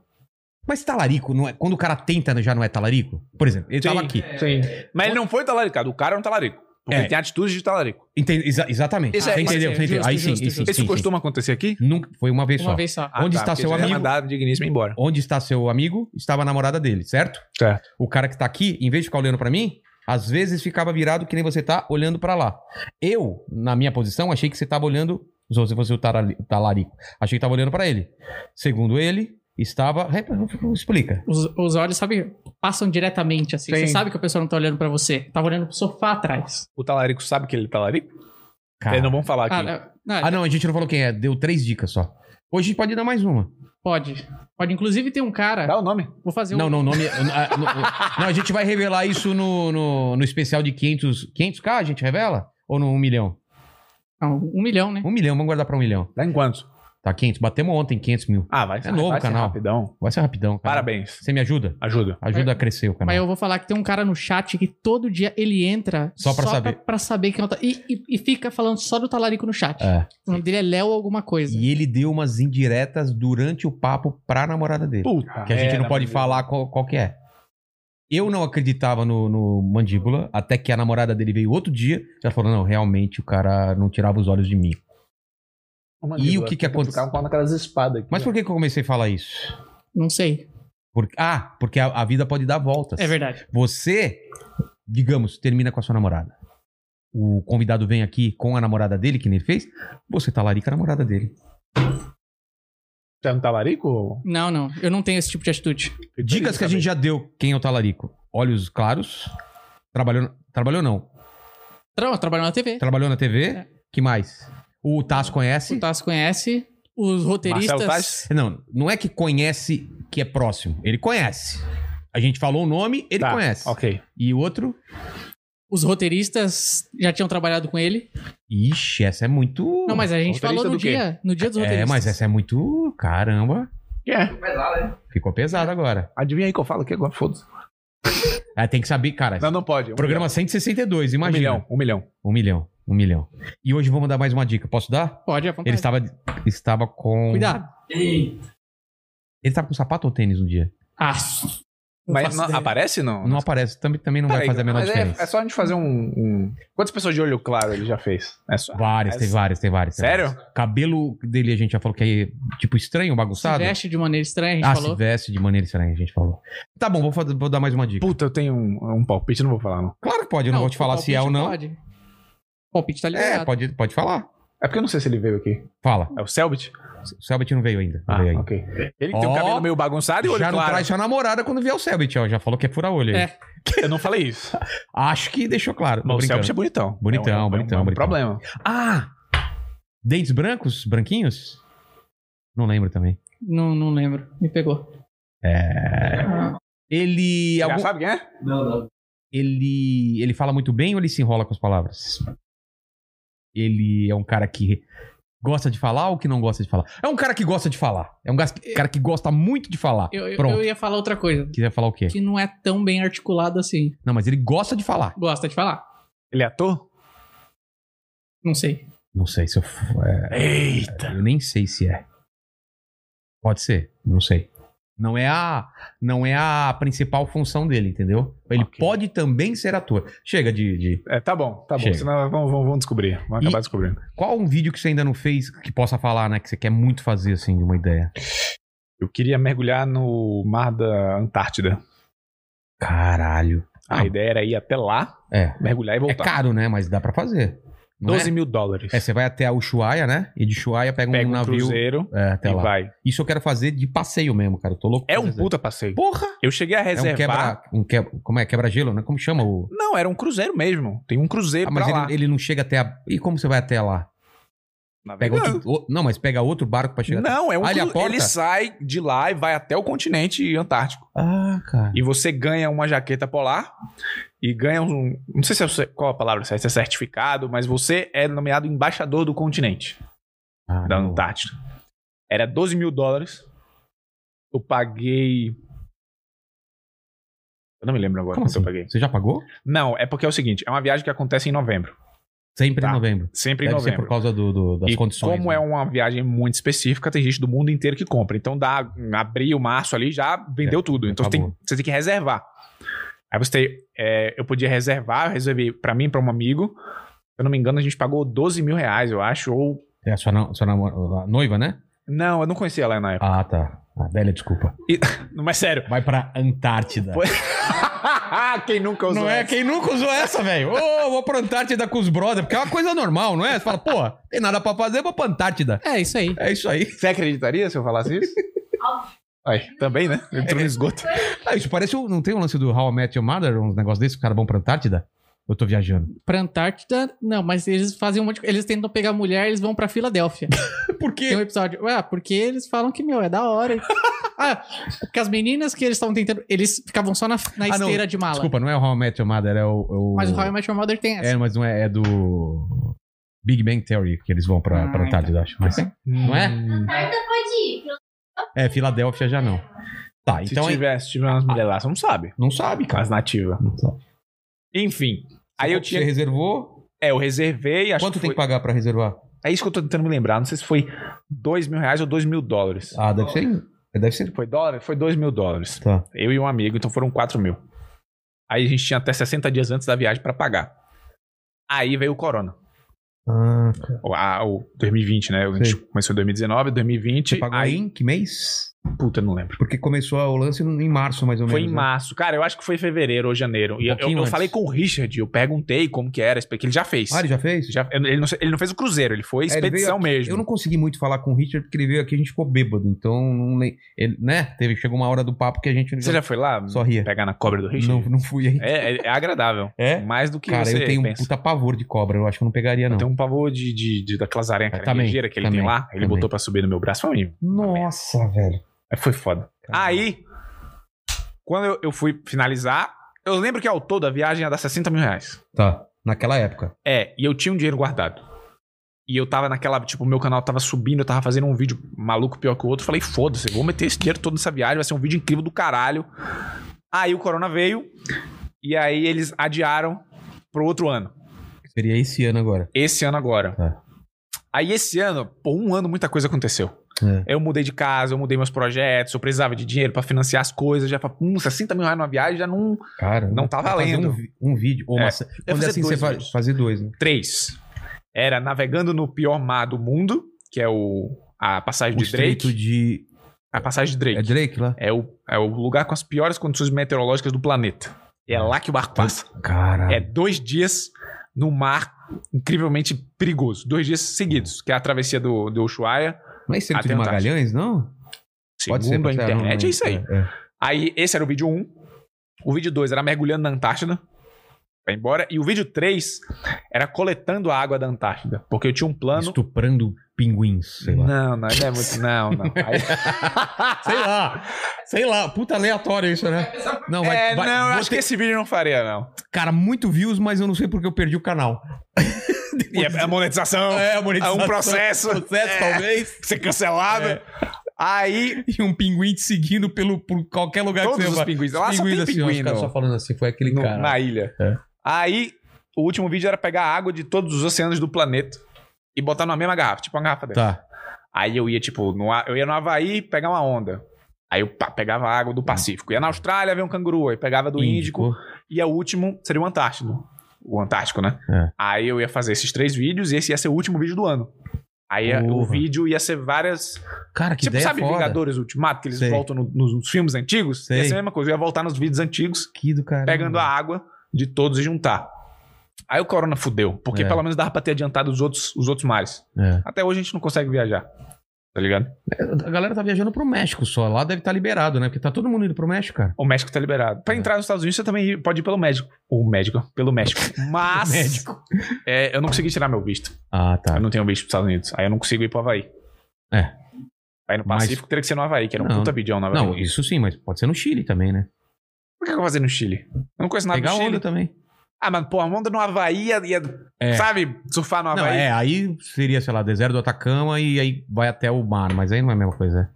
S2: Mas talarico, não é, quando o cara tenta, já não é talarico? Por exemplo, ele tava aqui.
S3: Sim. Mas ele não foi talaricado, o cara é um talarico. Porque
S2: É.
S3: ele tem atitude de talarico.
S2: Entende, exa- exatamente.
S3: Isso é-
S2: Você entendeu?
S4: pode ser.
S2: Você entendeu?
S4: Justo,
S2: Aí sim,
S4: justo,
S2: sim, sim,
S4: justo.
S3: Isso
S2: sim,
S3: costuma acontecer aqui? Ah, tá,
S2: sim. Nunca, foi uma vez
S4: Uma
S2: só.
S4: vez só.
S2: Onde está
S3: porque
S2: seu
S3: já
S2: amigo?
S3: Mandado o digníssimo embora.
S2: Onde está seu amigo, estava a namorada dele, certo?
S3: Certo.
S2: O cara que tá aqui, em vez de ficar olhando pra mim, às vezes ficava virado que nem você tá olhando pra lá. Eu, na minha posição, achei que você tava olhando, se você fosse o tarali- talarico, achei que tava olhando pra ele. Segundo ele, estava, Re- explica.
S4: Os, os olhos, sabe, passam diretamente assim. Você sabe que a pessoa não tá olhando pra você. Tava olhando pro sofá atrás.
S3: O talarico sabe que ele é talarico?
S2: Cara.
S3: Eles não vão falar aqui.
S4: Ah, não, não,
S2: Ah, não, a gente não falou quem é, deu três dicas só. Hoje a gente pode dar mais uma.
S4: Pode. Pode. Inclusive tem um cara.
S3: Dá o nome.
S4: Vou fazer um.
S2: Não, não, o nome. ah, no- Não, a gente vai revelar isso no, no, no especial de 500, 500k, a gente revela? Ou no 1 milhão?
S4: não, Um milhão, né?
S2: Um milhão, vamos guardar pra um milhão.
S3: Dá em quantos?
S2: Tá 500, batemos ontem 500 mil.
S3: Ah, vai
S2: É novo
S3: vai
S2: o canal.
S3: rapidão.
S2: Vai ser rapidão, cara.
S3: Parabéns.
S2: Você me ajuda?
S3: Ajuda.
S2: Ajuda a crescer o canal.
S4: Mas eu vou falar que tem um cara no chat que todo dia ele entra
S2: Só pra saber.
S4: Pra, pra saber quem é o ta- e, e, e fica falando só do talarico no chat.
S2: É.
S4: O nome dele é Léo alguma coisa.
S2: E ele deu umas indiretas durante o papo pra namorada dele.
S3: Puta.
S2: que a gente
S3: merda,
S2: não pode
S3: meu
S2: falar qual, qual que é. Eu não acreditava no, no Mandíbula, até que a namorada dele veio outro dia. Ela falou, não, realmente o cara não tirava os olhos de mim. E o que que aconteceu?
S10: Ficaram com aquelas espadas aqui.
S2: Mas
S10: ó.
S2: por que que eu comecei a falar isso?
S4: Não sei.
S2: Por- ah, porque a, a vida pode dar voltas.
S4: É verdade.
S2: Você, digamos, termina com a sua namorada. O convidado vem aqui com a namorada dele, que nem ele fez. Você talarica a namorada dele.
S3: Você é um talarico?
S4: Não, não. Eu não tenho esse tipo de atitude.
S3: Fica
S2: Dicas
S3: aí,
S2: que a
S3: sabe?
S2: gente já deu. Quem é o talarico? Olhos claros. Trabalhou, trabalhou não.
S4: Tra eu trabalho na TV.
S2: Trabalhou na TV.
S4: É.
S2: Que mais? O Tasso conhece?
S4: O Tasso conhece. Os roteiristas.
S11: Marcelo Taz?
S2: Não, não é que conhece que é próximo. Ele conhece. A gente falou o nome, ele
S11: Tá,
S2: conhece.
S11: Ok.
S2: E o outro?
S4: Os roteiristas já tinham trabalhado com ele.
S2: Ixi, essa é muito.
S4: Não, mas a gente
S11: roteirista
S4: falou no
S11: do quê?
S4: dia, no dia dos
S2: É,
S4: roteiristas.
S2: mas essa é muito. Caramba.
S3: Quem é?
S2: Ficou pesado agora.
S3: Adivinha aí que eu falo aqui agora, foda-se.
S2: Ah, tem que saber, cara.
S3: Não, não pode. Um
S2: Programa 162,
S3: milhão.
S2: imagina.
S3: Um milhão, um milhão.
S2: Um milhão. Um milhão. E hoje vamos dar mais uma dica. Posso dar?
S4: Pode, é vontade.
S2: Ele estava, estava com.
S4: Cuidado.
S2: Ele estava com sapato ou tênis um dia?
S4: Ah, não
S11: Mas
S4: faço
S11: não-
S4: ideia.
S11: aparece não?
S2: Não aparece, também, também não vai
S11: Peraí,
S2: fazer a menor
S3: Mas é,
S2: diferença.
S3: é só a gente fazer um, um- Quantas pessoas de olho claro ele já fez? É só...
S2: Várias,
S3: Ah,
S2: tem várias, tem várias. tem
S3: Sério?
S2: várias. Cabelo dele a gente já falou que é tipo estranho,
S4: se
S2: bagunçado.
S4: veste de maneira estranha, a gente
S2: ah, se
S4: falou.
S2: veste de maneira estranha, a gente falou. Tá bom, vou, fa- vou dar mais uma dica.
S3: Puta, eu tenho um, um palpite, não vou falar, não.
S2: Claro que pode, eu não, vou te
S4: o
S2: falar se é ou
S4: palpite
S2: não.
S4: Pode. O palpite tá
S2: É,
S4: liberado.
S2: pode, pode falar.
S3: É porque eu não sei se ele veio aqui.
S2: Fala.
S3: É o Selbit?
S2: O Selbit não veio ainda. Não
S3: Ah,
S2: veio ainda.
S3: ok. Ele que tem
S2: Ó,
S3: um cabelo meio
S4: Tá
S3: bagunçado e olho
S2: Já não
S3: claro.
S2: traz sua namorada quando vier o Selbit, ó. Já falou que é fura-olho. aí.
S4: É.
S3: Eu não falei isso.
S2: Acho que deixou claro. Tô
S11: Mas
S3: O
S2: brincando.
S3: Selbit é bonitão.
S2: Bonitão,
S3: É um- é um-
S2: bonitão,
S3: é um
S2: bonitão.
S3: problema.
S2: Ah! Dentes brancos? Branquinhos? Não lembro também.
S4: Não, não lembro. Me pegou.
S2: É,
S4: Ah,
S2: Ele.
S3: Já
S2: algum-
S3: sabe quem é?
S2: ele, ele fala muito bem ou ele se enrola com as palavras? Ele é um cara que gosta de falar ou que não gosta de falar? É um cara que gosta de falar. É um gas- cara que gosta muito de falar.
S4: Eu, eu,
S2: Pronto.
S4: eu ia falar outra coisa.
S2: Quiser falar o quê?
S4: Que não é tão bem articulado assim.
S2: Não, mas ele gosta de falar.
S4: Gosta de falar?
S3: Ele é ator?
S4: Não sei.
S2: Não sei se eu. f- é,
S3: Eita!
S2: eu nem sei se é. Pode ser, não sei. Não é a não é a principal função dele, entendeu? Ele
S3: Ok.
S2: pode também ser ator. Chega de- de
S3: É, tá bom, tá bom.
S2: Chega.
S3: Senão vamos, vamos- vamos descobrir. Vamos
S2: E-
S3: acabar descobrindo.
S2: Qual um vídeo que você ainda não fez que possa falar, né? Que você quer muito fazer, assim, de uma ideia?
S3: Eu queria mergulhar no mar da Antártida.
S2: Caralho.
S3: A
S2: Ah.
S3: ideia era ir até lá,
S2: É.
S3: mergulhar e
S2: É
S3: voltar.
S2: caro, né? Mas dá pra fazer. Não
S3: 12
S2: é?
S3: mil dólares.
S2: É, você vai até a Ushuaia, né? E de Ushuaia pega um
S3: Pega um
S2: navio.
S3: cruzeiro
S2: é, até
S3: e
S2: lá.
S3: vai.
S2: Isso eu quero fazer de passeio mesmo, cara. Eu tô louco. pra
S3: É um
S2: fazer.
S3: puta passeio.
S2: Porra!
S3: Eu cheguei a
S2: É um
S3: reservar.
S2: quebra. Um quebra como é? Quebra-gelo, né? Como chama o.
S3: Não, era um cruzeiro mesmo. Tem um cruzeiro
S2: Ah,
S3: pra
S2: mas
S3: lá.
S2: ele, ele não chega até a. E como você vai até lá? Pega
S3: Navegando.
S2: outro, o- Não, mas pega outro barco pra chegar.
S3: Não, é um
S2: Ah, ele
S3: cru-
S2: aporta?
S3: Ele sai de lá e vai até o continente antártico.
S2: Ah, cara.
S3: E você ganha uma jaqueta polar e ganha um. Não sei se é, o- qual a palavra certa, se é certificado, mas você é nomeado embaixador do continente,
S2: Ah,
S3: da
S2: não.
S3: Antártida. Era 12 mil dólares. Eu paguei. Eu não me lembro agora
S2: Como
S3: quanto
S2: assim?
S3: eu paguei.
S2: Você já pagou?
S3: Não, é porque é o seguinte: é uma viagem que acontece em novembro.
S2: Sempre em
S3: Tá.
S2: novembro.
S3: Sempre em
S2: Deve ser
S3: novembro.
S2: por causa do, do- das
S3: e
S2: condições.
S3: como
S2: né?
S3: é uma viagem muito específica, tem gente do mundo inteiro que compra. Então dá em abril, março ali, já vendeu tudo. Então você tem,
S2: É, acabou.
S3: você tem que reservar. Aí você tem, é, eu podia reservar, eu reservei pra mim, pra um amigo. Se eu não me engano, a gente pagou 12 mil reais, eu acho. Ou.
S2: É a sua, na- sua namo- a noiva, né?
S3: Não, eu não conhecia ela na época.
S2: Ah, tá. A velha desculpa.
S3: Não, Mas sério.
S2: Vai pra Antártida.
S3: Foi- Quem nunca usou
S2: Não é
S3: essa?
S2: quem nunca usou essa, velho. Ô, vou pra Antártida com os brother, porque é uma coisa normal, não é? Você fala, pô, tem nada pra fazer, vou pra Antártida.
S4: É, isso aí.
S2: É isso aí.
S3: Você acreditaria se eu falasse isso? Aí, também, né? Entrou no esgoto.
S2: Ah, isso parece. um- Não tem um lance do How I Met Your Mother, uns negócios desses, que o cara vão pra Antártida? Eu tô viajando.
S4: Pra Antártida, não, mas eles fazem um monte de... Eles tentam pegar mulher, eles vão pra Filadélfia.
S2: Por
S4: Tem um
S2: quê?
S4: episódio... Ué, porque eles falam que, meu, é da hora. ah, porque as meninas que eles estavam tentando... Eles ficavam só na, na
S2: Ah, não.
S4: esteira de mala.
S2: Desculpa, não é o How I Met Your Mother, é o. o-
S4: Mas o How I Met Your Mother tem essa.
S2: É, mas não é, é do. Big Bang Theory, que eles vão pra,
S4: Ah,
S2: pra Antártida, acho. Mas, não é?
S3: Hum,
S12: Tarta pode ir.
S2: É, Filadélfia já não. Tá,
S3: Se
S2: então. é-
S3: tiver, se tiver umas mulheres lá, você não sabe.
S2: Não sabe, cara.
S3: As nativas.
S2: Não sabe.
S3: Enfim. Aí eu
S2: Você
S3: tinha.
S2: reservou.
S3: É, eu reservei. Acho
S2: Quanto
S3: que
S2: tem
S3: foi...
S2: que pagar pra reservar?
S3: É isso que eu tô tentando me lembrar. Não sei se foi 2 mil reais ou 2 mil dólares.
S2: Ah, deve ser. Deve ser.
S3: Foi dólar? Foi 2 mil dólares.
S2: Tá.
S3: Eu e um amigo, então foram 4 mil. Aí a gente tinha até 60 dias antes da viagem pra pagar. Aí veio o corona.
S2: Ah,
S3: O, a- o 2020, né? A gente começou em 2019,
S2: você
S3: 2020.
S2: pagou
S3: aí
S2: em que mês?
S3: Puta, eu não lembro.
S2: Porque começou o lance em março, mais ou
S3: Foi em
S2: menos. né? Um
S3: março. Cara, eu acho que foi em fevereiro ou janeiro. E eu,
S2: pouquinho
S3: eu
S2: antes.
S3: falei com o Richard, eu perguntei como que era, que ele já fez.
S2: Ah, ele já fez?
S3: Já- né? ele, não, ele não fez o cruzeiro, ele foi
S2: É, ele
S3: expedição
S2: veio
S3: mesmo.
S2: Eu não consegui muito falar com o Richard porque ele veio aqui e a gente ficou bêbado. Então, não lem- ele, né? Teve, chegou uma hora do papo que a gente
S3: Você já foi lá
S2: só ria.
S3: pegar na cobra do Richard?
S2: Não, não fui aí.
S3: É, é- é agradável.
S2: É?
S3: Mais do que
S2: Cara,
S3: você
S2: eu tenho um
S3: pensa.
S2: puta pavor de cobra. Eu acho que eu não pegaria, não.
S3: Tem um pavor de, de, de- daquelas aranhas
S2: Eu
S3: caranguejeiras
S2: também,
S3: que ele
S2: também,
S3: tem lá. Ele
S2: também.
S3: botou pra subir no meu braço. Foi, um É,
S2: Nossa, velho.
S3: foi foda. Aí, quando eu, eu fui finalizar, eu lembro que ao todo a viagem ia dar 60 mil reais.
S2: Tá. Naquela época.
S3: É, e eu tinha um dinheiro guardado. E eu tava naquela, tipo, o meu canal tava subindo, eu tava fazendo um vídeo maluco pior que o outro. Falei, foda-se, eu vou meter esse dinheiro todo nessa viagem, vai ser um vídeo incrível do caralho. Aí o corona veio, e aí eles adiaram pro outro ano.
S2: Seria esse ano agora.
S3: Esse ano agora.
S2: Tá.
S3: Aí esse ano, por um ano, muita coisa aconteceu.
S2: É.
S3: Eu mudei de casa, eu mudei meus projetos, eu precisava de dinheiro pra financiar as coisas. Já falei, hum, 60 mil reais numa viagem, já não.
S2: Cara,
S3: Não tá
S2: fazer
S3: valendo.
S2: Um, vi- um vídeo. Ou uma... se- Quando
S3: fazer
S2: é assim, você
S3: dois
S2: faz
S3: vídeos.
S2: fazer dois, né?
S3: Três. Era navegando no pior mar do mundo, que é o. A passagem
S2: O
S3: de Drake.
S2: Estreito de.
S3: A passagem de Drake.
S2: É Drake lá?
S3: É o, é o lugar com as piores condições meteorológicas do planeta. E é lá que o barco passa.
S2: Cara.
S3: É dois dias no mar incrivelmente perigoso. Dois dias seguidos, que é a travessia do, do Ushuaia.
S2: Não é Estreito
S3: Até
S2: de
S3: a Antártica.
S2: Magalhães, não?
S3: Segundo
S2: ser, Ah,
S3: a
S2: não
S3: internet,
S2: lembro.
S3: é isso aí.
S2: É, é.
S3: Aí, esse era o vídeo 1. O vídeo 2 era mergulhando na Antártida. Vai embora. E o vídeo 3 era coletando a água da Antártida. Porque eu tinha um plano.
S2: Estuprando pinguins, sei lá.
S3: Não, não, não é muito. Não, não. Aí-
S2: Sei lá. Sei lá. Puta aleatório isso, né? Não, vai.
S3: é,
S2: vai-
S3: não, eu
S2: vou
S3: acho
S2: ter-
S3: que esse vídeo eu não faria, não.
S2: Cara, muito views, mas eu não sei porque eu perdi o canal.
S3: E é, é monetização. É,
S2: a monetização.
S3: um processo.
S2: Processo,
S3: É.
S2: talvez.
S3: Ser cancelado.
S2: É.
S3: Aí.
S2: E um pinguim te seguindo pelo, por qualquer lugar que
S3: Todos
S2: você
S3: os
S2: vai.
S3: pinguins. Lá só tem
S2: assim, ó, os
S3: pinguim
S2: caras
S3: no-
S2: só falando assim, foi aquele
S3: no-
S2: cara.
S3: na ilha.
S2: É.
S3: Aí, o último vídeo era pegar a água de todos os oceanos do planeta e botar numa mesma garrafa, tipo uma garrafa dessa.
S2: Tá.
S3: Aí eu ia, tipo, no, A- eu ia no Havaí pegar uma onda. Aí eu pá, pegava a água
S2: Hum.
S3: do Pacífico. Ia na Austrália ver um canguru, aí pegava do Índico. E o último seria o Antártico. O Antártico, né?
S2: É.
S3: Aí eu ia fazer esses três vídeos e esse ia ser o último vídeo do ano. Aí a- o
S2: Porra.
S3: vídeo ia ser várias.
S2: Cara, que
S3: tipo,
S2: ideia
S3: sabe
S2: foda.
S3: Vingadores Ultimato, que eles
S2: Sei.
S3: voltam no- nos, nos filmes antigos?
S2: Sei.
S3: Ia ser a mesma coisa. Eu ia voltar nos vídeos antigos,
S2: Que do caralho.
S3: pegando a água de todos e juntar. Aí o Corona fudeu, porque
S2: É.
S3: pelo menos dava pra ter adiantado os outros, os outros mares.
S2: É.
S3: Até hoje a gente não consegue viajar. Tá ligado?
S2: A galera tá viajando pro México só. Lá deve estar liberado, né? Porque tá todo mundo indo pro México, cara.
S3: O México tá liberado. Pra
S2: É.
S3: entrar nos Estados Unidos, você também pode ir pelo médico. O médico, pelo México. Mas.
S2: Médico.
S3: é, eu não consegui tirar meu visto.
S2: Ah, tá.
S3: Eu não tenho visto pros Estados Unidos. Aí eu não consigo ir pro Havaí.
S2: É.
S3: Aí no
S2: Mas-
S3: Pacífico teria que ser no Havaí, que era um
S2: Não.
S3: puta bidão na
S2: Não, isso sim, mas pode ser no Chile também, né?
S3: O que eu vou fazer no Chile? Eu não conheço nada
S2: Pegar
S3: do Chile.
S2: onda também.
S3: Ah, mas pô, a onda no Havaí ia. ia-
S2: É.
S3: Sabe? Surfar no
S2: Não,
S3: Havaí. Não, é,
S2: é, aí seria, sei lá, deserto do Atacama e aí vai até o mar, mas aí não é a mesma coisa,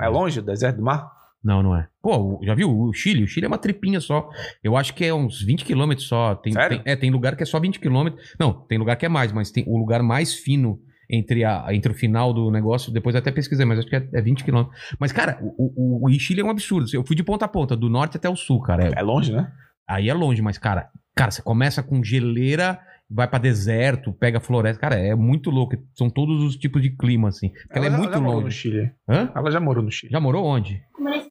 S2: é?
S3: longe o deserto do mar?
S2: Não, não é. Pô, o- já viu o Chile? O Chile é uma tripinha só. Eu acho que é uns 20 quilômetros só. Tem,
S3: Sério?
S2: tem- é, tem lugar que é só 20 quilômetros. Não, tem lugar que é mais, mas tem o lugar mais fino entre, a, entre o final do negócio. Depois eu até pesquisei, mas acho que é, é 20 quilômetros. Mas, cara, o, o, o Chile é um absurdo. Eu fui de ponta a ponta, do norte até o sul, cara. É-
S3: É longe, né?
S2: aí é longe, mas, cara, cara, você começa com geleira. Vai pra deserto, pega floresta. Cara, é muito louco. São todos os tipos de clima, assim. Porque ela, é
S3: já-
S2: muito
S3: já morou no
S2: longe.
S3: Chile.
S2: Hã?
S3: Ela já morou no Chile.
S2: Já morou onde?
S12: Mas,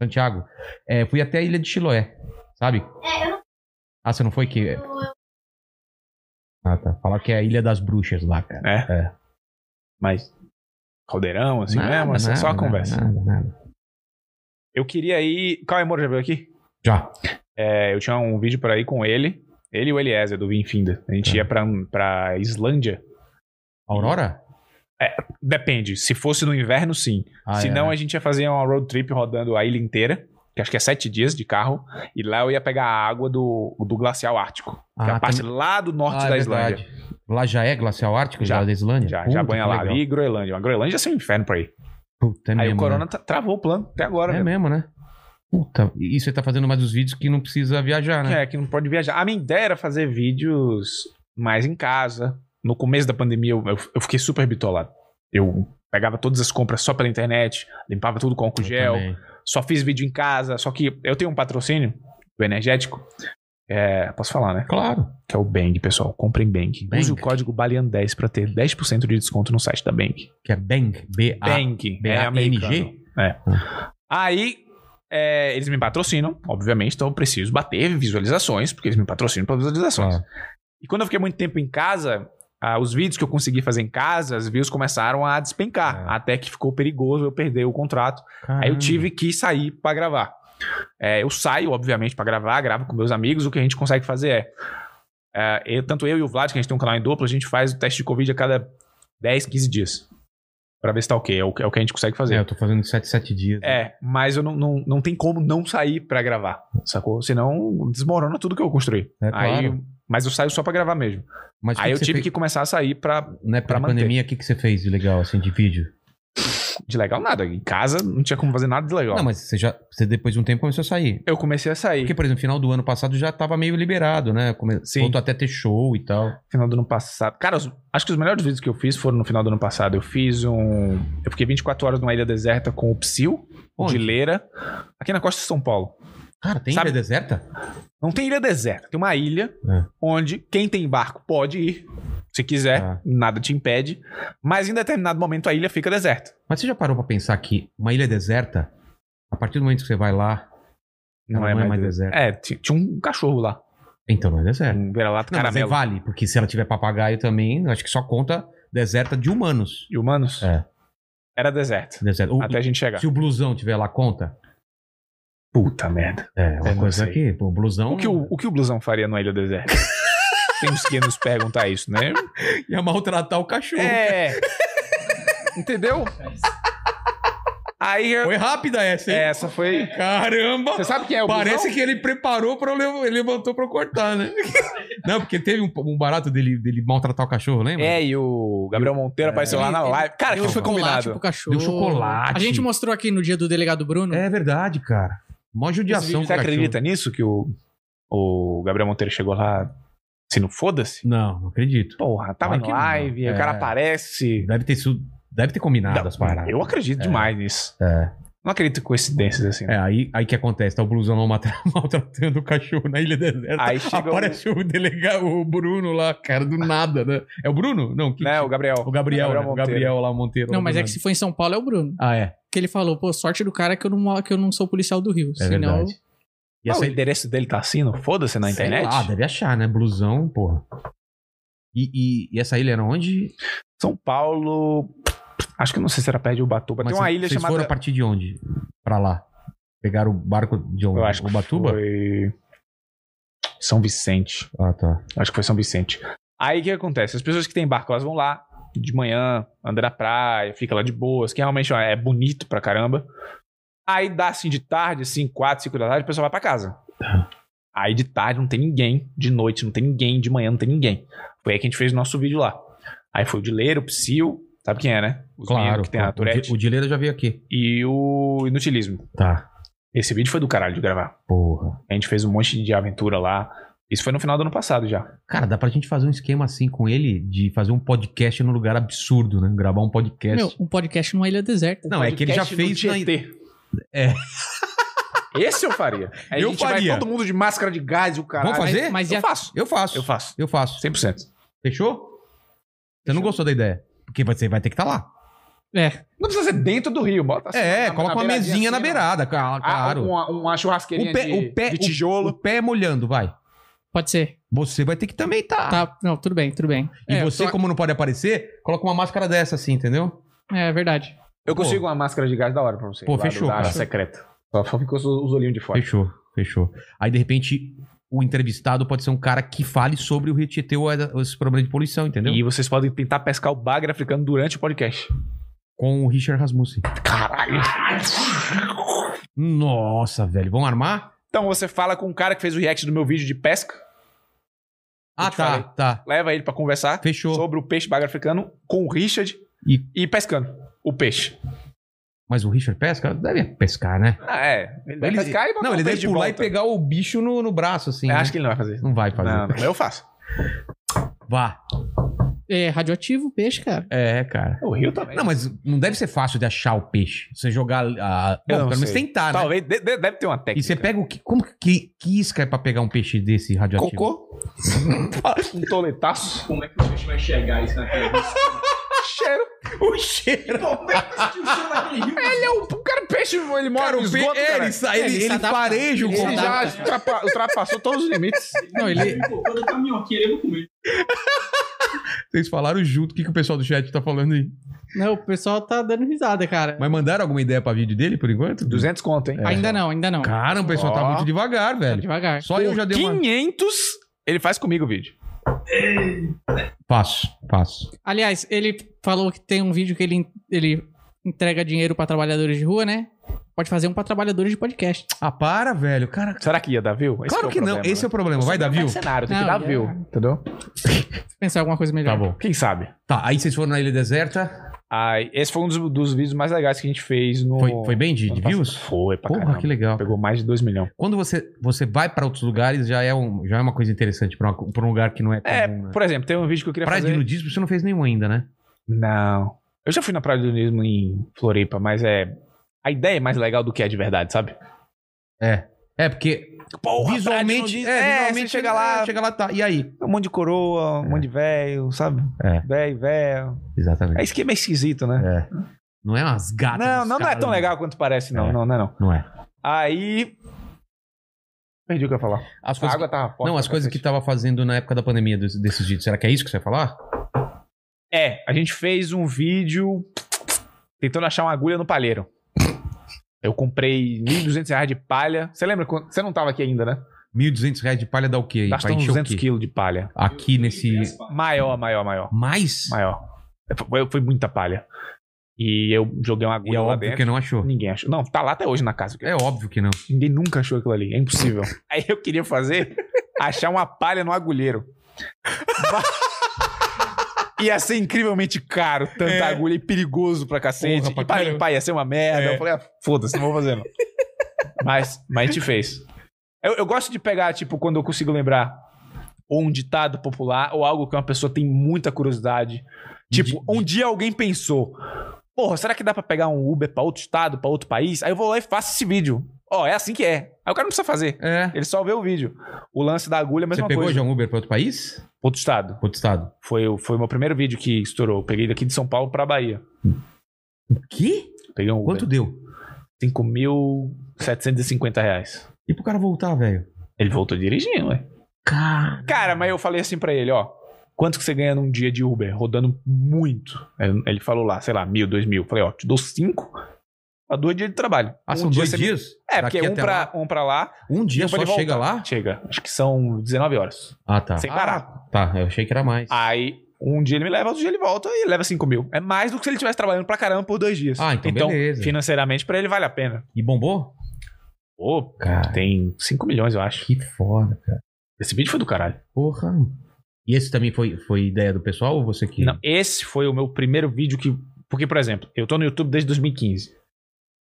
S2: Santiago. É, fui até a Ilha de Chiloé, sabe?
S12: é, eu não
S2: Ah, você não foi que.
S12: eu-
S2: Ah, tá. Falaram que é a Ilha das Bruxas lá, cara.
S3: É.
S2: É.
S3: Mas. Caldeirão, assim mesmo, assim, só a
S2: nada,
S3: conversa.
S2: Nada, nada.
S3: Eu queria ir. Cauê Moura já veio aqui?
S2: Já.
S3: É, eu tinha um vídeo pra ir com ele. Ele e o Eliezer do Vinfinda. A gente
S2: Tá.
S3: ia pra, pra Islândia.
S2: Aurora?
S3: Depende. Se fosse no inverno, sim.
S2: Ah, é.
S3: Se não, a gente ia fazer uma road trip rodando a ilha inteira. Que acho que é sete dias de carro. E lá eu ia pegar a água do, do glacial ártico.
S2: Ah,
S3: que é a parte lá do norte
S2: é
S3: da Islândia.
S2: Lá já é glacial ártico?
S3: Já.
S2: Já. da Islândia?
S3: Já,
S2: Puta,
S3: já banha
S2: que
S3: lá.
S2: legal.
S3: E Groenlândia. A Groenlândia ia ser um inferno pra ir.
S2: Puta, é
S3: Aí
S2: mesmo,
S3: o Corona
S2: né?
S3: tra- travou o plano até
S2: É
S3: agora. velho.
S2: mesmo, né? Puta. E você tá fazendo mais os vídeos que não precisa viajar, né?
S3: É, que não pode viajar. A minha ideia era fazer vídeos mais em casa. No começo da pandemia, eu, eu- eu fiquei super bitolado. Eu pegava todas as compras só pela internet, limpava tudo com álcool
S2: Eu
S3: gel,
S2: também.
S3: só fiz vídeo em casa. Só que eu tenho um patrocínio do Energético. É, posso falar, né?
S2: Claro.
S3: Que é o Bang, pessoal. Comprem Bang.
S2: Bang.
S3: Use o código BALIAN10 pra ter 10% de desconto no site da Bang.
S2: Que é Bang. B-A.
S3: Bang.
S2: B-A-N-G?
S3: É americano. Aí é, eles me patrocinam, obviamente, então eu preciso bater visualizações, porque eles me patrocinam para visualizações.
S2: Claro.
S3: E quando eu fiquei muito tempo em casa, ah, os vídeos que eu consegui fazer em casa, as views começaram a despencar,
S2: É.
S3: até que ficou perigoso eu perder o contrato.
S2: Ah.
S3: Aí eu tive que sair pra gravar. É, eu saio, obviamente, pra gravar, gravo com meus amigos. O que a gente consegue fazer é. é, eu- tanto eu e o Vlad, que a gente tem um canal em dupla, a gente faz o teste de Covid a cada 10, 15 dias. Pra ver se tá ok. É o, que- é o que a gente consegue fazer.
S2: É, eu tô fazendo 7, 7 dias.
S3: É, mas eu não, não, não tem como não sair pra gravar, sacou? Senão desmorona tudo que eu construí.
S2: É, claro.
S3: Aí, mas eu saio só pra gravar mesmo.
S2: Mas
S3: Aí eu tive
S2: tive
S3: que começar a sair pra.
S2: Né, pra,
S3: pra manter.
S2: pandemia, o que, que você fez de legal, assim, de vídeo?
S3: De legal nada. Em casa não tinha como fazer nada de legal.
S2: Não, mas você já. Você depois de um tempo começou a sair.
S3: Eu comecei a sair.
S2: Porque, por exemplo, final do ano passado já tava meio liberado, né? Come...
S3: Sim.
S2: Voltou até a ter show e tal.
S3: Final do ano passado. Cara, os- acho que os melhores vídeos que eu fiz foram no final do ano passado. Eu fiz um. Eu fiquei 24 horas numa ilha deserta com o Psyll,
S2: Onde?
S3: de Leira, aqui na costa de São Paulo.
S2: Cara, tem
S3: Sabe-
S2: ilha deserta?
S3: Não tem ilha deserta, tem uma ilha
S2: É.
S3: onde quem tem barco pode ir, se quiser,
S2: Tá.
S3: nada te impede, mas em determinado momento a ilha fica deserta.
S2: Mas você já parou pra pensar que uma ilha deserta, a partir do momento que você vai lá,
S3: Não,
S2: ela
S3: é, mais,
S2: deserta.
S3: É, ti- tinha um cachorro lá,
S2: Então não é deserta.
S3: um vira-lata
S2: Não, mas aí
S3: caramelo
S2: vale, porque se ela tiver papagaio também, eu acho que só conta deserta de humanos.
S3: de humanos.
S2: É.
S3: Era deserto,
S2: Deserta. O-
S3: até a gente chegar.
S2: se o blusão tiver lá, conta.
S3: Puta merda.
S2: É,
S3: Eu
S2: uma
S3: não
S2: coisa
S3: sei.
S2: que, pô, blusão.
S3: O que o, o que o blusão faria numa ilha deserta? tem uns que nos perguntar isso, né?
S2: Ia maltratar o cachorro.
S3: É. Entendeu? Aí eu...
S2: Foi rápida essa, hein?
S3: essa foi...
S2: Caramba!
S3: É. Você sabe quem é o
S2: Parece
S3: blusão?
S2: que ele preparou pra eu lev- ele levantou pra eu cortar, né? Não, porque teve um, um barato dele, dele maltratar o cachorro, lembra?
S3: É, e o Gabriel Monteiro apareceu lá na
S2: É.
S4: Ele-
S3: live. Cara, aquilo
S4: Deu
S3: foi
S4: chocolate
S3: combinado.
S2: tipo,
S4: pro cachorro.
S2: Deu chocolate.
S4: A gente mostrou aqui no dia do delegado Bruno.
S2: É verdade, cara. Mó judiação
S3: Você
S2: com o cachorro.
S3: acredita nisso? Que o, o Gabriel Monteiro chegou lá, se não foda-se?
S2: Não, não acredito.
S3: Porra, tava
S2: Claro
S3: em
S2: que não.
S3: live, aí
S2: É.
S3: o cara aparece.
S2: Deve ter sido. Deve ter combinado
S3: Não,
S2: as paradas.
S3: Eu acredito demais nisso.
S2: É.
S3: Não acredito em coincidências assim.
S2: É, aí, aí que acontece, tá o blusão lá matra- maltratando o cachorro na ilha deserta.
S3: Aí chega um- o-
S2: Aparece o delegado, o Bruno lá, cara, do nada, né? É o Bruno? Não, que-
S3: Né, o Gabriel.
S2: o Gabriel, né? o
S3: Monteiro.
S2: Gabriel lá, Monteiro.
S4: Não,
S2: lá
S4: mas
S2: do
S4: é que
S2: nada.
S4: se foi em São Paulo é o Bruno.
S2: Ah, é.
S4: Que ele falou, pô, sorte do cara que eu não, que eu não sou policial do Rio.
S2: É
S4: senão.
S2: verdade. E
S3: Ah,
S2: essa
S3: o endereço dele tá assim, não foda-se na
S4: Sei
S3: internet?
S2: Ah, deve achar, né? Blusão, porra. E, e- e essa ilha era onde?
S3: São Paulo. Acho que não sei se era perto de Ubatuba. Tem
S2: Mas
S3: uma
S2: cê-
S3: ilha
S2: vocês
S3: chamada.
S2: foram a partir de onde? Pra lá. Pegaram o barco de onde?
S3: Eu acho que
S2: Ubatuba?
S3: foi São Vicente.
S2: Ah, tá.
S3: Acho que foi São Vicente. Aí o que acontece? As pessoas que têm barco, elas vão lá de manhã, anda na praia, fica lá de boas, que realmente ó, é bonito pra caramba. Aí dá assim de tarde, assim, 4, 5 da tarde, o pessoal vai pra casa. Aí de tarde não tem ninguém, de noite não tem ninguém, de manhã não tem ninguém. Foi aí que a gente fez o nosso vídeo lá. Aí foi o Dileiro, o Psyll, sabe quem é, né? Os
S2: claro.
S3: meninos que tem
S2: o,
S3: a
S2: Di-
S3: Tourette
S2: o Dileira já veio aqui.
S3: e o Inutilismo.
S2: Tá.
S3: Esse vídeo foi do caralho de gravar.
S2: Porra.
S3: A gente fez um monte de aventura lá. Isso foi no final do ano passado já.
S2: Cara, dá pra gente fazer um esquema assim com ele de fazer um podcast num lugar absurdo, né? Gravar um podcast.
S4: Meu, um podcast numa ilha deserta.
S2: Não, é que ele já fez. na- É.
S3: É. Esse eu faria. Aí
S2: Eu
S3: a gente vai
S2: faria.
S3: todo mundo de máscara de gás e o caralho.
S2: Vamos fazer?
S4: Mas, mas
S3: Eu
S4: ia-
S3: faço.
S2: Eu faço.
S3: Eu faço.
S2: Eu faço.
S3: 100%.
S2: Fechou? Você não gostou da ideia? Porque você vai ter que estar lá.
S4: É.
S3: Não precisa ser dentro do rio. Bota assim,
S2: é,
S3: na-
S2: coloca
S3: na
S2: uma
S3: beiradinha
S2: mesinha na
S3: assim,
S2: beirada,
S3: ó.
S2: claro.
S3: Ah,
S2: claro.
S3: Uma, uma churrasqueirinha
S2: O pé-
S3: de,
S2: o pé-
S3: de
S2: o-
S3: tijolo.
S2: O pé molhando, vai.
S4: Pode ser.
S2: Você vai ter que também estar.
S4: Tá. Não, tudo bem, tudo bem.
S2: Ah. E
S4: é,
S2: você,
S4: tô-
S2: como não pode aparecer, coloca uma máscara dessa assim, entendeu?
S4: É verdade.
S3: Eu
S2: Pô.
S3: consigo uma máscara de gás da hora pra você.
S2: Pô,
S3: lá do-
S2: fechou,
S3: Da área
S2: cara.
S3: secreta. Só só ficou os, os olhinhos de fora.
S2: Fechou, fechou. Aí, de repente, o entrevistado pode ser um cara que fale sobre o Rio Tietê ou essa- esse problema de poluição, entendeu?
S3: E vocês podem tentar pescar o bagre africano durante o podcast.
S2: Com o Richard Rasmussen.
S3: Caralho.
S2: Nossa, velho. Vamos armar?
S3: Então você fala com o cara que fez o react do meu vídeo de pesca,
S2: Ah,
S3: te
S2: tá,
S3: falei.
S2: tá.
S3: leva ele pra conversar.
S2: Fechou.
S3: sobre o peixe bagre africano com o Richard
S2: E-
S3: e, pescando o peixe.
S2: Mas o Richard pesca? Deve pescar, né?
S3: Ah, é. Ele deve
S2: Ele-
S3: pescar e botar
S2: Não,
S3: o
S2: ele
S3: peixe
S2: deve
S3: de
S2: pular e
S3: volta.
S2: pegar o bicho no, no braço, assim.
S3: Eu
S2: né?
S3: Acho que ele não vai fazer isso.
S2: Não vai fazer.
S3: Não, não, eu faço.
S2: Vá.
S4: É radioativo, peixe, cara.
S2: É, cara.
S3: O Rio também.
S2: Não, mas não deve ser fácil de achar o peixe. Você jogar. A... Bom, pelo
S3: não
S2: menos
S3: sei.
S2: tentar, né?
S3: Talvez, de- de- deve ter uma técnica.
S2: E você pega o que? Como que, que isca é pra pegar um peixe desse radioativo?
S3: cocô? um toletaço? Como é que o peixe vai chegar isso Então, naquele Cheiro.
S2: O cheiro.
S3: Ele é um, um cara bicho, ele mora
S2: Cara,
S3: no
S2: o Pe- é,
S3: esgoto, cara. É,
S2: ele, é. sa- ele,
S4: Ele se
S2: ele
S4: adapta.
S2: fareja o
S4: Ele se
S3: Ele
S2: contato.
S3: já ultrapa- ultrapassou todos os limites.
S4: Não, ele.
S13: Quando eu tenho minhoquinha, eu vou comer.
S2: Vocês falaram junto o que, que o pessoal do chat tá falando aí.
S4: Não, o pessoal tá dando risada, cara.
S2: Mas mandaram alguma ideia pra vídeo dele por enquanto?
S3: 200 conto,
S2: É.
S3: hein?
S4: Ainda não, ainda não.
S2: Cara, o pessoal tá
S3: Ó.
S2: muito devagar,
S4: Tá
S2: velho.
S4: devagar.
S2: Só eu já dei uma.
S3: 500, ele faz comigo o vídeo.
S2: Passo, passo.
S4: Aliás, ele falou que tem um vídeo que ele, ele entrega dinheiro pra trabalhadores de rua, né? Pode fazer um pra trabalhadores de podcast.
S2: Ah, para, velho. Cara,
S3: Será que ia dar view? Esse
S2: claro que,
S3: é o
S2: não.
S3: problema,
S2: Esse é
S3: né?
S2: o problema. Vai dar view?
S3: É cenário, tem
S4: Não,
S3: que dar
S4: já-
S3: view, entendeu?
S4: Pensar em alguma coisa melhor.
S2: Tá bom.
S3: Quem sabe?
S2: Tá, aí vocês foram na Ilha Deserta.
S3: Ai, esse foi um dos, dos vídeos mais legais que a gente fez no...
S2: Foi, foi bem de, de
S3: ano
S2: views?
S3: passado. Foi, pra
S2: Porra,
S3: caramba.
S2: que legal.
S3: Pegou mais de 2 milhões.
S2: Quando você, você vai pra outros lugares, já é, um, já é uma coisa interessante pra, uma- pra um lugar que não é
S3: É,
S2: comum, né?
S3: por exemplo, tem um vídeo que eu queria
S2: Praia
S3: fazer...
S2: de nudismo você não fez nenhum ainda, né?
S3: Não. Eu já fui na praia do nudismo em Floripa, mas é. A ideia é mais legal do que é de verdade, sabe?
S2: É, porque visualmente.
S3: É,
S2: visualmente
S3: você chega lá,
S2: é, Chega lá, tá. E aí?
S3: um monte de coroa, um monte de velho, sabe?
S2: É.
S3: Velho, velho.
S2: Exatamente.
S3: É esquema esquisito, né?
S2: Não é umas gatas.
S3: Não,
S2: dos
S3: não, não é
S2: caras,
S3: tão
S2: né?
S3: legal quanto parece, não.
S2: É.
S3: Não, não é não.
S2: Não é.
S3: Aí. Perdi o que eu ia falar.
S2: As
S3: A
S2: coisas
S3: água tá tava forte
S2: Não, as
S3: pra
S2: coisas que
S3: cacete.
S2: tava fazendo na época da pandemia dos- desses vídeos. Será que é isso que você vai falar?
S3: É, a gente fez um vídeo tentando achar uma agulha no palheiro. Eu comprei 1.200 reais de palha. Você lembra? quando- Você não tava aqui ainda, né?
S2: 1.200 reais de palha dá o quê? aí? Pra
S3: Gastou uns
S2: encher o
S3: 200
S2: quê?
S3: quilos de palha.
S2: Aqui nesse.
S3: Maior, maior, maior.
S2: Mais?
S3: Maior. Foi, foi muita palha. E eu joguei
S2: E
S3: uma agulha
S2: é
S3: lá
S2: óbvio
S3: dentro.
S2: que não achou.
S3: Ninguém achou. Não, tá lá até hoje na casa.
S2: É óbvio que não.
S3: Ninguém nunca achou aquilo ali. É impossível. Aí eu queria fazer, achar uma palha no agulheiro. Ba- Ia ser incrivelmente caro, tanta agulha e perigoso pra cacete.
S2: Porra, pra
S3: e É. pra
S2: caramba.
S3: limpar ia ser uma merda. Eu falei, ah, foda-se, não vou fazer não. mas, mas a gente fez. Eu, eu gosto de pegar, tipo, quando eu consigo lembrar ou um ditado popular ou algo que uma pessoa tem muita curiosidade. Tipo, um dia alguém pensou: Porra, será que dá pra pegar um Uber pra outro estado, pra outro país? Aí eu vou lá e faço esse vídeo. Ó, é assim que é. Aí o cara não precisa fazer.
S2: É.
S3: Ele só vê o vídeo. O lance da agulha é a
S2: Você
S3: mesma
S2: pegou
S3: coisa.
S2: já um Uber pra outro país?
S3: Outro estado.
S2: Outro estado?
S3: Foi, o- foi o meu primeiro vídeo que estourou. Eu peguei daqui de São Paulo pra Bahia.
S2: Que?
S3: Peguei um
S2: Quanto
S3: Uber.
S2: deu?
S3: 5.750 reais.
S2: E pro cara voltar, velho?
S3: Ele voltou dirigindo, ué.
S2: Cara.
S3: Cara, mas eu falei assim pra ele, ó. Quanto que você ganha num dia de Uber? Rodando muito. Aí Ele falou lá, sei lá, mil, dois mil. Eu Falei, ó, te dou cinco pra dois dias de trabalho.
S2: Ah,
S3: Um
S2: são
S3: dia
S2: dois
S3: você me-
S2: dias?
S3: É,
S2: Daqui
S3: porque um
S2: até
S3: pra,
S2: lá?
S3: um pra lá,
S2: Um dia
S3: Depois
S2: só
S3: ele
S2: chega lá?
S3: chega. Acho que são 19 horas.
S2: Ah, tá.
S3: Sem
S2: Ah,
S3: parar.
S2: Tá, eu achei que era mais. Ah,
S3: Aí, um dia ele me leva, outro dia ele volta e leva 5 mil. É mais do que se ele estivesse trabalhando pra caramba por dois dias.
S2: então, beleza.
S3: financeiramente, pra ele vale a pena.
S2: E bombou?
S3: Pô,
S2: Cara,
S3: tem 5 milhões, eu acho.
S2: que foda, cara.
S3: Esse vídeo foi do caralho.
S2: Porra. E esse também foi, foi ideia do pessoal ou você que.
S3: Não, esse foi o meu primeiro vídeo que... Porque, por exemplo, eu tô no YouTube desde 2015.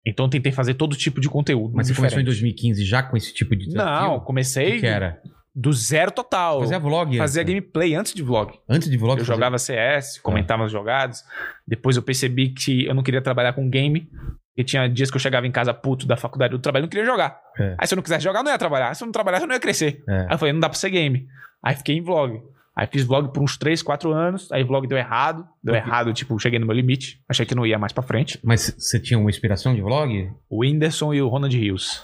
S3: Então, eu tentei fazer todo tipo de conteúdo.
S2: Mas você começou em
S3: diferente.
S2: 2015 já com esse tipo de desafio?
S3: Não,
S2: O
S3: comecei
S2: que, que era?
S3: do zero total.
S2: Fazia vlog.
S3: Fazia
S2: antes, né?
S3: gameplay antes de vlog.
S2: Antes de vlog.
S3: Eu
S2: fazia-
S3: jogava CS, comentava os jogados. Depois eu percebi que eu não queria trabalhar com game. Porque tinha dias que eu chegava em casa puto da faculdade do trabalho e não queria jogar.
S2: É.
S3: Aí se eu não quisesse jogar, eu não ia trabalhar. Se eu não trabalhasse, eu não ia crescer.
S2: É.
S3: Aí eu falei, não dá pra ser game. Aí fiquei em vlog. Aí fiz vlog por uns 3, 4 anos. Aí vlog deu errado. Deu
S2: Por quê?
S3: errado, tipo, cheguei no meu limite. Achei que não ia mais pra frente.
S2: Mas você tinha uma inspiração de vlog?
S3: O Whindersson e o Ronald Rios.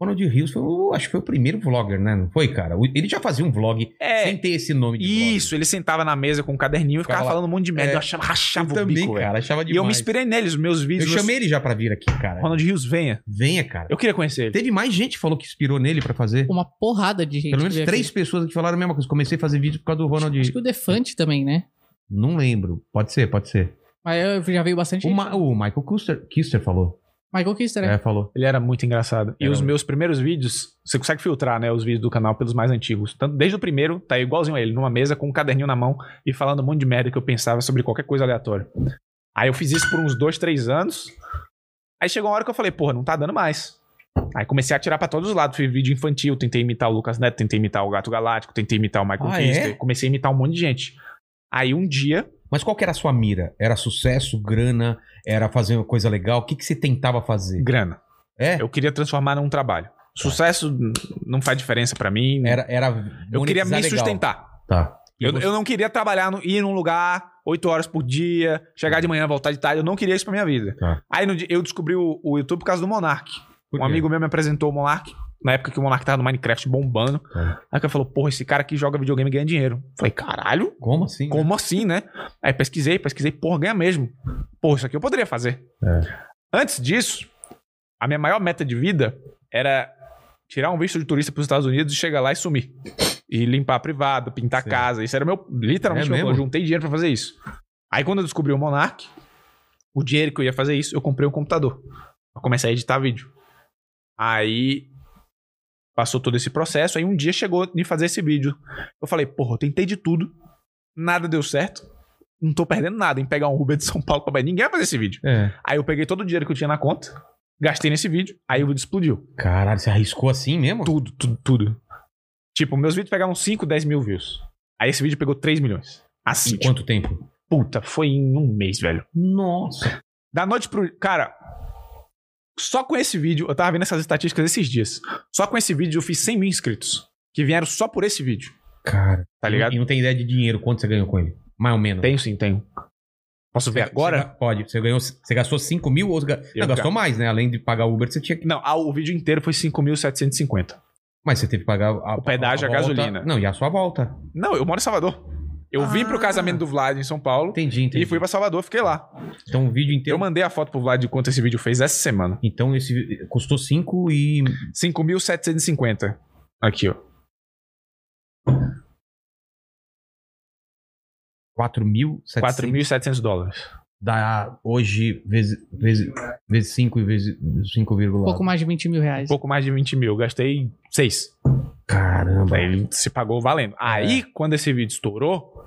S2: Ronald Rios foi, o- acho que foi o primeiro vlogger, né? Não foi, cara? O- Ele já fazia um vlog
S3: É.
S2: sem ter esse nome de vlog.
S3: Isso, ele sentava na mesa com um caderninho e
S2: Ficava
S3: ficava
S2: lá.
S3: falando um monte de merda.
S2: É.
S3: Eu achava,
S2: Eu
S3: rachava o
S2: também,
S3: bico, velho.
S2: cara. Achava demais.
S3: E eu me inspirei nele, os meus
S2: Eu
S3: vídeos.
S2: chamei ele já pra vir aqui, cara.
S3: Ronald Rios, venha.
S2: Venha, cara.
S3: Eu queria conhecer ele.
S2: Teve mais gente que falou que inspirou nele pra fazer.
S4: Uma porrada de gente.
S2: Pelo menos
S4: veio
S2: três
S4: aqui.
S2: pessoas que falaram a mesma coisa. Comecei a fazer vídeo por causa do Ronald.
S4: Acho que o Defante também, né?
S2: Não lembro. Pode ser, pode ser.
S4: Mas eu já veio bastante
S2: O,
S4: gente.
S2: Ma- o Michael Kister, Kister falou.
S4: Michael Kister, né?
S2: É, falou.
S3: Ele era muito engraçado. E
S2: Era
S3: os
S2: mesmo.
S3: meus primeiros vídeos, você consegue filtrar, né, os vídeos do canal pelos mais antigos. Tanto desde o primeiro, tá igualzinho a ele, numa mesa com um caderninho na mão e falando um monte de merda que eu pensava sobre qualquer coisa aleatória. Aí eu fiz isso por uns dois, três anos. Aí chegou uma hora que eu falei, porra, não tá dando mais. Aí comecei a tirar pra todos os lados. Fiz vídeo infantil, tentei imitar o Lucas Neto, tentei imitar o Gato Galáctico, tentei imitar o Michael
S2: Ah,
S3: Kister.
S2: é?
S3: Comecei a imitar um monte de gente. Aí um dia,
S2: Mas qual que era a sua mira? Era sucesso, grana? Era fazer uma coisa legal? O que, que você tentava fazer?
S3: grana.
S2: É? Tá.
S3: Eu queria transformar num trabalho. Sucesso hum, não faz diferença pra mim.
S2: Era, era
S3: eu queria
S2: monetizar
S3: me
S2: legal.
S3: sustentar.
S2: Tá. E
S3: Eu,
S2: você-
S3: eu não queria trabalhar, no, ir num lugar, 8 horas por dia, chegar de manhã, voltar de tarde. Eu não queria isso pra minha vida.
S2: Tá.
S3: Aí no dia- eu descobri o, o YouTube por causa do Monark.
S2: Por
S3: Um
S2: quê?
S3: amigo meu me apresentou o Monark. Na época que o Monark tava no Minecraft bombando.
S2: Tá.
S3: Aí o cara falou, porra, esse cara que joga videogame ganha dinheiro. Falei, caralho,
S2: Como assim? né?
S3: como assim, né? Aí pesquisei, pesquisei, porra, ganha mesmo. Porra, isso aqui eu poderia fazer.
S2: É.
S3: Antes disso, a minha maior meta de vida era tirar um visto de turista para os Estados Unidos e chegar lá e sumir. E limpar a privada, pintar a
S2: Sim.
S3: casa. Isso era meu,
S2: É
S3: literalmente, meu,
S2: mesmo?
S3: eu juntei dinheiro para fazer isso. Aí quando eu descobri o Monark, o dinheiro que eu ia fazer isso, eu comprei um computador. Eu comecei a editar vídeo. Aí passou todo esse processo, aí um dia chegou de fazer esse vídeo. Eu falei, porra, eu tentei de tudo, nada deu certo, não tô perdendo nada em pegar um Uber de São Paulo pra Bahia. Ninguém vai fazer esse vídeo.
S2: É.
S3: Aí eu peguei todo o dinheiro que eu tinha na conta, gastei nesse vídeo, aí o vídeo explodiu.
S2: Caralho, você arriscou assim mesmo?
S3: Tudo, tudo, tudo. Tipo, meus vídeos pegaram 5, 10 mil views. Aí esse vídeo pegou 3 milhões. Assim,
S2: Em quanto tempo?
S3: tipo, puta, foi em um mês, velho.
S2: Nossa.
S3: Da noite pro. Cara, só com esse vídeo, eu tava vendo essas estatísticas esses dias. Só com esse vídeo eu fiz 100 mil inscritos. Que vieram só por esse vídeo.
S2: Cara.
S3: Tá ligado?
S2: E não tem ideia de dinheiro, quanto você ganhou com ele? Mais ou menos.
S3: Tenho sim, tenho. Posso ver agora?
S2: Você- Pode. Você ganhou. Você gastou 5 mil ou. você ga-
S3: Eu
S2: Não, gastou mais, né? Além de pagar o Uber, você tinha que.
S3: Não, ah, o vídeo inteiro foi 5.750.
S2: Mas você teve que pagar a-
S3: O pedágio, a
S2: volta-
S3: gasolina.
S2: Não, e a sua volta.
S3: Não, eu moro em Salvador. Eu vim pro casamento do Vlad em São Paulo
S2: Entendi, entendi.
S3: e fui pra Salvador, fiquei lá.
S2: Então o vídeo inteiro.
S3: Eu mandei a foto pro Vlad de quanto esse vídeo fez essa semana.
S2: Então esse custou 5 e.
S3: 5.750. Aqui, ó.
S2: 4 mil.
S3: 4.700 dólares.
S2: Dá hoje vezes 5 vezes, vezes cinco e vezes 5,
S4: Um pouco mais de 20 mil reais.
S3: Pouco mais de 20 mil. Eu gastei 6.
S2: Caramba. É.
S3: Daí ele se pagou valendo. Aí, quando esse vídeo estourou,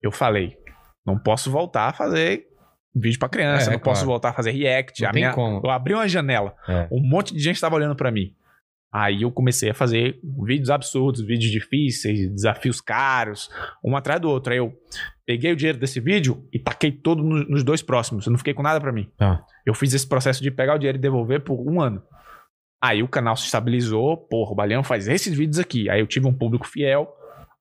S3: eu falei: não posso voltar a fazer vídeo pra criança,
S2: É,
S3: não
S2: claro.
S3: posso voltar a fazer react.
S2: Não
S3: a
S2: tem
S3: minha-
S2: como.
S3: Eu abri uma janela,
S2: É.
S3: um monte de gente tava olhando pra mim. Aí eu comecei a fazer vídeos absurdos, vídeos difíceis, desafios caros, um atrás do outro. Aí eu peguei o dinheiro desse vídeo e taquei todo no- nos dois próximos. Eu não fiquei com nada pra mim.
S2: Tá.
S3: Eu fiz esse processo de pegar o dinheiro e devolver por um ano. Aí o canal se estabilizou, porra, o Baleão faz esses vídeos aqui. Aí eu tive um público fiel,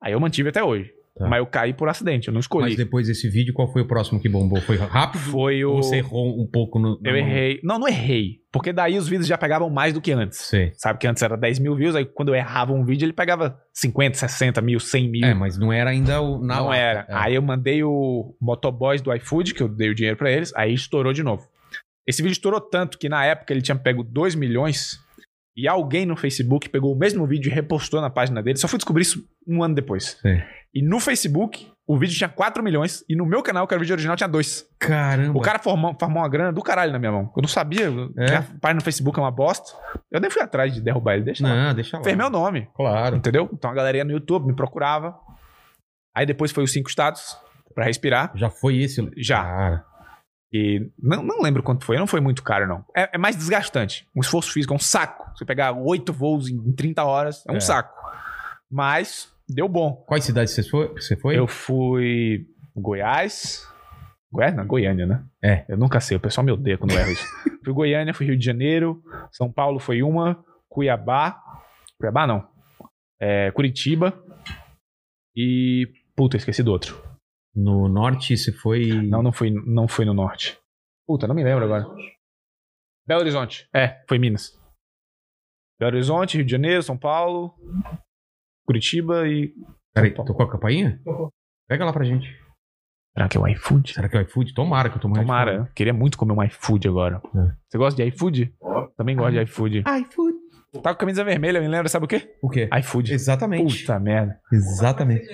S3: aí eu mantive até hoje.
S2: Tá.
S3: Mas eu caí por acidente, eu não
S2: Mas
S3: escolhi.
S2: depois desse vídeo, qual foi o próximo que bombou? Foi rápido?
S3: Foi o.
S2: Ou você errou um pouco no. na
S3: Eu
S2: mão?
S3: errei. Não, não errei. Porque daí os vídeos já pegavam mais do que antes.
S2: Sei.
S3: Sabe que antes era 10 mil views, aí quando eu errava um vídeo ele pegava 50, 60 mil, 100 mil.
S2: É, mas não era ainda o. na
S3: não
S2: lata.
S3: era.
S2: É.
S3: Aí eu mandei o motoboys do iFood, que eu dei o dinheiro pra eles, aí estourou de novo. Esse vídeo estourou tanto que na época ele tinha pego 2 milhões e alguém no Facebook pegou o mesmo vídeo e repostou na página dele. Só fui descobrir isso um ano depois.
S2: Sim.
S3: E no Facebook o vídeo tinha 4 milhões e no meu canal, que era o vídeo original, tinha 2.
S2: Caramba.
S3: O cara formou, formou uma grana do caralho na minha mão. Eu não sabia
S2: É?
S3: que a página no Facebook é uma bosta. Eu nem fui atrás de derrubar ele, deixa lá.
S2: Não, deixa lá.
S3: Fez meu nome,
S2: Claro.
S3: entendeu? Então a galera ia no YouTube, me procurava. Aí depois foi os cinco estados pra respirar.
S2: Já foi esse.
S3: Já.
S2: Cara.
S3: E não, não lembro quanto foi, não foi muito caro, não. É, é mais desgastante. Um esforço físico, é um saco. Você pegar oito voos em 30 horas, é um
S2: É.
S3: saco. Mas deu bom.
S2: Quais cidades você foi? Você foi?
S3: Eu fui Goiás. Goiás? Não, Goiânia, né?
S2: É.
S3: Eu nunca sei, o pessoal me odeia quando eu erro isso. fui Goiânia, fui Rio de Janeiro, São Paulo foi uma, Cuiabá. Cuiabá não. É, Curitiba. E. Puta, esqueci do outro.
S2: No norte você foi.
S3: Não, não fui, não fui no norte. Puta, não me lembro agora. Belo Horizonte. É, foi Minas. Belo Horizonte, Rio de Janeiro, São Paulo, Curitiba e.
S2: Peraí, tocou a campainha? Pega lá pra gente.
S3: Será que é o iFood?
S2: Será que é o iFood? Tomara que eu tô morrendo de
S3: Tomara. Queria muito comer um iFood agora.
S2: É.
S3: Você gosta de iFood? Também gosto de iFood.
S2: fome. iFood.
S3: Tá com camisa vermelha, me lembra, sabe o quê?
S2: O quê?
S3: iFood.
S2: Exatamente.
S3: Puta merda.
S2: Exatamente.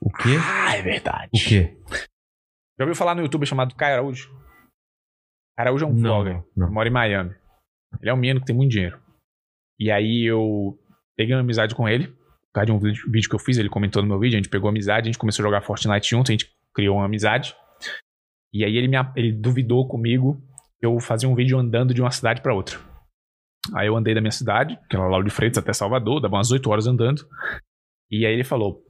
S2: O quê?
S3: Ah, é verdade.
S2: O quê?
S3: Já ouviu falar no YouTube chamado Caio Araújo? Caio Araújo é um vlogger.
S2: Não, não.
S3: mora em Miami. Ele é um menino que tem muito dinheiro. E aí eu peguei uma amizade com ele, por causa de um vídeo vídeo que eu fiz, ele comentou no meu vídeo, a gente pegou amizade, a gente começou a jogar Fortnite junto, a gente criou uma amizade. E aí ele, me, a- ele duvidou comigo que eu fazia um vídeo andando de uma cidade pra outra. Aí eu andei da minha cidade, que era Lauro de Freitas, até Salvador, dava umas 8 horas andando. E aí ele falou: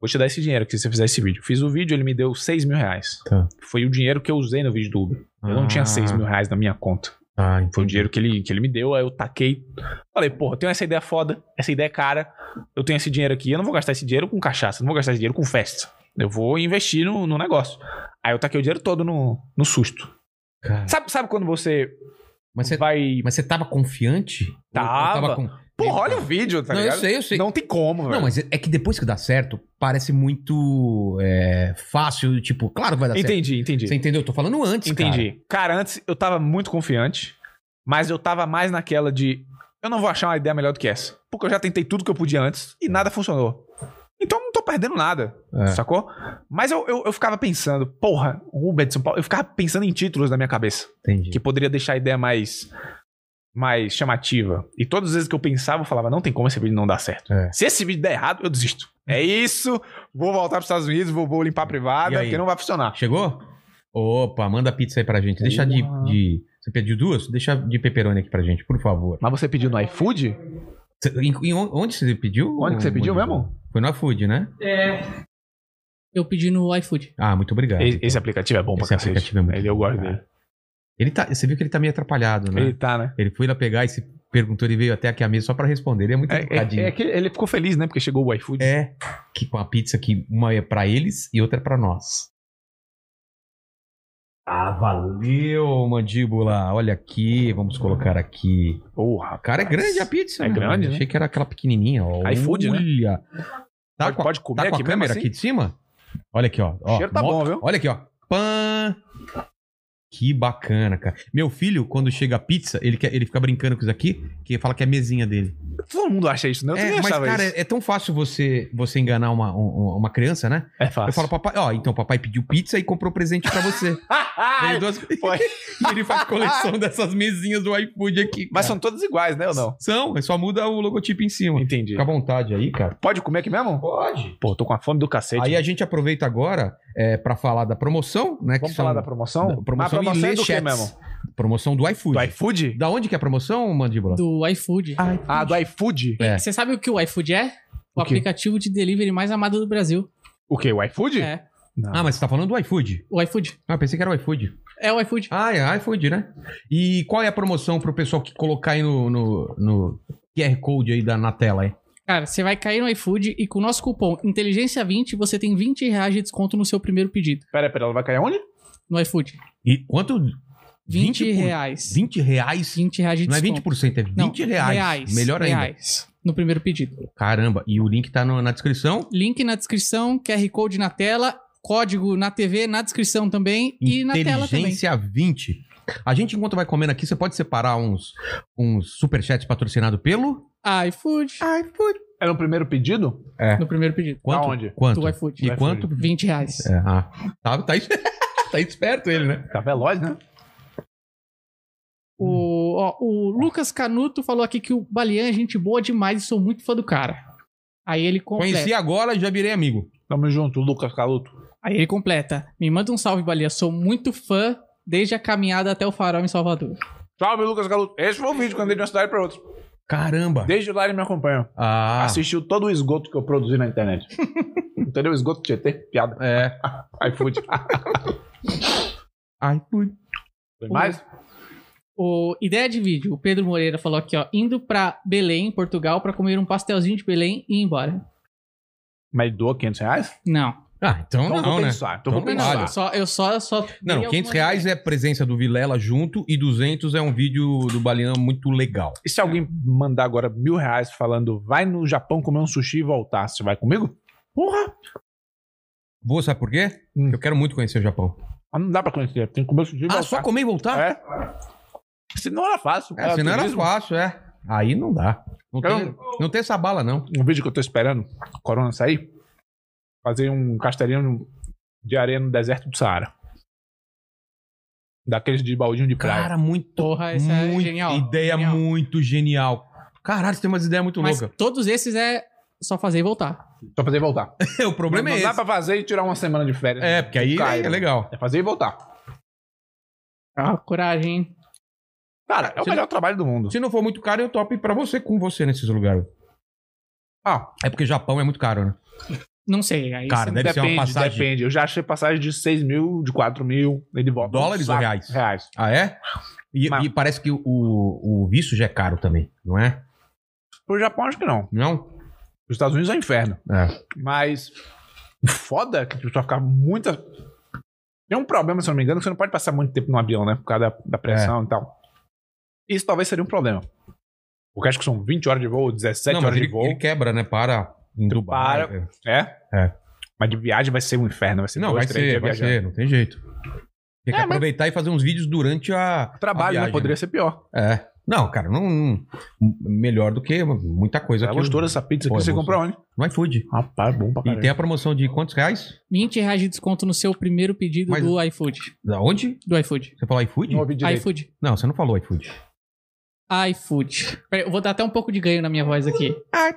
S3: Vou te dar esse dinheiro que se você fizer esse vídeo. Fiz o vídeo, ele me deu 6 mil reais.
S2: Tá.
S3: Foi o dinheiro que eu usei no vídeo do Uber. Eu não tinha 6 mil reais na minha conta.
S2: Ah,
S3: Foi o dinheiro que ele, que ele me deu, aí eu taquei. Falei, porra, eu tenho essa ideia foda, essa ideia é cara, eu tenho esse dinheiro aqui, eu não vou gastar esse dinheiro com cachaça, eu não vou gastar esse dinheiro com festa. Eu vou investir no, no negócio. Aí eu taquei o dinheiro todo no, no susto.
S2: Cara.
S3: Sabe, sabe quando você,
S2: Mas você,
S3: vai.
S2: mas você tava confiante?
S3: Tava.
S2: Ou- ou com-
S3: Porra, olha o vídeo, tá
S2: Não, eu
S3: ligado?
S2: sei, eu sei.
S3: Não tem como, velho.
S2: Não, mas é é que depois que dá certo, parece muito é, fácil, tipo, claro que vai dar certo.
S3: entendi, entendi.
S2: Você entendeu? Eu tô falando antes, cara.
S3: Entendi. Cara. antes eu tava muito confiante, mas eu tava mais naquela de eu não vou achar uma ideia melhor do que essa. Porque eu já tentei tudo que eu podia antes e nada funcionou. Então eu não tô perdendo nada,
S2: É.
S3: sacou? Mas eu, eu, eu ficava pensando, porra, Uber de São Paulo, eu ficava pensando em títulos na minha cabeça,
S2: Entendi.
S3: que poderia deixar a ideia mais mais chamativa. E todas as vezes que eu pensava, eu falava, não tem como esse vídeo não dar certo.
S2: É.
S3: Se esse vídeo der errado, eu desisto. É isso, vou voltar pros Estados Unidos, vou, vou limpar a
S2: E
S3: privada,
S2: aí?
S3: porque não vai funcionar.
S2: Chegou? Opa, manda pizza aí pra gente. Deixa de,
S3: Boa.
S2: de- Você pediu duas? Deixa de pepperoni aqui pra gente, por favor.
S3: Mas você pediu no iFood?
S2: Cê- em- em on- onde você pediu?
S3: Onde que você pediu
S2: Mogi?
S3: mesmo?
S2: Foi no iFood, né?
S14: É,
S4: Eu pedi no iFood.
S2: Ah, muito obrigado.
S3: E- Esse aplicativo é bom pra
S2: Esse
S3: cacete.
S2: aplicativo é muito
S3: Ele
S2: bom,
S3: eu gosto
S2: cara.
S3: dele.
S2: Ele tá, você viu que ele tá meio atrapalhado, né?
S3: Ele
S2: Ele,
S3: tá, né?
S2: foi lá pegar e se perguntou, ele veio até aqui à mesa só pra responder. Ele é muito
S3: É, é-
S2: educadinho.
S3: é que ele ficou feliz, né? Porque chegou o iFood.
S2: É, que com a pizza que uma é pra eles e outra é pra nós. Ah, valeu, mandíbula. Olha aqui, vamos colocar aqui.
S3: Porra,
S2: Cara, é grande a pizza.
S3: É
S2: mano.
S3: grande, né?
S2: Achei que era aquela pequenininha. Olha.
S3: iFood, né?
S2: Tá
S3: Pode-
S2: com a,
S3: pode comer
S2: tá com a
S3: aqui mesmo
S2: câmera
S3: assim?
S2: aqui de cima? Olha aqui, ó.
S3: O
S2: ó
S3: cheiro tá
S2: mo-
S3: bom, viu?
S2: Olha aqui, ó. Pã. Que bacana, cara. Meu filho, quando chega a pizza, ele, quer, ele fica brincando com isso aqui, que fala que é a mesinha dele.
S3: Todo mundo acha isso, né? Eu
S2: É,
S3: também
S2: mas,
S3: achava
S2: cara,
S3: isso.
S2: é, é tão fácil você, você enganar uma, um- uma criança, né?
S3: É,
S2: Eu falo, papai, ó, então papai pediu pizza e comprou presente pra você. Veio duas-
S3: Foi.
S2: e ele faz coleção dessas mesinhas do iFood aqui. cara.
S3: mas são todos iguais, né? Ou não?
S2: São, é só muda o logotipo em cima.
S3: Entendi.
S2: Fica à vontade aí, cara.
S3: Pode comer aqui mesmo?
S2: Pode.
S3: Pô, tô com a fome do cacete.
S2: Aí a gente aproveita agora é, para falar da promoção, né?
S3: Vamos
S2: que são-
S3: falar da promoção?
S2: da promoção, e
S3: Mas a promoção é do que
S2: chats.
S3: mesmo?
S2: Promoção do iFood.
S3: Do iFood?
S2: Da onde que é a promoção, Mandíbula?
S4: Do iFood.
S3: Ah, do iFood?
S2: É.
S4: Você sabe o que o iFood é? O,
S3: O quê?
S4: aplicativo de delivery mais amado do Brasil.
S3: O quê? O iFood?
S4: É.
S3: Não.
S2: Ah, mas você tá falando do iFood.
S4: O iFood.
S2: Ah, eu pensei que era o iFood.
S4: É o iFood.
S2: Ah, é iFood, né? E qual é a promoção pro pessoal que colocar aí no, no, no QR Code aí da, na tela aí?
S4: Cara, você vai cair no iFood e com o nosso cupom Inteligência20 você tem 20 reais de desconto no seu primeiro pedido.
S3: Pera, pera, ela vai cair onde?
S4: No iFood.
S2: E quanto?
S4: 20,
S2: por-
S4: reais.
S2: 20 reais?
S4: 20 reais de
S2: Não é
S4: desconto.
S2: 20%, é 20 reais. Melhor ainda.
S4: reais no primeiro pedido.
S2: Caramba, e o link tá no- na descrição.
S4: Link na descrição, QR Code na tela, código na TV, na descrição também e na tela também.
S2: Inteligência 20. A gente, enquanto vai comendo aqui, você pode separar uns, uns superchats patrocinado pelo.
S4: Ah, iFood
S3: É no primeiro pedido?
S4: no primeiro pedido.
S2: Quanto?
S3: onde?
S2: É. Quanto?
S4: Do iFood.
S2: E
S3: Do
S2: quanto?
S4: 20 reais.
S2: É, ah, tá, tá, es- tá esperto ele, né?
S3: Tá veloz, né?
S4: O, ó, o Lucas Canuto falou aqui que o Balian é gente boa demais e sou muito fã do cara. Aí ele completa.
S2: Conheci agora e já virei amigo.
S3: Tamo junto, Lucas Caluto.
S4: Aí ele completa. Me manda um salve, Balian. Sou muito fã desde a caminhada até o farol em Salvador.
S3: Salve, Lucas Caluto. Esse foi o vídeo que eu andei de uma cidade pra outra.
S2: Caramba.
S3: Desde lá ele me acompanha.
S2: Ah,
S3: Assistiu todo o esgoto que eu produzi na internet. Entendeu? Esgoto Tietê, piada.
S2: é.
S3: iFood.
S2: Ai, fui.
S3: Tem mais?
S4: O ideia de vídeo. O Pedro Moreira falou aqui, ó, indo pra Belém, Portugal, pra comer um pastelzinho de Belém e ir embora.
S3: Mas ele doa 500 reais?
S4: Não.
S2: Ah, então,
S3: Então eu
S2: não,
S3: vou
S2: né?
S3: pensar. Então eu vou
S2: Então
S4: Não,
S2: não.
S3: pensar.
S4: eu só, eu só, só
S2: Não,
S4: dei
S2: 500
S4: algumas-
S2: reais é a presença do Vilela junto e 200 é um vídeo do Balian muito legal.
S3: E se alguém mandar agora mil reais falando vai no Japão comer um sushi e voltar, você vai comigo? Porra!
S2: Vou, sabe por quê?
S3: Hum.
S2: Eu quero muito conhecer o Japão.
S3: Mas Ah, não dá pra conhecer, tem que comer sushi e
S2: Ah,
S3: voltar.
S2: só comer e voltar?
S3: É. Se não era fácil.
S2: É, senão era
S3: turismo.
S2: fácil, é. Aí não dá. Não, tem, não tem essa bala, não.
S3: Um vídeo que eu tô esperando, Corona sair, fazer um castelinho de areia no deserto do Saara. Daqueles de baldinho de praia.
S2: Cara, muito.
S4: Porra, essa é
S2: muito-
S4: genial.
S2: Ideia
S4: Genial.
S2: muito genial. Caralho, você tem umas ideias muito
S4: Mas
S2: loucas.
S4: todos esses é só fazer e voltar.
S3: Só fazer e voltar.
S2: o problema
S3: não
S2: é
S3: dá
S2: esse.
S3: pra fazer e tirar uma semana de férias.
S2: É, porque aí
S3: Cai,
S2: é
S3: né?
S2: legal.
S3: É fazer e voltar.
S4: Ah, coragem, hein?
S3: Cara, é o
S2: Você
S3: melhor trabalho do mundo.
S2: Se não for muito caro, eu topo ir pra você com você nesses lugares.
S3: Ah,
S2: É porque Japão é muito caro, né?
S4: Não sei. Aí
S2: Cara,
S4: você-
S2: deve ser uma passagem.
S3: depende. Eu já achei passagem de 6 mil, de 4 mil, ele volta.
S2: Dólares ou
S3: Saco.
S2: reais?
S3: Reais.
S2: Ah, é? E,
S3: Mas-
S2: e parece que o, o visto já é caro também, não é?
S3: Pro Japão, acho que não.
S2: Não?
S3: Os Estados Unidos é um inferno.
S2: É.
S3: Mas o foda é que a pessoa ficar muita. Tem um problema, se eu não me engano, que você não pode passar muito tempo no avião, né? Por causa da, da
S2: É.
S3: pressão e tal. Isso talvez seria um problema. Porque acho que são 20 horas de voo, 17
S2: Não, mas
S3: horas
S2: ele,
S3: de voo.
S2: ele quebra, né? Para em Dubai.
S3: Para. É?
S2: É.
S3: Mas de viagem vai ser um inferno, vai ser
S2: Não,
S3: dois,
S2: vai
S3: três
S2: ser,
S3: dias
S2: vai
S3: viajando. É,
S2: ser, não tem jeito. Tem que aproveitar e fazer uns vídeos durante a.
S3: Trabalho,
S2: a
S3: né?
S2: viagem,
S3: Poderia ser pior.
S2: É. Não, cara, não, não- Melhor do que muita coisa
S3: Ela
S2: aqui.
S3: gostou dessa pizza
S2: Pô,
S3: que
S2: é
S3: você
S2: bom,
S3: comprou onde?
S2: No iFood.
S3: Rapaz, bom pra
S2: E tem a promoção de quantos reais?
S4: 20 reais de desconto no seu primeiro pedido
S2: Mas-
S4: do iFood.
S2: Da onde?
S4: Do iFood.
S2: Você falou iFood?
S3: Não ouvi um direito.
S4: iFood.
S2: Não, você não falou iFood.
S4: iFood. Peraí, eu vou dar até um pouco de ganho na minha voz aqui.
S2: Ah,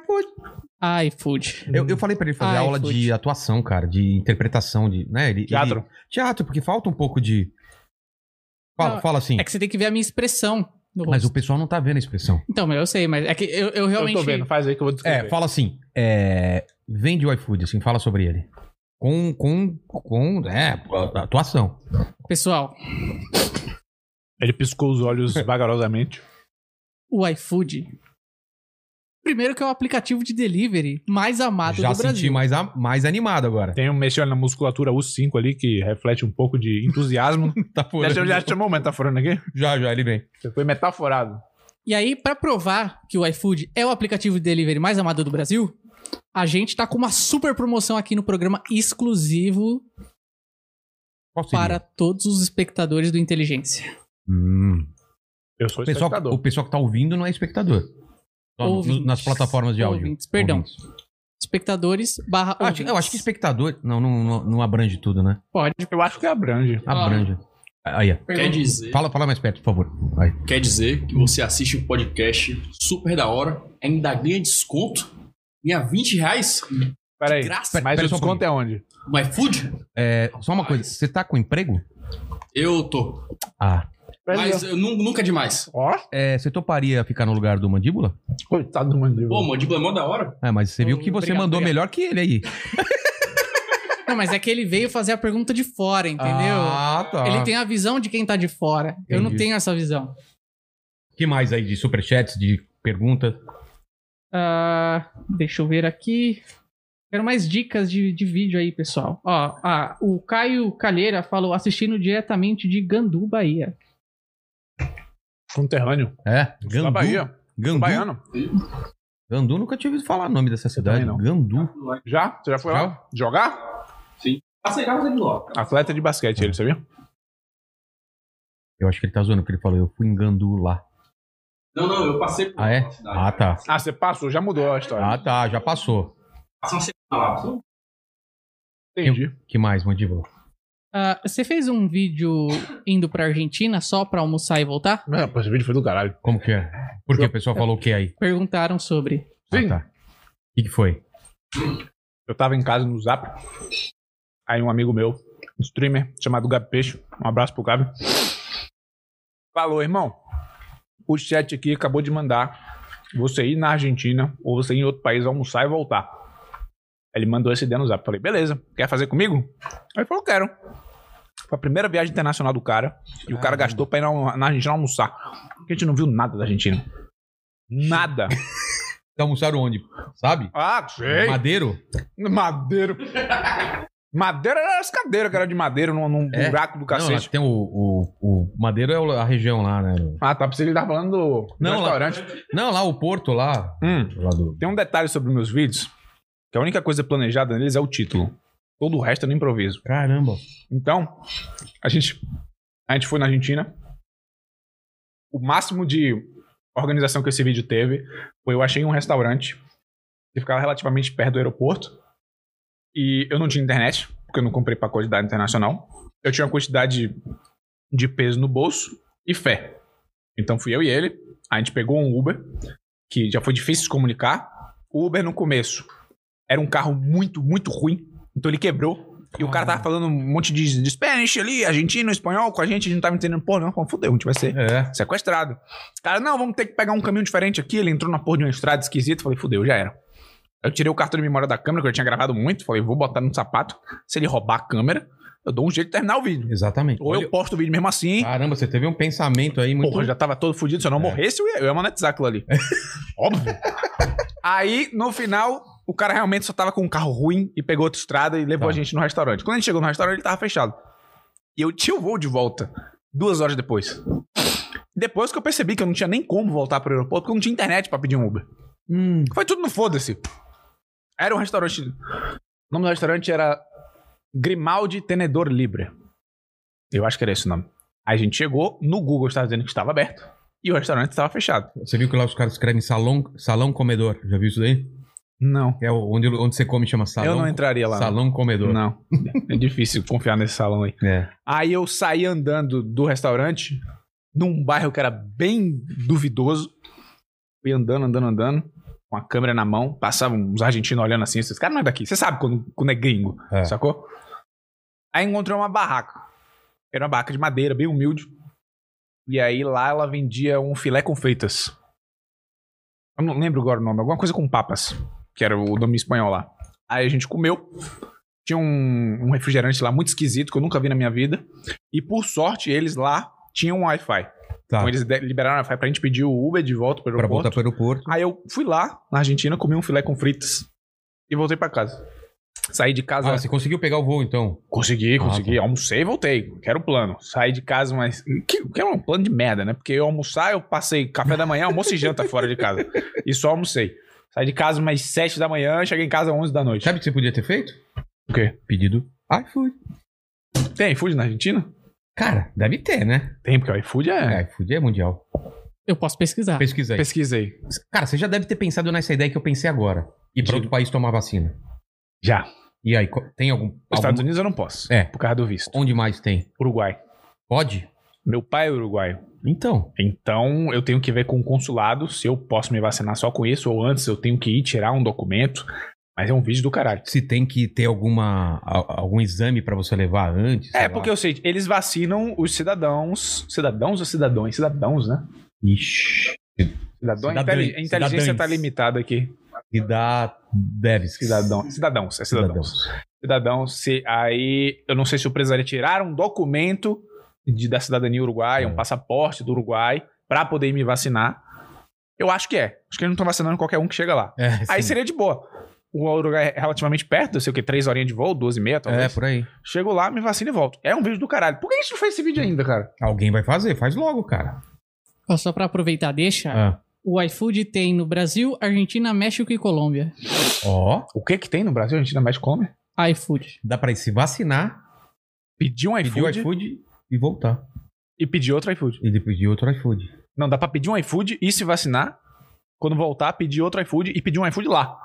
S2: iFood.
S4: iFood.
S2: Eu, eu falei pra ele fazer
S4: Ah,
S2: aula
S4: iFood.
S2: de atuação, cara, de interpretação, de, né? Ele,
S3: Teatro.
S2: ele- teatro, porque falta um pouco de... Fala,
S4: Não,
S2: fala assim,
S4: É que você tem que ver a minha expressão no
S2: mas
S4: rosto.
S2: o pessoal não tá vendo a expressão.
S4: Então, mas eu sei, mas é que eu, eu
S3: Eu
S4: realmente.
S3: tô vendo, faz aí que eu vou descrever.
S2: É, fala assim, é, vende o iFood, assim, fala sobre ele. Com, com, com, é, atuação.
S4: Pessoal,
S3: Ele piscou os olhos vagarosamente.
S4: o iFood. Primeiro que é o aplicativo de delivery mais amado
S2: Já
S4: do
S2: senti
S4: Brasil.
S2: mais, a- mais animado agora.
S3: Tem um mexendo na musculatura U5 ali que reflete um pouco de entusiasmo.
S2: Tá furando.
S3: já chamou metaforando aqui?
S2: Já, já, ele vem.
S3: Você foi metaforado.
S4: E aí, pra provar que o iFood é o aplicativo de delivery mais amado do Brasil, a gente tá com uma super promoção aqui no programa exclusivo
S2: Qual seria?
S4: para todos os espectadores do Inteligência.
S2: Hum.
S3: Eu sou
S2: O pessoal,
S3: espectador.
S2: o pessoal que tá ouvindo não é espectador. Só no-
S4: Ouvintes.
S2: nas plataformas de áudio.
S4: Ouvintes, perdão.
S2: Ouvintes.
S4: Espectadores barra.
S2: Ah, Eu acho- eu acho que
S4: ouvintes.
S2: espectador. Não, não, não- não abrange tudo, né?
S4: pode.
S3: Eu acho que abrange.
S2: Abrange. Ah, Aí, ó.
S15: Quer dizer,
S2: Fala, fala mais perto, por favor. Vai.
S15: quer dizer que você assiste um podcast super da hora, ainda ganha desconto, ganha 20 reais
S3: Pera aí.
S15: graça
S3: Mas
S2: Pera
S3: o
S2: só um
S3: desconto é onde?
S15: no iFood?
S2: É, só uma coisa. Você tá com emprego?
S15: Eu tô.
S2: Ah.
S15: Mas eu nu- nunca é demais.
S3: Ó,
S2: É, você toparia ficar no lugar do Mandíbula?
S3: coitado do mandíbula.
S15: Pô, mandíbula é mó da hora.
S2: É, mas você viu que você
S4: Obrigado,
S2: mandou
S4: obrigado.
S2: melhor que ele aí.
S4: Não, mas é que ele veio fazer a pergunta de fora, entendeu?
S2: Ah, tá.
S4: Ele tem a visão de quem tá de fora. Eu não
S2: Entendi.
S4: tenho essa visão.
S2: que mais aí de superchats, de perguntas?
S4: Ah, deixa eu ver aqui. Quero mais dicas de, de vídeo aí, pessoal. Ó, ah, o Caio Calheira falou assistindo diretamente de Gandu, Bahia.
S3: Conterrâneo.
S2: É?
S3: Da
S2: Gandu.
S3: Bahia.
S2: Gandu.
S3: Baiano.
S2: Gandu, nunca tinha ouvido falar o nome dessa cidade.
S3: também
S2: Gandu.
S3: Já? Você já foi lá? Jogar?
S14: Passei casa de logo.
S3: Atleta de basquete ele, sabia?
S2: Eu acho que ele tá zoando porque ele falou, eu fui em Gandu lá.
S14: Não, não, eu passei por
S2: Ah, é?
S14: uma cidade.
S2: Ah, tá.
S3: Ah, você passou, já mudou a história.
S2: Ah, tá. Já passou.
S14: Passei uma semana
S15: Ah,
S14: lá. passou?
S3: Entendi.
S2: Que mais, Mandíbula?
S4: Ah, você fez um vídeo indo pra Argentina só pra almoçar e voltar?
S3: Mano, Ah, pô, esse vídeo foi do caralho.
S2: Como que é? Por que o pessoal falou o que aí?
S4: Perguntaram sobre.
S3: Sim.
S2: tá. O que, que foi?
S3: Eu tava em casa no zap. Aí um amigo meu, um streamer, chamado Gabi Peixe. Um abraço pro Gabi. Falou, irmão. O chat aqui acabou de mandar você ir na Argentina ou você ir em outro país almoçar e voltar. Ele mandou essa ideia no zap. Falei, beleza, quer fazer comigo? Aí ele falou, quero. Foi a primeira viagem internacional do cara. E o cara gastou pra ir na, na Argentina almoçar. Porque a gente não viu nada da Argentina. Nada.
S2: Almoçaram onde? Sabe?
S3: ah, sei.
S2: Madeiro?
S3: Madeiro. Madeira era as cadeiras que era de madeira num, num
S2: É?
S3: buraco do
S2: Não,
S3: cacete.
S2: lá tem o, o, o- Madeiro é o- a região lá, né?
S3: Ah, tá. Pensei que ele tava falando do, do
S2: Não, lá-
S3: restaurante.
S2: Não, lá o Porto, lá.
S3: Hum,
S2: lá do...
S3: tem um detalhe sobre meus vídeos, que a única coisa planejada neles é o título. Todo o resto é no improviso.
S2: Caramba.
S3: Então, a gente, a gente foi na Argentina. O máximo de organização que esse vídeo teve foi eu achei um restaurante que ficava relativamente perto do aeroporto. E eu não tinha internet, porque eu não comprei pacote de dados internacional. Eu tinha uma quantidade de peso no bolso e fé. Então fui eu e ele. A gente pegou um Uber, que já foi difícil se comunicar. O Uber no começo era um carro muito, muito ruim. Então ele quebrou. E o cara tava falando um monte de, de Spanish ali, argentino, espanhol com a gente, a gente não tava entendendo porra, não. Falando, fudeu, a gente vai ser
S2: É.
S3: sequestrado. Cara, não, vamos ter que pegar um caminho diferente aqui. Ele entrou na porra de uma estrada esquisita. Falei, fudeu, já era. Eu tirei o cartão de memória da câmera, que eu já tinha gravado muito. Falei, vou botar no sapato. Se ele roubar a câmera, eu dou um jeito de terminar o vídeo.
S2: Exatamente.
S3: Ou eu posto o vídeo mesmo assim.
S2: Caramba, você teve um pensamento aí muito. É.
S3: Porra, eu já tava todo fudido. Se eu não morresse, eu ia, eu ia monetizar aquilo ali. Óbvio. Aí, no final, o cara realmente só tava com um carro ruim e pegou outra estrada e levou
S2: Tá.
S3: a gente no restaurante. Quando a gente chegou no restaurante, ele tava fechado. E eu tinha o voo de volta. Duas horas depois. Depois que eu percebi que eu não tinha nem como voltar pro aeroporto, porque eu não tinha internet pra pedir um Uber.
S2: Hum,
S3: Foi tudo no foda-se. Era um restaurante. O nome do restaurante era Grimaldi Tenedor Libre. Eu acho que era esse o nome. Aí a gente chegou, no Google estava dizendo que estava aberto e o restaurante estava fechado.
S2: você viu que lá os caras escrevem salão, salão comedor. Já viu isso daí?
S3: Não.
S2: É o- onde, onde você come chama salão.
S3: eu não entraria lá. né?
S2: Salão comedor.
S3: Não. É difícil confiar nesse salão aí.
S2: É.
S3: Aí eu saí andando do restaurante num bairro que era bem duvidoso. Fui andando, andando, andando, com a câmera na mão. Passavam uns argentinos olhando assim. Esses caras não é daqui. Você sabe quando, quando é gringo,
S2: É.
S3: sacou? Aí encontrei uma barraca. Era uma barraca de madeira, bem humilde. E aí lá ela vendia um filé com feitas. Eu não lembro agora o nome. Alguma coisa com papas, que era o nome espanhol lá. Aí a gente comeu. Tinha um, um refrigerante lá muito esquisito que eu nunca vi na minha vida. E por sorte, eles lá tinham um Wi-Fi.
S2: Tá.
S3: Então eles de- liberaram o Wi-Fi pra gente pedir o Uber de volta pro
S2: Pra voltar
S3: aeroporto.
S2: pro aeroporto.
S3: Aí eu fui lá na Argentina, comi um filé com fritas e voltei pra casa. Saí de casa.
S2: Ah, você conseguiu pegar o voo então?
S3: Consegui,
S2: Ah,
S3: consegui. Almocei e voltei. Quero o plano. Saí de casa, mas. Que, que é um plano de merda, né? Porque eu almoçar, eu passei café da manhã, almoço e janta fora de casa. E só almocei. Saí de casa umas 7 da manhã, cheguei em casa às 11 da noite.
S2: Sabe o que você podia ter feito?
S3: O quê?
S2: Pedido iFood.
S3: Tem iFood na Argentina?
S2: Cara, deve ter, né?
S3: Tem, porque o iFood é. Ah,
S2: É, iFood é mundial.
S4: Eu posso pesquisar.
S2: Pesquisa aí.
S3: Pesquisei.
S2: Cara, você já deve ter pensado nessa ideia que eu pensei agora. E pra
S3: Diga.
S2: outro país tomar vacina.
S3: Já.
S2: E aí, co- tem algum.
S3: Nos Estados
S2: algum-
S3: Unidos eu não posso.
S2: É.
S3: Por causa do visto.
S2: Onde mais tem?
S3: Uruguai.
S2: Pode?
S3: Meu pai é uruguaio.
S2: Então.
S3: Então eu tenho que ver com o consulado se eu posso me vacinar só com isso ou antes eu tenho que ir tirar um documento. Mas é um vídeo do caralho.
S2: Se tem que ter alguma, a- algum exame pra você levar antes. sei
S3: É,
S2: lá.
S3: porque eu sei, eles vacinam os cidadãos. Cidadãos ou cidadãos? Cidadãos, né?
S2: Ixi.
S3: Cidadão, a
S2: Cidadãs.
S3: inteli- a inteligência
S2: Cidadãs.
S3: tá limitada aqui.
S2: E dá. Deve.
S3: Cidadão, cidadãos, é cidadãos.
S2: Cidadãos.
S3: Cidadão, se aí eu não sei se eu precisaria tirar um documento de, da cidadania uruguaia,
S2: É.
S3: um passaporte do Uruguai, pra poder me vacinar. Eu acho que é. Acho que eles não estão vacinando qualquer um que chega lá.
S2: É,
S3: Aí
S2: sim.
S3: seria de boa. O Uruguai é relativamente perto, eu sei o quê, três horinhas de voo, duas e meia,
S2: É,
S3: talvez.
S2: por aí.
S3: Chego lá, me vacino e volto. É um vídeo do caralho. Por que a gente não fez esse vídeo ainda, cara?
S2: Alguém vai fazer, faz logo, cara.
S4: Ó, Só pra aproveitar,
S3: É.
S4: deixa.
S2: Ah.
S4: O iFood tem no Brasil, Argentina, México e Colômbia.
S2: Ó,
S3: O que que tem no Brasil? A gente ainda mais come.
S4: iFood.
S2: dá pra ir se vacinar,
S3: Pedir um
S2: pedir o
S3: iFood
S2: iFood e voltar.
S3: e pedir outro iFood.
S2: E depois de outro iFood.
S3: Não, dá pra pedir um iFood e se vacinar. Quando voltar, pedir outro iFood e pedir um iFood lá.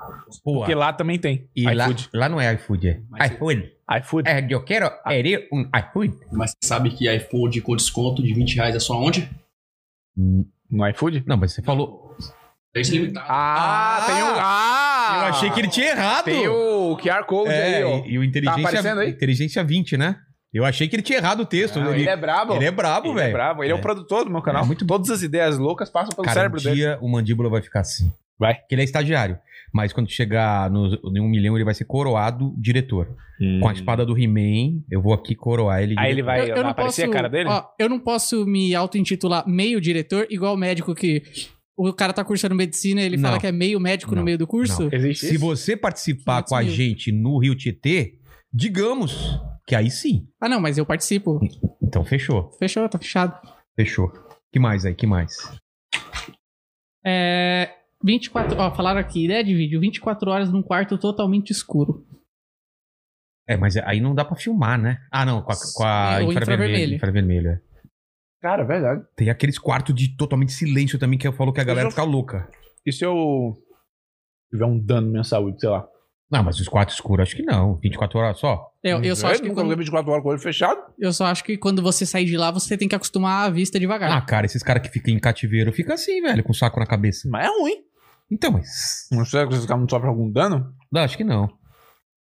S2: Pô,
S3: Porque lá também tem.
S2: e lá,
S3: iFood.
S2: lá não é iFood, é
S15: Mas-
S2: iFood.
S3: iFood.
S2: É, eu quero querer um iFood.
S15: Mas você sabe que iFood com desconto de 20 reais é só onde?
S2: Hum,
S3: No iFood?
S2: Não, mas você falou.
S15: É isso limitado.
S3: Ah,
S2: Ah!
S3: tem o. Ah!
S2: eu achei que ele tinha errado.
S3: Tem o QR Code
S2: É,
S3: aí, ó.
S2: e, e o inteligência,
S3: Tá aparecendo aí?
S2: inteligência 20, né? Eu achei que ele tinha errado o texto.
S3: Não,
S2: ele,
S3: ele é brabo.
S2: ele é brabo,
S3: Ele
S2: velho.
S3: é brabo. Ele é.
S2: É.
S3: o produtor do meu canal.
S2: É,
S3: muito Todas as ideias loucas passam pelo
S2: Cara, um
S3: cérebro dele.
S2: dia o mandíbula vai ficar assim.
S3: Vai.
S2: Porque ele é estagiário. Mas quando chegar no, em um milhão, ele vai ser coroado diretor.
S3: Hum.
S2: Com a espada do He-Man, eu vou aqui coroar ele.
S3: Aí ele vai
S4: eu, eu não
S3: aparecer
S4: posso,
S3: a cara dele?
S4: ó, eu não posso me auto-intitular meio diretor, igual o médico que. O cara tá cursando medicina e ele
S2: Não.
S4: fala que é meio médico
S2: Não,
S4: no meio do curso.
S3: Existe
S2: Se
S3: isso?
S2: você participar com a
S4: 500 mil.
S2: gente no Rio Tietê, digamos que aí sim.
S4: Ah, não, mas eu participo.
S2: Então fechou.
S4: Fechou, tá fechado.
S2: Fechou. Que mais aí? Que mais?
S4: É. 24. Ó, falaram aqui, ideia de vídeo. 24 horas num quarto totalmente escuro.
S2: É, mas aí não dá pra filmar, né? Ah, não, com a, com a
S4: É, o
S2: infravermelho.
S4: infravermelho.
S2: infravermelho, é.
S3: Cara, verdade.
S2: Tem aqueles quartos de totalmente silêncio também que eu falo que a galera
S3: Eu já-
S2: fica louca.
S3: E se eu tiver um dano na minha saúde, sei lá?
S2: Não, mas os quartos escuros, acho que não. 24 horas só.
S4: Eu, eu, só acho que
S3: Hum, nunca
S4: quando,
S3: vi 24 horas com o olho fechado.
S4: eu só acho que quando você sair de lá, você tem que acostumar a vista devagar.
S2: Ah, cara, esses caras que ficam em cativeiro ficam assim, velho, com o saco na cabeça.
S3: Mas é ruim.
S2: Então, mas.
S3: Não sei se esse cara não sofre algum dano.
S2: Não, acho que não.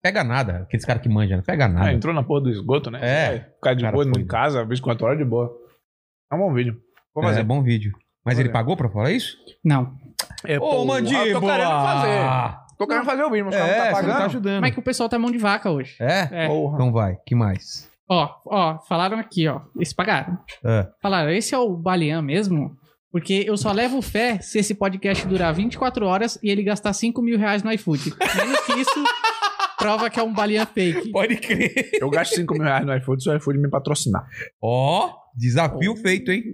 S2: Pega nada. Aqueles caras que manjam, não pega
S3: Ah,
S2: nada.
S3: entrou na porra do esgoto, né?
S2: É.
S3: Ficar de
S2: Cara,
S3: boa
S2: foi.
S3: em casa, 24 horas de boa. É um bom vídeo. Vou
S2: mas é
S3: fazer.
S2: bom vídeo. Mas
S3: Vou
S2: ele
S3: fazer.
S2: pagou pra falar isso?
S4: Não.
S3: É, Ah.
S2: Ô,
S3: porra, eu tô querendo fazer.
S2: mandíbula!
S3: Tô querendo fazer o vídeo, mas o cara
S2: É,
S3: não tá
S2: você não tá
S3: pagando.
S2: ajudando.
S4: Mas que o pessoal tá mão de vaca hoje.
S2: É?
S4: É.
S3: Porra.
S2: Então vai, que mais?
S4: Ó, ó, falaram aqui, ó. Eles pagaram.
S2: É.
S4: Falaram, esse é o Balean mesmo? Porque eu só levo fé se esse podcast durar 24 horas e ele gastar 5 mil reais no iFood. Menos que isso, prova que é um Balean fake.
S2: Pode crer.
S3: Eu gasto 5 mil reais no iFood se o iFood me patrocinar.
S2: Ó, desafio feito, hein?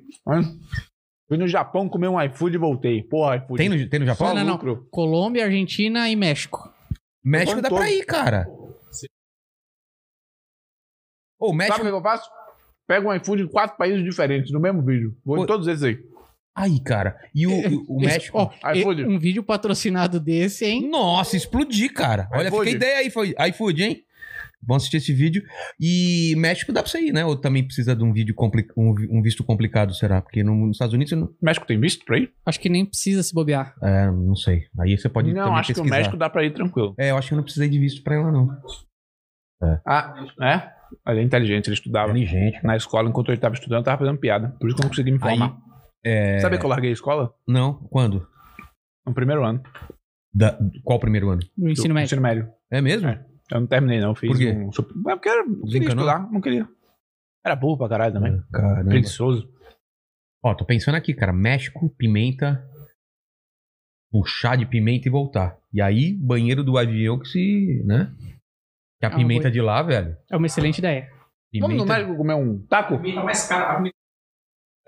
S3: Fui no Japão comer um iFood e voltei. Porra, iFood.
S2: Tem no, tem no Japão?
S3: Só
S4: Não, não, não.
S3: lucro.
S4: Colômbia, Argentina e México.
S2: México dá
S3: Todo.
S2: pra ir, cara. Ô,
S3: Sabe o
S2: México.
S3: que que eu faço? Pego um iFood em quatro países diferentes, no mesmo vídeo. Vou
S2: Pô.
S3: em todos esses aí.
S2: Aí, cara. E o, e o- o
S4: Esse-
S2: México.
S4: ó, e-
S3: iFood.
S4: um vídeo patrocinado desse, hein?
S2: Nossa, explodi, cara. Olha,
S3: iFood.
S2: fica a ideia aí, foi iFood, hein? Vamos assistir esse vídeo. E México dá pra você ir, né? Ou também precisa de um vídeo compli- um, vi- um visto complicado, será? Porque no- nos Estados Unidos você não.
S3: México tem visto pra ir?
S4: Acho que nem precisa se bobear.
S2: É, não sei. Aí você pode
S3: não,
S2: também
S3: acho que o
S2: pesquisar.
S3: México dá pra ir tranquilo.
S2: É, eu acho que eu não precisei de visto pra ir lá, não.
S3: Ah, é? Ele é inteligente, ele estudava.
S2: Inteligente.
S3: Na escola, enquanto ele tava estudando, eu tava fazendo piada. Por isso que eu não consegui me
S2: Aí,
S3: formar.
S2: é...
S3: Sabe que eu larguei a escola?
S2: Não, quando?
S3: No primeiro ano.
S2: Da- Qual o primeiro ano?
S4: No
S3: do
S4: ensino médio.
S3: Ensino médio.
S2: É mesmo?
S3: É. Eu não terminei, não. Eu Fiz
S2: Por quê?
S3: um. sup- É porque eu não queria
S2: Desencanou?
S3: estudar, não queria. Era burro pra caralho também.
S2: Ah, Caramba.
S3: Preguiçoso.
S2: Ó, tô pensando aqui, cara. México, pimenta, puxar de pimenta e voltar. E aí, banheiro do avião que se, né? Que a
S4: Ah,
S2: pimenta
S4: boi.
S2: de lá, velho.
S4: É uma excelente ideia.
S3: Vamos no
S2: Pimenta.
S3: médico comer um taco?
S15: comida mais cara. A comida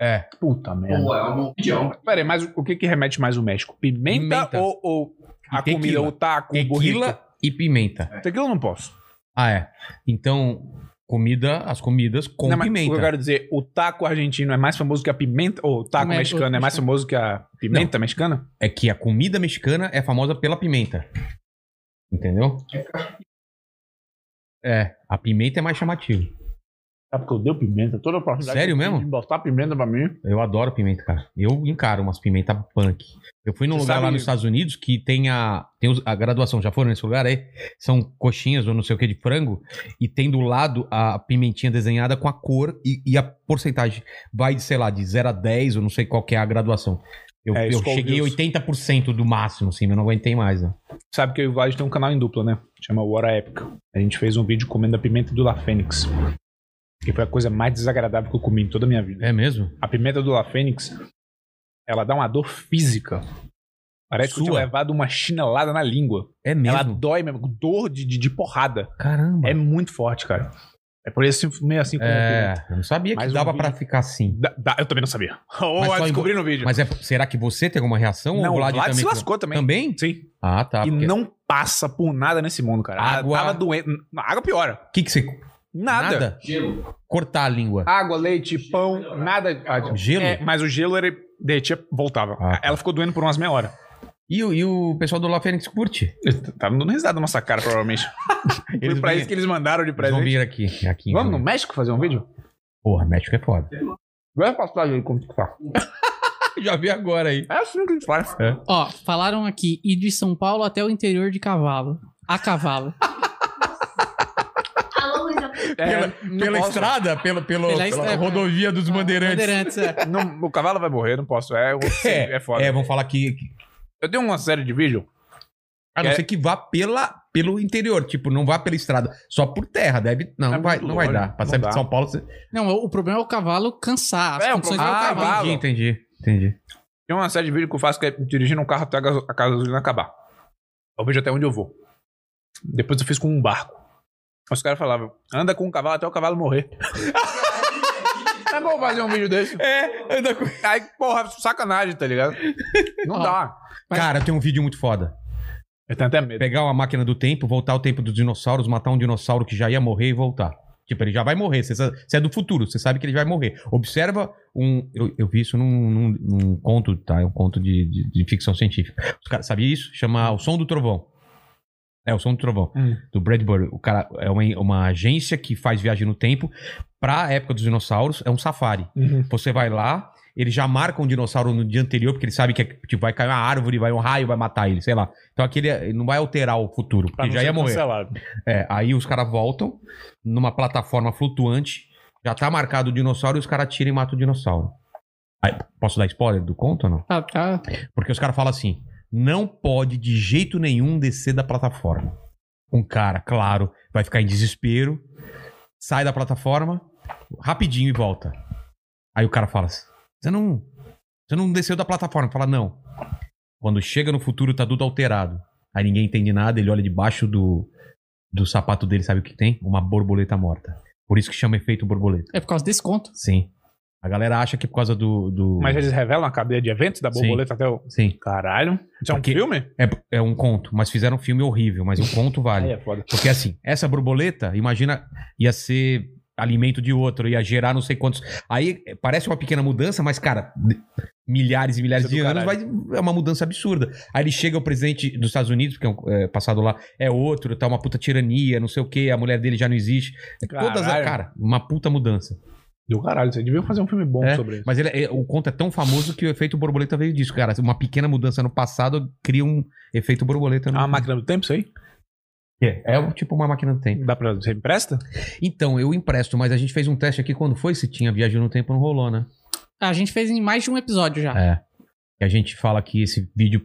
S2: É.
S3: Puta merda.
S15: boa, é um mundial.
S3: Pera aí, mas o que que remete mais o México? Pimenta,
S2: Pimenta.
S3: ou, ou a
S2: tequila.
S3: comida, o taco, o burrito?
S2: Tequila e pimenta.
S3: Tequila eu não posso.
S2: Ah, é. Então, comida, as comidas com
S3: Não, mas
S2: pimenta.
S3: o que eu quero dizer, o taco argentino é mais famoso que a pimenta. Ou o taco
S4: O me-
S3: mexicano
S4: o-
S3: é mais famoso que a pimenta mexicana?
S2: É que a comida mexicana é famosa pela pimenta. Entendeu? É, a pimenta é mais chamativa.
S3: Sabe É porque eu dei pimenta? Toda oportunidade
S2: Sério
S3: que eu tive
S2: mesmo?
S3: de botar pimenta pra mim.
S2: Eu adoro pimenta, cara. Eu encaro umas pimenta punk. Eu fui num
S3: Você
S2: lugar
S3: sabe-
S2: lá nos Estados Unidos que tem a, tem os- a graduação. Já foram nesse lugar aí? São coxinhas ou não sei o que de frango. E tem do lado a pimentinha desenhada com a cor e, e a porcentagem. Vai de, sei lá, de 0 a 10, eu não sei qual que é a graduação. Eu,
S3: É,
S2: eu
S3: Scoville's.
S2: cheguei a 80% do máximo, assim, eu não aguentei mais, né?
S3: Sabe que eu e o Vlad tem um canal em dupla, né? Chama Hora Épica. A gente fez um vídeo comendo a pimenta do La Fênix. Que foi a coisa mais desagradável que eu comi em toda a minha vida.
S2: É mesmo?
S3: A pimenta do La Fênix, ela dá uma dor física. Parece que eu
S2: Sua?
S3: tinha levado uma chinelada na língua.
S2: É mesmo?
S3: Ela dói mesmo, dor de, de, de porrada.
S2: Caramba.
S3: É muito forte, cara. É por isso meio assim como
S2: É,
S3: eu
S2: eu não sabia que
S3: Mas um
S2: dava
S3: vídeo-
S2: pra ficar assim.
S3: Da- da- eu também não sabia. Ou
S2: Mas
S3: eu
S2: só em-
S3: descobri no vídeo.
S2: Mas é- será que você tem alguma reação?
S3: não,
S2: ou
S3: o
S2: o
S3: Vlad,
S2: Vlad também?
S3: se lascou também.
S2: Também?
S3: Sim.
S2: Ah, tá.
S3: e
S2: porque-
S3: não passa por nada nesse mundo, cara. Ela
S2: Água.
S3: Tava doente. A água piora.
S2: O que, que você.
S3: Nada.
S15: Gelo.
S2: Cortar a língua.
S3: Água, leite, pão, nada.
S2: Gelo?
S3: É, mas o gelo ele derretia, voltava.
S2: Ah, tá.
S3: Ela ficou doendo por umas meia hora.
S2: E, o- e o pessoal do La Fênix curte.
S3: Tava tá dando risada na nossa cara, provavelmente. Foi pra
S2: vêm-
S3: isso que eles mandaram de
S2: eles vão
S3: presente.
S2: vir aqui. aqui em
S3: Vamos no
S2: Jundiaí.
S3: México fazer um vídeo?
S2: Porra, México é foda.
S3: Vai passar aí como que tá.
S2: Já vi agora aí.
S3: É assim que a gente faz.
S4: Ó, falaram aqui, e de São Paulo até o interior de cavalo. A cavalo.
S12: Alô, Luiz Augusto.
S3: É.
S2: Pela, pela estrada? Pelo, pelo,
S4: Pela
S2: pela,
S4: estrada.
S2: rodovia
S3: Ah,
S2: dos bandeirantes.
S4: Bandeirantes, é.
S3: Não, o cavalo vai morrer, não posso. É, eu-
S2: É,
S3: é foda.
S2: é, vão falar que. que-
S3: Eu tenho uma série de vídeo
S2: A não
S3: É.
S2: ser que vá pela, pelo interior. Tipo, não vá pela estrada. Só por terra. Deve. Não,
S3: É
S2: não vai,
S3: muito
S2: não vai
S3: longe,
S2: dar. Pra
S3: não
S2: sair
S3: dá.
S2: de São Paulo. Você... Ah,
S4: Não, o problema é o cavalo cansar. As
S3: É, o
S4: condições
S3: problema
S4: do
S3: é o
S4: cavalo.
S3: cavalo.
S2: entendi. Entendi.
S3: Tem uma série de vídeos que eu faço que é dirigindo um carro até a gaso- a gasolina acabar. Eu vejo até onde eu vou. Depois eu fiz com um barco. Os caras falavam, anda com o cavalo até o cavalo morrer. é bom fazer um vídeo desse.
S2: É, anda com.
S3: Aí, porra, sacanagem, tá ligado? Não
S4: Ó.
S3: dá.
S4: Mas-
S2: Cara, tem um vídeo muito foda.
S3: Eu tenho até medo.
S2: Pegar uma máquina do tempo, voltar ao tempo dos dinossauros, matar um dinossauro que já ia morrer e voltar. Tipo, ele já vai morrer. Você sa- você é do futuro, você sabe que ele vai morrer. Observa um. Eu, eu vi isso num, num- num conto, tá? É um conto de, de- de ficção científica. Os caras sabia isso? Chama O Som do Trovão. É, O Som do Trovão.
S3: Hum.
S2: Do Bradbury. O cara é uma, uma agência que faz viagem no tempo pra época dos dinossauros. É um safari. Você vai lá, ele já marca um dinossauro no dia anterior, porque ele sabe que é, tipo, vai cair uma árvore, vai um raio, vai matar ele, sei lá. Então aquele ele não vai alterar o futuro, porque já ia morrer.
S3: Cancelado.
S2: É, aí os caras voltam numa plataforma flutuante, já tá marcado o dinossauro e os caras tiram e matam o dinossauro. Aí, posso dar spoiler do conto ou não?
S4: Tá, tá.
S2: Porque os caras falam assim: não pode de jeito nenhum descer da plataforma. Um cara, claro, vai ficar em desespero, sai da plataforma, rapidinho e volta. Aí o cara fala: assim, Você não, você não desceu da plataforma? Fala: Não. Quando chega no futuro, tá tudo alterado. Aí ninguém entende nada, ele olha debaixo do, do sapato dele, sabe o que tem? Uma borboleta morta. Por isso que chama efeito borboleta.
S4: É por causa desse conto.
S2: Sim. A galera acha que é por causa do. do...
S3: Mas eles revelam a cadeia de eventos da
S2: Sim.
S3: borboleta até o.
S2: Sim.
S3: Caralho. Isso é um
S2: Porque-
S3: filme?
S2: É, é um conto, mas fizeram um filme horrível, mas um conto vale.
S3: Aí é foda.
S2: Porque assim, essa borboleta, imagina, ia ser alimento de outro, ia gerar não sei quantos. Aí eh, parece uma pequena mudança, mas, cara, de- milhares e milhares
S3: Isso é
S2: de
S3: do
S2: anos vai, é uma mudança absurda. Aí ele chega o presidente dos Estados Unidos, porque é, um- é, passado lá, é outro, tá uma puta tirania, não sei o quê, a mulher dele já não existe. É Todas, a-
S3: Caralho.
S2: cara, uma puta mudança.
S3: Do caralho, você devia fazer um filme bom sobre isso.
S2: Mas ele é- o conto é tão famoso que o efeito borboleta veio disso, cara. Uma pequena mudança no passado cria um efeito borboleta no.
S3: É uma máquina do tempo, isso aí?
S2: É, é o tipo uma máquina do tempo.
S3: Dá pra. Você me empresta?
S2: Então, eu empresto, mas a gente fez um teste aqui quando foi, se tinha viagem no tempo, não rolou, né?
S4: A gente fez em mais de um episódio já.
S2: É. E a gente fala que esse vídeo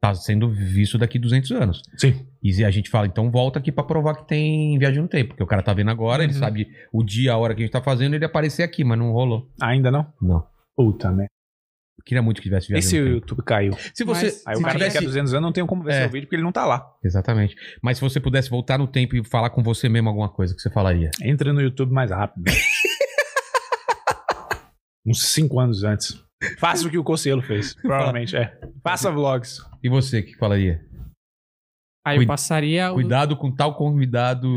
S2: tá sendo visto daqui 200 anos.
S3: Sim.
S2: E a gente fala, então volta aqui pra provar que tem viagem no tempo, porque o cara tá vendo agora, ele
S4: Uhum.
S2: sabe o dia, a hora que a gente tá fazendo, ele aparecer aqui, mas não rolou.
S3: Ainda não?
S2: Não.
S3: Puta merda.
S2: Eu queria muito que tivesse
S3: E
S2: viagem
S3: se
S2: no
S3: é o
S2: tempo.
S3: YouTube caiu?
S2: Se você
S4: Mas-
S3: Aí
S2: se
S3: o cara
S2: tivesse-
S3: daqui a 200 anos não tem como ver
S2: É.
S3: seu vídeo porque ele não tá lá.
S2: Exatamente. Mas se você pudesse voltar no tempo e falar com você mesmo alguma coisa, o que você falaria?
S3: Entra no YouTube mais rápido. Uns 5 anos antes. Faça o que o Conselho fez. Provavelmente, é. Faça vlogs.
S2: E você, o que falaria?
S4: Aí eu
S2: Cuida-
S4: passaria. o-
S2: Cuidado com tal convidado.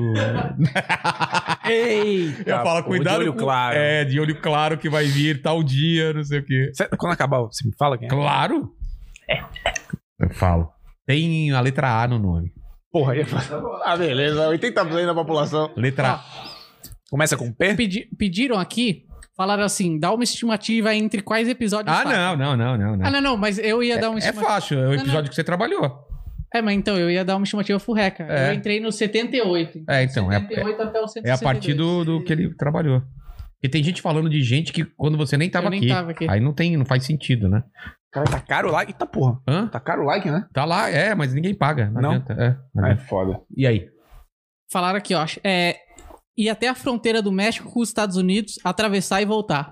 S3: Eita,
S2: Eu falo,
S3: pô,
S2: cuidado.
S3: De olho
S2: com-
S3: claro.
S2: É, de olho claro que vai vir tal dia, não sei o quê.
S3: Cê- quando acabar, você me fala quem é?
S2: Claro!
S4: É.
S2: Eu falo. Tem a letra A no nome.
S3: Porra, aí eu falo. Ah, beleza. 80% da população.
S4: Ah,
S2: Letra A.
S3: Começa com P?
S4: Pedi- pediram aqui, falaram assim: dá uma estimativa entre quais episódios.
S2: Ah,
S4: fazem.
S2: não, não, não, não. não.
S4: Ah, não, não, mas eu ia dar uma
S2: É
S4: estimativa.
S2: fácil, é o
S4: não.
S2: episódio que você trabalhou.
S4: É, mas então, eu ia dar uma estimativa furreca.
S2: É.
S4: Eu entrei no 78.
S2: É, então, é, é,
S4: 78 até o 172.
S2: é a partir do, do que ele trabalhou. E tem gente falando de gente que quando você nem tava
S4: eu nem
S2: aqui.
S4: tava aqui.
S2: Aí não tem, não faz sentido, né?
S3: Cara, tá caro o like. Eita porra.
S2: Hã?
S3: Tá caro o like, né?
S2: Tá lá, é, mas ninguém paga. Não,
S3: Não?
S2: adianta. É, não
S3: É
S2: adianta.
S3: foda.
S2: E aí?
S4: Falaram aqui, ó. É, ir até a fronteira do México com os Estados Unidos, atravessar e voltar.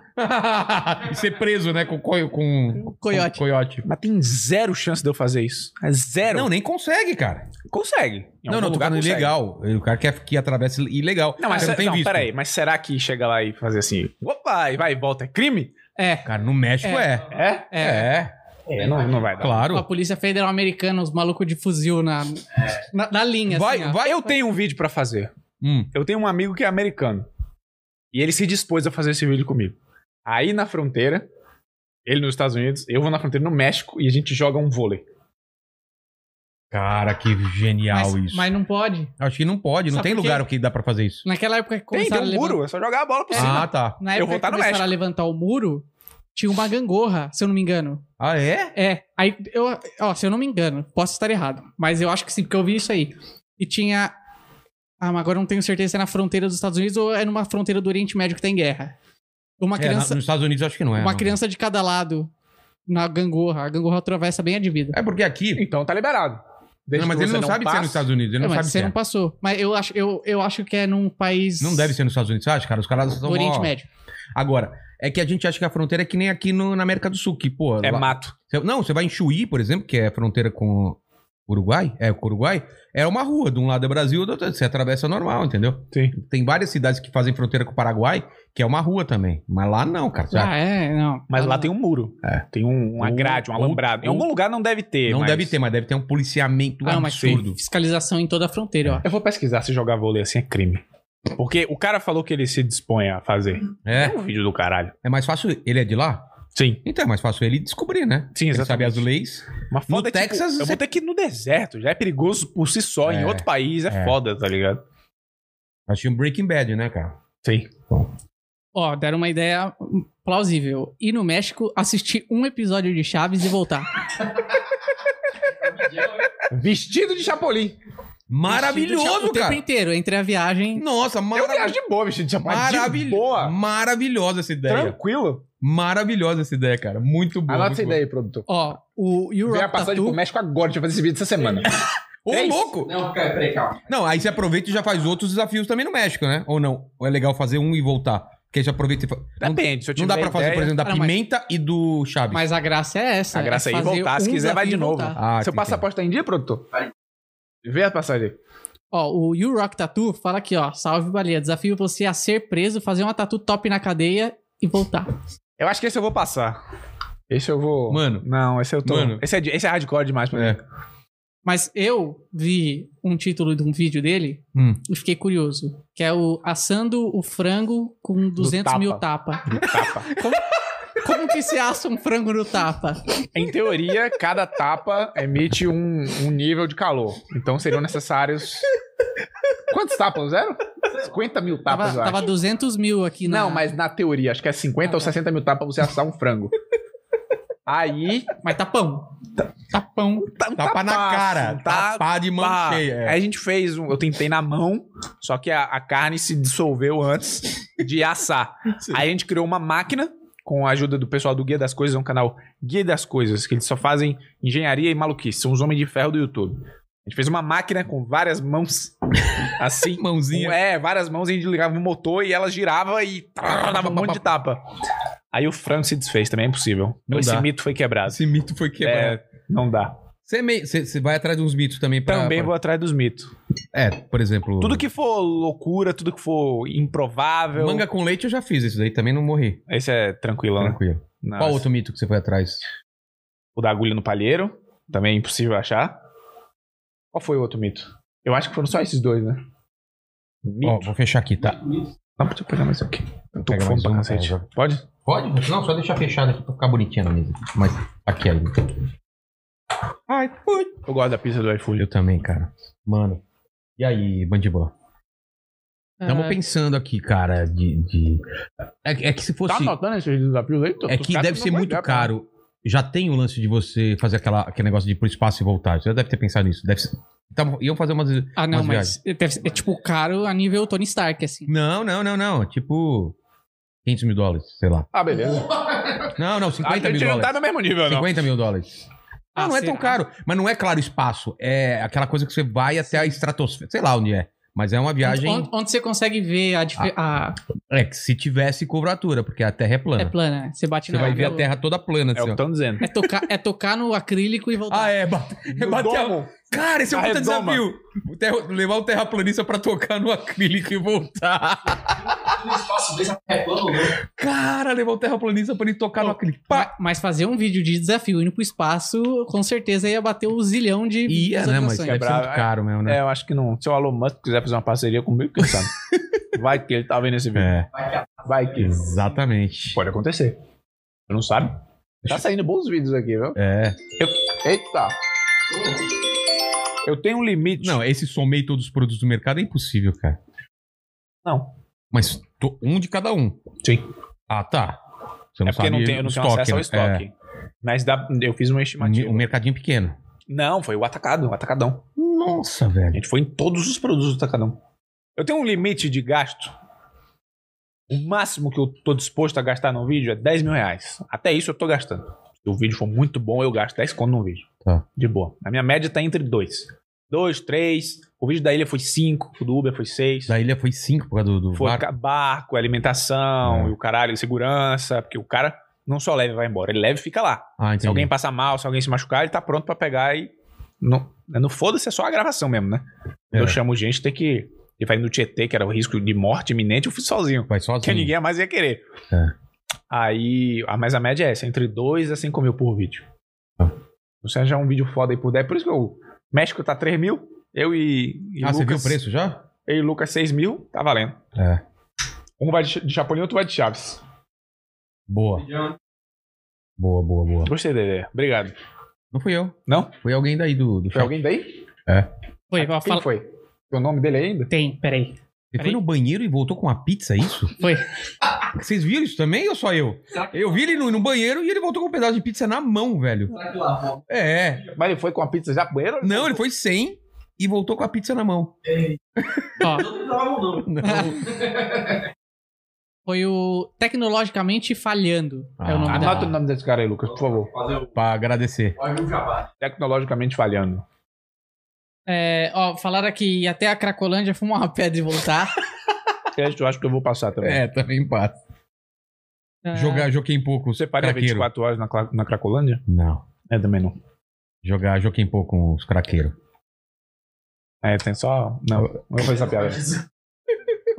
S2: E Ser preso, né? Com, coi- com, com
S4: Coiote.
S2: coiote.
S3: Mas tem zero chance de eu fazer isso. É zero.
S2: Não, nem consegue, cara.
S3: consegue. Em
S2: não,
S3: algum
S2: não, tu
S3: lugar
S2: tá no
S3: consegue.
S2: ilegal. O cara quer que atravesse ilegal.
S3: Não, mas
S2: Você
S3: se-
S2: tem
S3: não,
S2: visto.
S3: peraí, mas será que chega lá e fazer assim, opa, e vai e volta, é crime?
S4: É,
S2: Cara, no México é.
S3: É?
S2: É,
S4: é.
S3: É, não, não vai dar.
S4: A
S2: claro.
S4: Polícia Federal Americana, os malucos de fuzil na, na, na linha.
S3: Vai,
S4: assim, ó.
S3: vai, eu tenho um vídeo pra fazer.
S2: Hum.
S3: Eu tenho um amigo que é americano. E ele se dispôs a fazer esse vídeo comigo. Aí na fronteira, ele nos Estados Unidos, eu vou na fronteira no México e a gente joga um vôlei.
S2: Cara, que genial
S4: Mas,
S2: isso.
S4: mas não pode.
S2: Acho que não pode, não
S4: Sabe
S2: tem
S4: por quê?
S2: lugar que dá pra fazer isso.
S4: Naquela época que
S3: Tem, tem
S4: começaram
S3: um
S4: a levantar-
S3: muro, é só jogar a bola pra cima.
S2: Ah, tá.
S4: Na
S3: Eu
S4: época
S3: vou tá
S4: que
S3: no
S4: começaram
S3: México.
S4: a levantar o muro, tinha uma gangorra, se eu não me engano.
S2: Ah, é?
S4: É, aí eu, ó, se eu não me engano, posso estar errado, mas eu acho que sim, porque eu vi isso aí. E tinha. Ah, mas agora eu não tenho certeza se é na fronteira dos Estados Unidos ou é numa fronteira do Oriente Médio que tem guerra. Uma
S2: É,
S4: criança,
S2: na- nos Estados Unidos acho que não é.
S4: uma
S2: não.
S4: criança de cada lado na gangorra. A gangorra atravessa bem a de vida.
S2: É porque aqui.
S3: Então tá liberado. Desde
S2: Não, mas
S3: que
S2: ele
S3: você um
S2: não sabe se é nos
S3: passe-
S2: Estados Unidos. Ele
S4: É,
S2: não
S4: mas
S2: sabe
S4: você
S2: se
S4: não
S2: é.
S4: passou. Mas eu acho, eu, eu acho que é num país.
S2: Não deve ser nos Estados Unidos, você acha, cara? Os caras
S4: Do
S2: são.
S4: Oriente
S2: mó-
S4: Médio.
S2: Agora, é que a gente acha que a fronteira é que nem aqui no- na América do Sul, que, pô.
S3: É
S2: lá-
S3: mato.
S2: Cê- Não, você vai em Chuí, por exemplo, que é fronteira com o Uruguai, é com o Uruguai, é uma rua, de um lado é Brasil, do outro você atravessa normal, entendeu?
S3: Sim.
S2: Tem várias cidades que fazem fronteira com o Paraguai, que é uma rua também, mas lá não, cara. sabe?
S4: Ah, é? Não.
S3: Mas
S4: Ah,
S3: lá
S4: não.
S3: tem um muro.
S2: É.
S3: Tem um, uma
S2: Ou-
S3: grade, um
S2: ou-
S3: alambrado. em
S2: ou-
S3: algum lugar não deve ter.
S2: não
S3: mas-
S2: deve ter, mas deve ter um policiamento
S4: Ah, mas tem
S2: absurdo.
S4: fiscalização em toda a fronteira, ó.
S3: Eu vou pesquisar se jogar vôlei assim é crime. Porque o cara falou que ele se dispõe a fazer.
S2: É,
S3: um vídeo do caralho.
S2: é mais fácil, ele é de lá?
S3: Sim.
S2: Então é mais fácil ele descobrir, né?
S3: Sim,
S2: Ele sabe as
S3: exatamente.
S2: leis.
S3: Mas
S2: No
S3: foda é, tipo,
S2: Texas,
S3: eu
S2: você-
S3: vou ter que ir no deserto. Já é perigoso por si só.
S2: É,
S3: em outro país é,
S2: é.
S3: foda, tá ligado?
S2: Achei um Breaking Bad, né, cara?
S3: Sim.
S4: Ó, deram uma ideia plausível. Ir no México, assistir um episódio de Chaves e voltar.
S3: Vestido de Chapolin.
S2: Maravilhoso,
S16: o
S2: cara.
S16: tempo inteiro, entre a viagem.
S2: Nossa,
S11: Eu
S2: maravilhoso.
S11: viajo de boa, vestido de chamado. De boa.
S2: Maravilhosa essa ideia.
S11: Tranquilo.
S2: Maravilhosa essa ideia, cara. Muito boa.
S3: Anota
S2: muito
S3: essa
S2: boa.
S3: ideia aí, produtor.
S16: Ó, o
S3: Vem a
S16: Europe
S3: passagem pro
S16: Tattoo.
S3: México agora, deixa eu fazer esse vídeo essa semana.
S2: Ô,
S3: Três?
S2: louco!
S15: é um
S14: Não, cara, peraí, calma.
S2: Não, aí você aproveita e já faz outros desafios também no México, né? Ou não? Ou é legal fazer um e voltar? Porque aí você aproveita e faz. Não,
S3: Depende, se eu
S2: não dá
S3: tiver
S2: pra fazer,
S3: ideia-
S2: por exemplo, da
S16: Cara, mas-
S2: pimenta e do Chaves.
S16: Mas a graça é essa.
S3: A graça é ir
S16: fazer
S3: voltar. Se
S16: um
S3: quiser, vai de
S16: desafio e
S3: novo.
S16: voltar.
S2: Ah,
S3: Seu
S2: que
S3: passaporte tá em dia, produtor? Vê a passagem aí.
S16: Ó, o You Rock Tattoo fala aqui, ó. Salve, Baleia. Desafio você a ser preso, fazer uma tatu top na cadeia e voltar.
S3: Eu acho que esse eu vou passar. Esse eu vou.
S2: Mano.
S3: Não, esse eu tô.
S2: Mano.
S3: Esse, é, de- esse é hardcore demais pra
S2: É.
S3: mim.
S16: Mas eu vi um título de um vídeo dele
S2: Hum.
S16: e fiquei curioso. Que é o Assando o Frango com 200
S3: tapa.
S16: mil tapa.
S3: Tapa.
S16: Como que se assa um frango no tapa?
S3: Em teoria, cada tapa emite um, um nível de calor. Então seriam necessários. Quantos tapas? Zero? 50 mil tapas,
S16: Tava,
S3: eu
S16: tava
S3: acho.
S16: 200 mil aqui na...
S3: Não, mas na teoria, acho que é 50 ou 60 mil tapas pra você assar um frango. Aí.
S16: Mas tá tapão. Tapão.
S3: Tá, um
S2: Tapa na
S3: tapaço,
S2: cara.
S3: um
S2: Tapa, de mão
S3: Pá.
S2: cheia. é.
S3: Ah, Aí a gente fez um. Eu tentei na mão, só que a, a carne se dissolveu antes de assar. Aí a gente criou uma máquina com a ajuda do pessoal do Guia das Coisas, é um canal Guia das Coisas, que eles só fazem engenharia e maluquice, são os homens de ferro do YouTube. A gente fez uma máquina com várias mãos, assim.
S2: Mãozinha.
S3: com- é, várias mãos, e a gente ligava o motor e ela girava e tá, dava um monte de tapa. Aí o frango se desfez, também é impossível.
S2: Não
S3: Esse
S2: dá.
S3: mito foi quebrado.
S2: Esse mito foi quebrado.
S3: É, não dá.
S2: Você é meio- você- você vai atrás de uns mitos também pra.
S3: Também
S2: pra-
S3: vou atrás dos mitos.
S2: É, por exemplo.
S3: Tudo que for loucura, tudo que for improvável.
S2: Manga com leite eu já fiz isso daí, também não morri.
S3: Esse é tranquilão. né?
S2: Tranquilo.
S3: Não,
S2: Qual
S3: esse-
S2: outro mito que você foi atrás?
S3: O da agulha no palheiro. Também é impossível achar. Qual foi o outro mito? Eu acho que foram só esses dois, né? Mito.
S2: Ó, vou fechar aqui, tá?
S3: Não, deixa eu pegar mais um aqui. Eu tô
S2: Pega
S3: com fome
S2: mais
S3: pra
S2: um,
S3: cacete.
S2: cara, já.
S3: Pode?
S2: Pode? Não, só deixar fechado aqui pra ficar bonitinha na mesa. Mas aqui aí. Ai, fui.
S3: Eu gosto da pizza do iFood.
S2: Eu também, cara. Mano. E aí, Bandibola?
S3: É.
S2: Estamos
S16: Ah,
S2: pensando aqui, cara, de. de- É, é que se fosse.
S3: Tá anotando esses desafios aí? Tô-
S2: é
S3: tô
S2: que
S3: cara,
S2: deve
S3: não
S2: ser
S3: vou tá?
S2: muito
S3: olhar pra-
S2: caro. Já tem o lance de você fazer aquela, aquele negócio de ir pro espaço e voltar. Você já deve ter pensado nisso. Deve ser... Então, iam fazer umas.
S16: Ah, não,
S2: umas
S16: mas deve ser- é tipo caro a nível Tony Stark, assim.
S2: Não, não, não, não. Tipo. 500 mil dólares, sei lá.
S3: Ah, beleza.
S2: Não, não,
S3: A
S2: 50 mil
S3: gente não tá
S2: dólares.
S3: no mesmo nível, não.
S2: 50 mil dólares. Ah,
S16: Ah,
S2: não é
S16: será?
S2: tão caro. Mas não é claro o espaço. É aquela coisa que você vai até a estratosfera. Sei lá onde é. Mas é uma viagem.
S16: Onde, onde você consegue ver a, dife- a-
S2: É que se tivesse cobratura, porque a Terra é plana.
S16: É plana, né? Você bate
S2: Você
S16: na
S2: vai ver
S16: água.
S2: a Terra toda plana,
S3: É o
S2: assim,
S3: que
S2: ó.
S3: estão dizendo.
S16: É tocar, é tocar no acrílico e voltar.
S2: Ah, é, bate, é
S3: No
S2: bater a...
S3: domo.
S2: Cara, esse é um puta
S3: Arredoma.
S2: desafio. O terra- levar o terraplanista pra tocar no acrílico e voltar.
S14: No espaço desse é plano ou não?
S2: Cara, levar o terraplanista pra ele tocar no acrílico. Pá.
S16: Ma- Mas fazer um vídeo de desafio indo pro espaço, com certeza ia bater um zilhão
S4: é
S16: de
S2: Ia, né? Mas
S16: visualizações.
S2: deve ser muito caro mesmo, né?
S3: É, eu acho que não. Se o Elon Musk quiser fazer uma parceria comigo, quem sabe? Vai que ele tá vendo esse vídeo.
S2: É,
S14: Vai que a
S3: Vai que.
S2: exatamente.
S3: Pode acontecer. Você não sabe? Tá saindo bons vídeos aqui, viu?
S2: É.
S3: Eita! Eu tenho um limite.
S2: Não, esse somei todos os produtos do mercado é impossível, cara.
S3: Não.
S2: Mas to- um de cada um.
S3: Sim.
S2: Ah, tá. Você não
S3: é porque
S2: sabe
S3: não tenho, eu não
S2: o
S3: tenho
S2: estoque,
S3: acesso ao
S2: né?
S3: estoque. Mas dá- eu fiz uma
S2: É,
S3: estimativa.
S2: um mercadinho pequeno.
S3: Não, foi o atacado, o atacadão.
S2: Nossa,
S3: A
S2: velho.
S3: gente foi em todos os produtos do atacadão. Eu tenho um limite de gasto. O máximo que eu tô disposto a gastar num vídeo é 10 mil reais. Até isso eu tô gastando. Se o vídeo for muito bom, eu gasto 10 conto num vídeo.
S2: Tá.
S3: De boa. A minha média tá entre 2. 2, 3. O vídeo da ilha foi 5, o do Uber foi 6.
S2: Da ilha foi cinco por causa do, do
S3: Foi
S2: barco.
S3: ca- barco,
S2: É.
S3: alimentação e o caralho, segurança, porque o cara não só leva e vai embora, ele leva e fica lá.
S2: Ah, entendi.
S3: Se alguém passar mal, se alguém se machucar, ele tá pronto pra pegar e. Não, não foda-se, é só a gravação mesmo, né?
S2: É.
S3: Eu chamo gente, tem que. Ele vai no Tietê, que era o risco de morte iminente, eu fui sozinho.
S2: Vai sozinho.
S3: Porque ninguém mais ia querer.
S2: É.
S3: Aí. ah, Mas a média é essa, entre 2 a 5 mil por vídeo.
S2: Ah.
S3: Você já é um vídeo foda aí por 10. Por isso que o México tá 3 mil. Eu e. e
S2: Ah, você viu
S3: Lucas-
S2: o preço já?
S3: Eu e Lucas 6 mil, tá valendo.
S2: É.
S3: Um vai de Cha- de Chapolin, outro vai de Chaves.
S2: Boa. Boa, boa, boa.
S3: Gostei da ideia. Obrigado.
S2: Não fui eu.
S3: Não?
S2: Foi alguém daí do, do
S3: Foi
S2: chat.
S3: alguém daí?
S16: Foi, ó,
S3: Quem
S16: fala-
S3: foi? Tem o nome dele ainda?
S16: Tem, peraí.
S2: Você foi no banheiro e voltou com uma pizza, é isso?
S16: Foi.
S2: Vocês viram isso também ou só eu?
S14: Será que-
S2: Eu vi ele no, no banheiro e ele voltou com um pedaço de pizza na mão, velho.
S14: Será que lavou?
S2: É.
S3: Mas ele foi com a pizza já pro banheiro?
S2: Não, ele foi sem. e voltou com a pizza na mão.
S4: Ó,
S15: Não tem problema, não.
S4: foi o Tecnologicamente Falhando. é o
S2: Ah,
S4: nome
S3: Anota
S4: da...
S3: o nome desse cara aí, Lucas, por favor.
S15: Fazer o.
S2: Pra agradecer.
S15: Olha o jabá.
S3: Tecnologicamente falhando.
S4: É, ó, falaram que ia até a Cracolândia fumar uma pedra e voltar.
S3: Esse Eu acho que eu vou passar também.
S2: É, também passa.
S3: É.
S4: Ah,
S2: Jogar, joguei em pouco.
S3: Você para
S2: craqueiro.
S3: 24 horas na, Cla- na Cracolândia?
S2: Não.
S3: É, também não.
S2: Jogar, joguei em pouco com os craqueiros.
S3: É, tem só. Não, não vou fazer essa piada.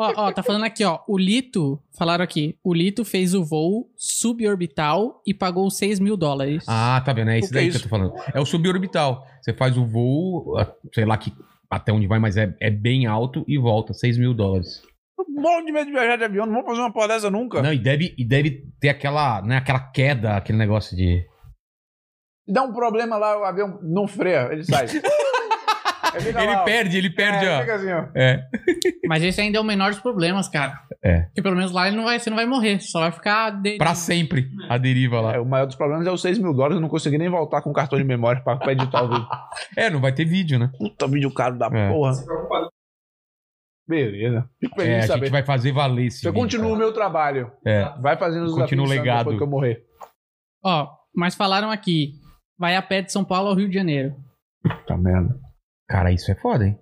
S4: Ó, ó, tá falando aqui, ó. O Lito, falaram aqui, o Lito fez o voo suborbital e pagou 6 mil dólares.
S2: Ah, tá vendo? É isso
S3: que é
S2: daí que,
S3: isso?
S2: eu tô falando. É o suborbital. Você faz o voo, a- sei lá que, até onde vai, mas é, é bem alto e volta. 6 mil dólares.
S3: Morro Um de medo de viajar de avião, não vou fazer uma porra dessa nunca.
S2: Não, e deve, e deve ter aquela, né, aquela queda, aquele negócio de.
S3: Dá um problema lá, o avião não freia, ele sai. ele fica Tá lá, ó.
S2: perde, ele
S3: É, fica assim, ó.
S2: É.
S4: Mas esse ainda é o menor dos problemas, cara.
S2: É.
S4: Porque pelo menos lá ele não vai, você não vai morrer, só vai ficar... De...
S2: Pra sempre a deriva lá.
S3: É, o maior dos problemas é os 6 mil dólares, eu não consegui nem voltar com o cartão de memória pra, pra editar o vídeo.
S2: É, não vai ter vídeo, né?
S3: Puta vídeo caro da
S2: É.
S3: porra.
S15: Se preocupa, não.
S3: Beleza. Fico feliz
S2: É,
S3: de
S2: a
S3: saber.
S2: gente vai fazer valer esse.
S3: Eu
S2: vídeo,
S3: continuo o meu trabalho.
S2: É.
S3: Vai fazendo os
S2: Continua o
S3: desafios
S2: legado.
S3: depois que eu morrer.
S4: Ó, mas falaram aqui, vai a pé de São Paulo ao Rio de Janeiro.
S3: Tá merda.
S2: Cara, Cara, isso é foda, hein?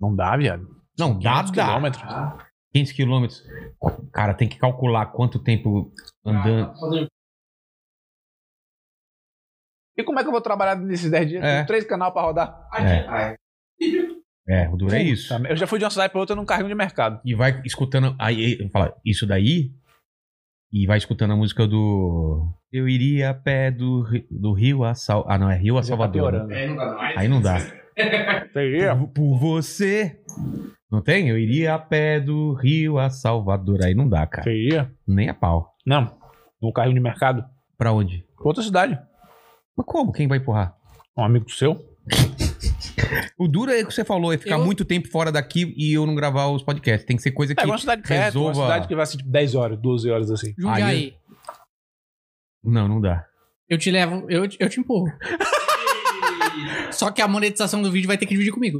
S3: Não dá, viado.
S2: Não, dá, dá.
S3: Quilômetro.
S2: 15 quilômetros. Cara, tem que calcular quanto tempo
S14: Ah,
S2: andando.
S3: E como é que eu vou trabalhar nesses 10 dias?
S2: É.
S3: Tenho três canal pra rodar.
S15: Ai,
S14: é.
S2: É, o duro é isso.
S3: Puta merda. Eu já fui de uma cidade pra outra num carrinho de mercado.
S2: E vai escutando. Aí aí, fala, isso daí? E vai escutando a música do. Eu iria a pé do, Ri- do Rio a Sal. Ah, não, é Rio a
S3: Já
S2: Salvador. né?
S3: Tá Hum.
S15: É, não dá, não.
S2: Aí não dá.
S3: É, piorando.
S2: Por, por você. Não tem? Eu iria a pé do Rio a Salvador. Aí não dá, cara.
S3: Você ia?
S2: Nem a pau.
S3: Não. Num carrinho de mercado.
S2: Pra onde?
S3: Pra Outra cidade.
S2: Mas como? Quem vai empurrar?
S3: Um amigo seu.
S2: O duro é o que você falou, é ficar
S4: Eu-
S2: muito tempo fora daqui e eu não gravar os podcasts. Tem que ser coisa que.
S3: É uma cidade perto,
S2: resolva-
S3: uma cidade que vai ser tipo 10 horas, 12 horas assim.
S4: Jundiaí, aí.
S2: Não, não dá.
S4: eu te levo, eu, te- eu te empurro. só que a monetização do vídeo vai ter que dividir comigo.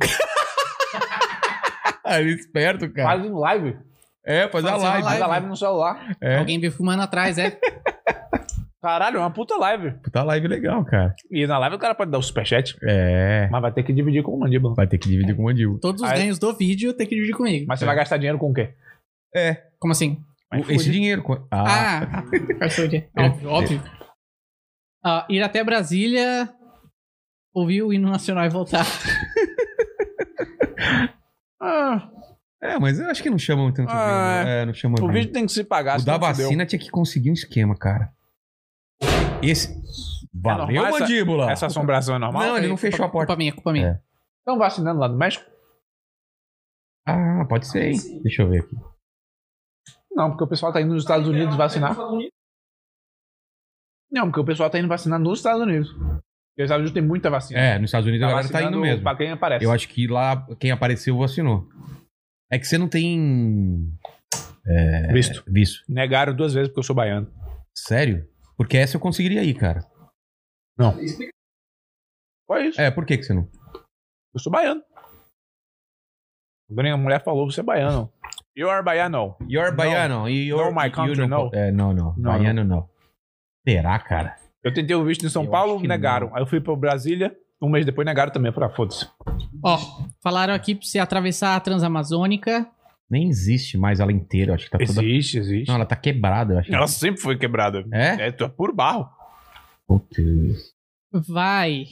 S2: Ah, ele é esperto,
S3: Faz em live.
S2: É, fazer a
S4: Fazer uma
S2: live.
S3: Faz a live no celular.
S2: É.
S4: Alguém veio fumando atrás, é.
S3: Caralho, é uma puta live.
S2: Puta live é legal, cara.
S3: E na live o cara pode dar o superchat,
S2: É.
S3: mas vai ter que dividir com o mandíbula.
S2: Vai ter que dividir com o mandíbula.
S4: Todos os
S3: Aí-
S4: ganhos do vídeo tem que dividir comigo.
S3: Mas você vai gastar dinheiro com o quê?
S4: Como assim?
S3: Mas
S2: É. O-
S3: foi,
S2: Esse
S3: né?
S2: dinheiro. co- Ah,
S4: Ah, caixote. Óbvio, óbvio. Ah, ir até Brasília, ouvir o hino nacional e voltar.
S3: Ah,
S2: é, mas eu acho que não chamam tanto.
S3: Ah,
S2: bem, né? É, não chamam
S3: o
S2: bem.
S3: vídeo tem que se pagar.
S2: O
S3: senão
S2: da
S3: fudeu.
S2: vacina tinha que conseguir um esquema, cara. Esse. Valeu,
S3: É normal essa-
S2: mandíbula!
S3: Essa assombração é normal?
S2: Não, ele não fechou a porta.
S4: Culpa minha, culpa minha.
S2: É.
S3: Estão vacinando lá no México?
S2: Ah, pode ser, hein? Deixa eu ver aqui.
S3: Não, porque o pessoal tá indo nos Estados Unidos vacinar. Não, porque o pessoal tá indo vacinar nos Estados Unidos. Porque os Estados Unidos tem muita vacina.
S2: É, nos Estados Unidos a galera tá indo
S3: vacinando
S2: mesmo.
S3: Pra quem aparece.
S2: Eu acho que lá quem apareceu vacinou. É que você não tem
S3: Visto.
S2: visto.
S3: Negaram duas vezes porque eu sou baiano.
S2: Sério? Porque essa eu conseguiria ir, cara.
S3: Qual é isso?
S2: É, por que, que você não?
S3: Eu sou baiano.
S2: É.
S3: A mulher falou, você é baiano. You are baiano.
S2: You're
S3: Não.
S2: baiano. e You're,
S3: Não, my country,
S2: you
S3: não.
S2: É, não, não.
S3: Não,
S2: Baiano, não. Será, cara?
S3: Eu tentei o visto em São
S2: Eu
S3: Paulo,
S2: acho que
S3: negaram. Aí eu fui pra Brasília, um mês depois negaram também. Eu falei, ah, foda-se.
S2: É
S4: Ó, falaram aqui pra você atravessar a Transamazônica.
S2: Nem existe mais ela inteira. eu Acho que tá toda...
S3: Existe, existe.
S2: Não, ela tá quebrada, eu acho.
S3: Ela sempre foi quebrada.
S2: É?
S3: É, tu é puro barro.
S2: Putz.
S4: Vai.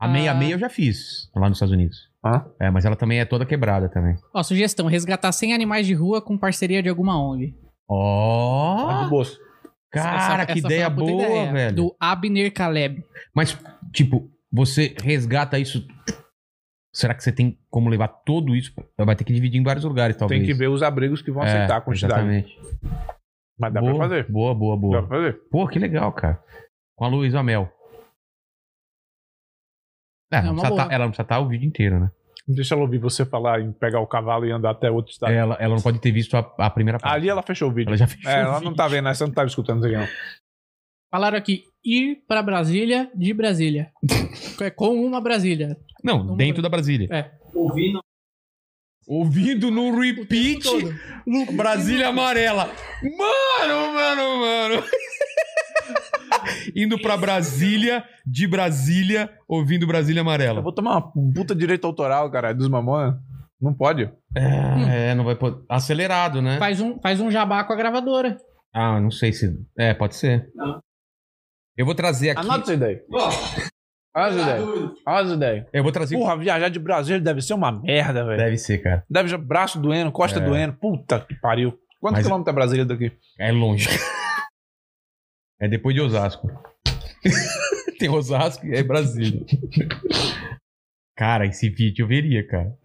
S2: A meia-meia
S4: Ah.
S2: eu já fiz lá nos Estados Unidos.
S3: Hã?
S2: É, mas ela também é toda quebrada também.
S4: Ó, sugestão: resgatar 100 animais de rua com parceria de alguma ONG.
S3: É
S2: Ó!
S3: do bolso.
S2: cara,
S4: Essa-
S2: que
S4: essa foi
S2: ideia
S4: uma
S2: boa,
S4: puta ideia,
S2: velho.
S4: Do Abner Caleb.
S2: Mas, tipo, você resgata isso. Será que você tem como levar tudo isso? Vai ter que dividir em vários lugares, talvez.
S3: Tem que ver os abrigos que vão
S2: É,
S3: aceitar a quantidade.
S2: Exatamente.
S3: Mas dá
S2: boa,
S3: pra fazer.
S2: Boa, boa, boa.
S3: Dá pra fazer.
S2: Pô, que legal, cara. Com a Luísa Mel. É,
S4: É
S2: não
S4: uma
S2: precisa
S4: boa.
S2: tá- ela não precisa estar o vídeo inteiro, né?
S3: Deixa ela ouvir você falar em pegar o cavalo e andar até outro estado.
S2: Ela, ela não pode ter visto a, a primeira parte.
S3: Ali ela fechou o vídeo.
S2: Ela tá já fechou.
S3: É,
S2: o
S3: ela
S2: vídeo.
S3: não tá vendo, essa não tá escutando isso aqui, não.
S4: Falaram aqui: ir pra Brasília de Brasília. É com uma Brasília.
S2: Não, dentro da Brasília.
S14: tá Ouvindo.
S2: Ouvindo no repeat Brasília Amarela. Mano, mano, mano. Indo pra Brasília, de Brasília, ouvindo Brasília
S3: Eu
S2: Amarela.
S3: vou tomar uma puta direito autoral, cara, dos mamona. Não pode.
S2: É, é, não vai poder. Acelerado, né?
S4: Faz um, faz um jabá com a gravadora.
S2: Ah, não sei se. É, pode ser.
S14: Não.
S2: Eu vou trazer aqui.
S3: Anota essa ideia.
S14: Ó,
S3: Olha essa
S14: tá
S3: ideia.
S14: doido.
S3: Olha essa ideia.
S2: Eu vou trazer.
S3: Porra, viajar de Brasília deve ser uma merda, velho.
S2: Deve ser, cara.
S3: Deve ser braço doendo, costa
S2: É.
S3: doendo. Puta que pariu. Quantos
S2: Mas-
S3: quilômetros é Brasília daqui?
S2: É longe. É depois de Osasco. Tem Osasco e é Brasília. Cara, esse vídeo eu veria, cara.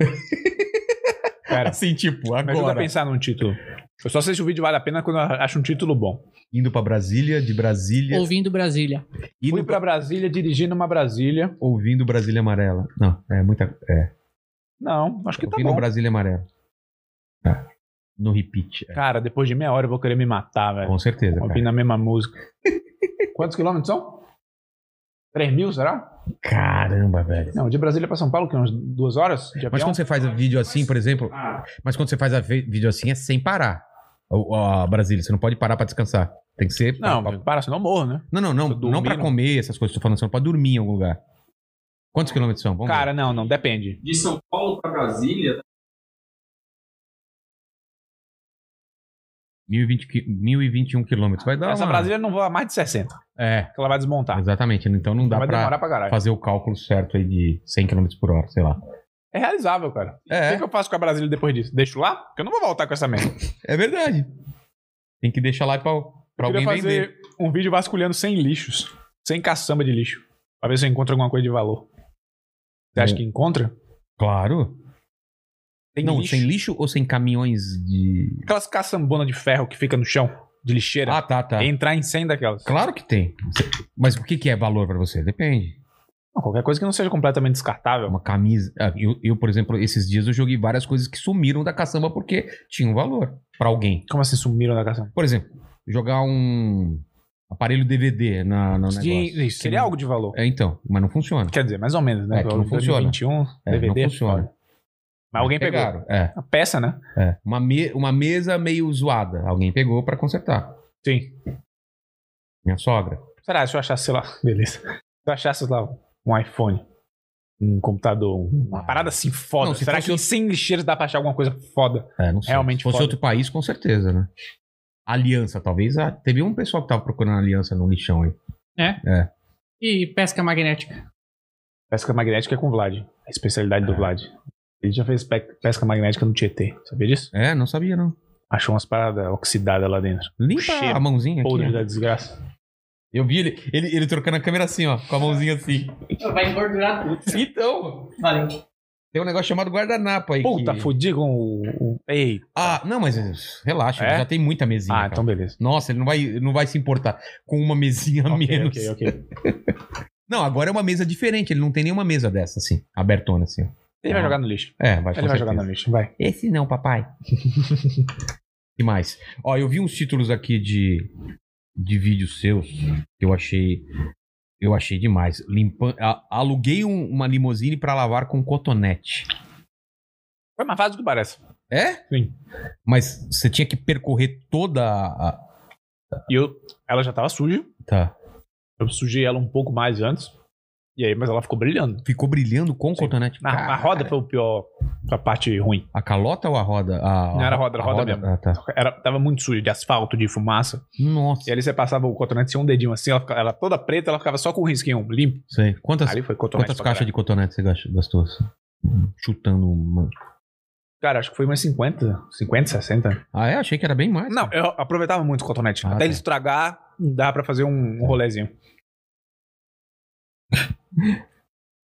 S3: Cara,
S2: Assim, tipo,
S3: me ajuda a
S2: agora.
S3: pensar num título. Eu só sei se o vídeo vale a pena quando eu acho um título bom.
S2: Indo pra Brasília, de Brasília.
S4: Ouvindo Brasília.
S3: Fui
S2: Indo
S3: pra Brasília dirigindo uma Brasília.
S2: Ouvindo Brasília Amarela. Não, é muita. É.
S3: Não, acho que tá
S2: ouvindo
S3: bom.
S2: Brasília Amarela. Tá. No repeat. é.
S3: Cara, depois de meia hora eu vou querer me matar, velho.
S2: Com certeza, cara.
S3: Ouvindo a mesma música. Quantos quilômetros são? 3 mil, será?
S2: Caramba, velho.
S3: Não, de Brasília pra São Paulo, que é umas duas horas de
S2: Mas
S3: avião. Ah.
S2: quando você faz vídeo assim, por exemplo. Mas quando você faz a vi- vídeo assim, é sem parar. Ó, ó, Brasília, você não pode parar pra descansar. Tem que ser.
S3: Não,
S2: pra- pra-
S3: para, senão eu morro, né?
S2: não, não, não,
S3: pra dormir,
S2: não pra
S3: não.
S2: comer essas coisas. Tô falando, você não pode dormir em algum lugar. Quantos quilômetros são? Vamos ver.
S3: Cara, não, não, depende.
S14: de São Paulo pra Brasília, tá
S2: 1020, qui- 1021 quilômetros. Vai dar.
S3: Essa
S2: uma-
S3: Brasília não voa mais de 60, que
S2: É,
S3: ela vai desmontar.
S2: exatamente. Então não dá
S3: vai
S2: pra
S3: demorar pra caralho.
S2: fazer o cálculo certo aí de 100 quilômetros por hora, sei lá.
S3: É realizável, cara. O que,
S2: É,
S3: que eu faço com a Brasília depois disso? Deixo lá? Porque eu não vou voltar com essa merda.
S2: é verdade. Tem que deixar lá pra, pra
S3: eu queria
S2: alguém
S3: fazer
S2: vender.
S3: um vídeo vasculhando sem lixos. Sem caçamba de lixo. Pra ver se eu encontro alguma coisa de valor. Você acha
S2: Hum.
S3: que encontra?
S2: Claro.
S3: Tem
S2: não,
S3: lixo.
S2: sem lixo ou sem caminhões de.
S3: Aquelas caçambonas de ferro que fica no chão, de lixeira.
S2: Ah, tá, tá.
S3: Entrar em 100 daquelas.
S2: Claro que tem. Mas o que, que é valor pra você? Depende.
S3: Não, qualquer coisa que não seja completamente descartável.
S2: Uma camisa. Ah, Eu, eu, por exemplo, esses dias eu joguei várias coisas que sumiram da caçamba porque tinham valor pra alguém.
S3: Como assim sumiram da caçamba?
S2: Por exemplo, jogar um aparelho DVD na, no É um negócio.
S3: De- isso
S2: Que
S3: seria
S2: não-
S3: algo de valor.
S2: É, então, mas não funciona.
S3: Quer dizer, mais ou menos, né?
S2: É, que não funciona.
S3: 21,
S2: É,
S3: DVD.
S2: não funciona.
S3: Mas alguém pegou.
S2: Pegaram, É,
S3: A peça, né?
S2: é. Uma, me- uma mesa meio zoada. Alguém pegou pra consertar.
S3: Sim.
S2: Minha sogra.
S3: Será? Se eu achasse, sei lá. Beleza. Se eu achasse, sei lá, um iPhone, um computador, uma parada assim foda.
S2: Não, se
S3: Será
S2: fosse
S3: que
S2: outro-
S3: sem lixeiros dá pra achar alguma coisa foda?
S2: É, não sei.
S3: Realmente
S2: Se fosse
S3: foda.
S2: outro país, com certeza, né? Aliança, talvez. Ah, teve um pessoal que tava procurando aliança no lixão aí.
S4: E pesca magnética.
S3: Pesca magnética é com o Vlad. A especialidade do Vlad. Ele já fez pe- pesca magnética no Tietê. Sabia disso?
S2: É, não sabia, não.
S3: Achou umas paradas oxidadas lá dentro.
S2: Limpa
S3: Cheiro
S2: a mãozinha aqui. né?
S3: Podre
S2: ó.
S3: da desgraça.
S2: Eu vi ele, ele, ele trocando a câmera assim, ó, com a mãozinha assim.
S4: Vai engordurar tudo.
S2: Então,
S4: Valeu.
S2: tem um negócio chamado guardanapo aí.
S3: Puta,
S2: que...
S3: fudi com o. o- Ei.
S2: Ah, não, mas eh, relaxa,
S3: É?
S2: já tem muita mesinha.
S3: Ah,
S2: cara.
S3: então beleza.
S2: Nossa, ele não vai, ele não vai se importar com uma mesinha a
S3: Ok,
S2: menos.
S3: ok, ok.
S2: Não, agora é uma mesa diferente, ele não tem nenhuma mesa dessa, assim, abertona, assim. ó.
S3: Ele vai jogar no lixo.
S2: É, vai,
S3: Ele vai jogar no lixo. Vai.
S2: Esse não, papai. que mais? Ó, eu vi uns títulos aqui de, de vídeos seus que eu achei. Eu achei demais. Limpa, a- aluguei um- uma limusine pra lavar com cotonete.
S3: Foi mais fácil do que parece.
S2: É?
S3: Sim.
S2: Mas você tinha que percorrer toda a. a-
S3: E eu, ela já tava suja.
S2: Tá.
S3: Eu sujei ela um pouco mais antes. E aí, mas ela ficou brilhando.
S2: Ficou brilhando com
S3: Sim.
S2: cotonete.
S3: Na, a
S2: Cara,
S3: roda foi o pior, a parte ruim.
S2: A calota ou a roda? A-
S3: Não era roda, era
S2: a
S3: roda mesmo.
S2: Ah, tá.
S3: Era, tava muito suja de asfalto, de fumaça.
S2: Nossa.
S3: E ali você passava o cotonete, tinha um dedinho assim, ela, fica- ela toda preta, ela ficava só com um risquinho limpo.
S2: Sei. Quantas,
S3: ali foi cotonete.
S2: quantas
S3: pra
S2: caixas de cotonete você gast- gastou? assim? Chutando uma.
S3: caralho. Cara, acho que foi umas 50, 50, 60.
S2: Ah, é? Achei que era bem mais.
S3: Não, eu aproveitava muito o cotonete.
S2: Ah,
S3: Até
S2: tá.
S3: ele estragar, dá pra fazer um, um rolezinho.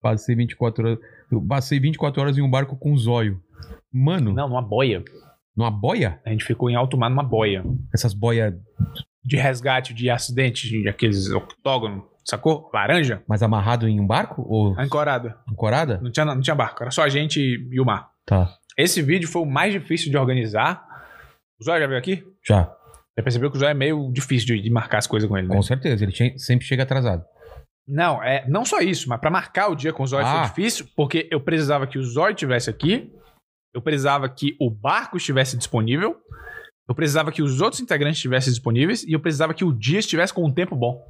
S2: Passei 24 horas. Eu passei 24 horas em um barco com zóio. Mano,
S3: Não, numa boia.
S2: numa boia?
S3: A gente ficou em alto mar numa boia.
S2: Essas boias.
S3: De resgate, de acidente, de aqueles octógono, sacou? Laranja,
S2: Mas amarrado em um barco? Ou
S3: ancorada.
S2: ancorada?
S3: Não tinha, não tinha barco, era só a gente e o mar.
S2: Tá.
S3: Esse vídeo foi o mais difícil de organizar. O Zóio já veio aqui?
S2: Já.
S3: Você percebeu que o João é meio difícil de, de marcar as coisas com ele, né?
S2: Com certeza, ele che- sempre chega atrasado.
S3: Não, é, não só isso, mas pra marcar o dia com o Zóio
S2: Ah.
S3: foi difícil, porque eu precisava que o Zóio estivesse aqui, eu precisava que o barco estivesse disponível, eu precisava que os outros integrantes estivessem disponíveis e eu precisava que o dia estivesse com um tempo bom.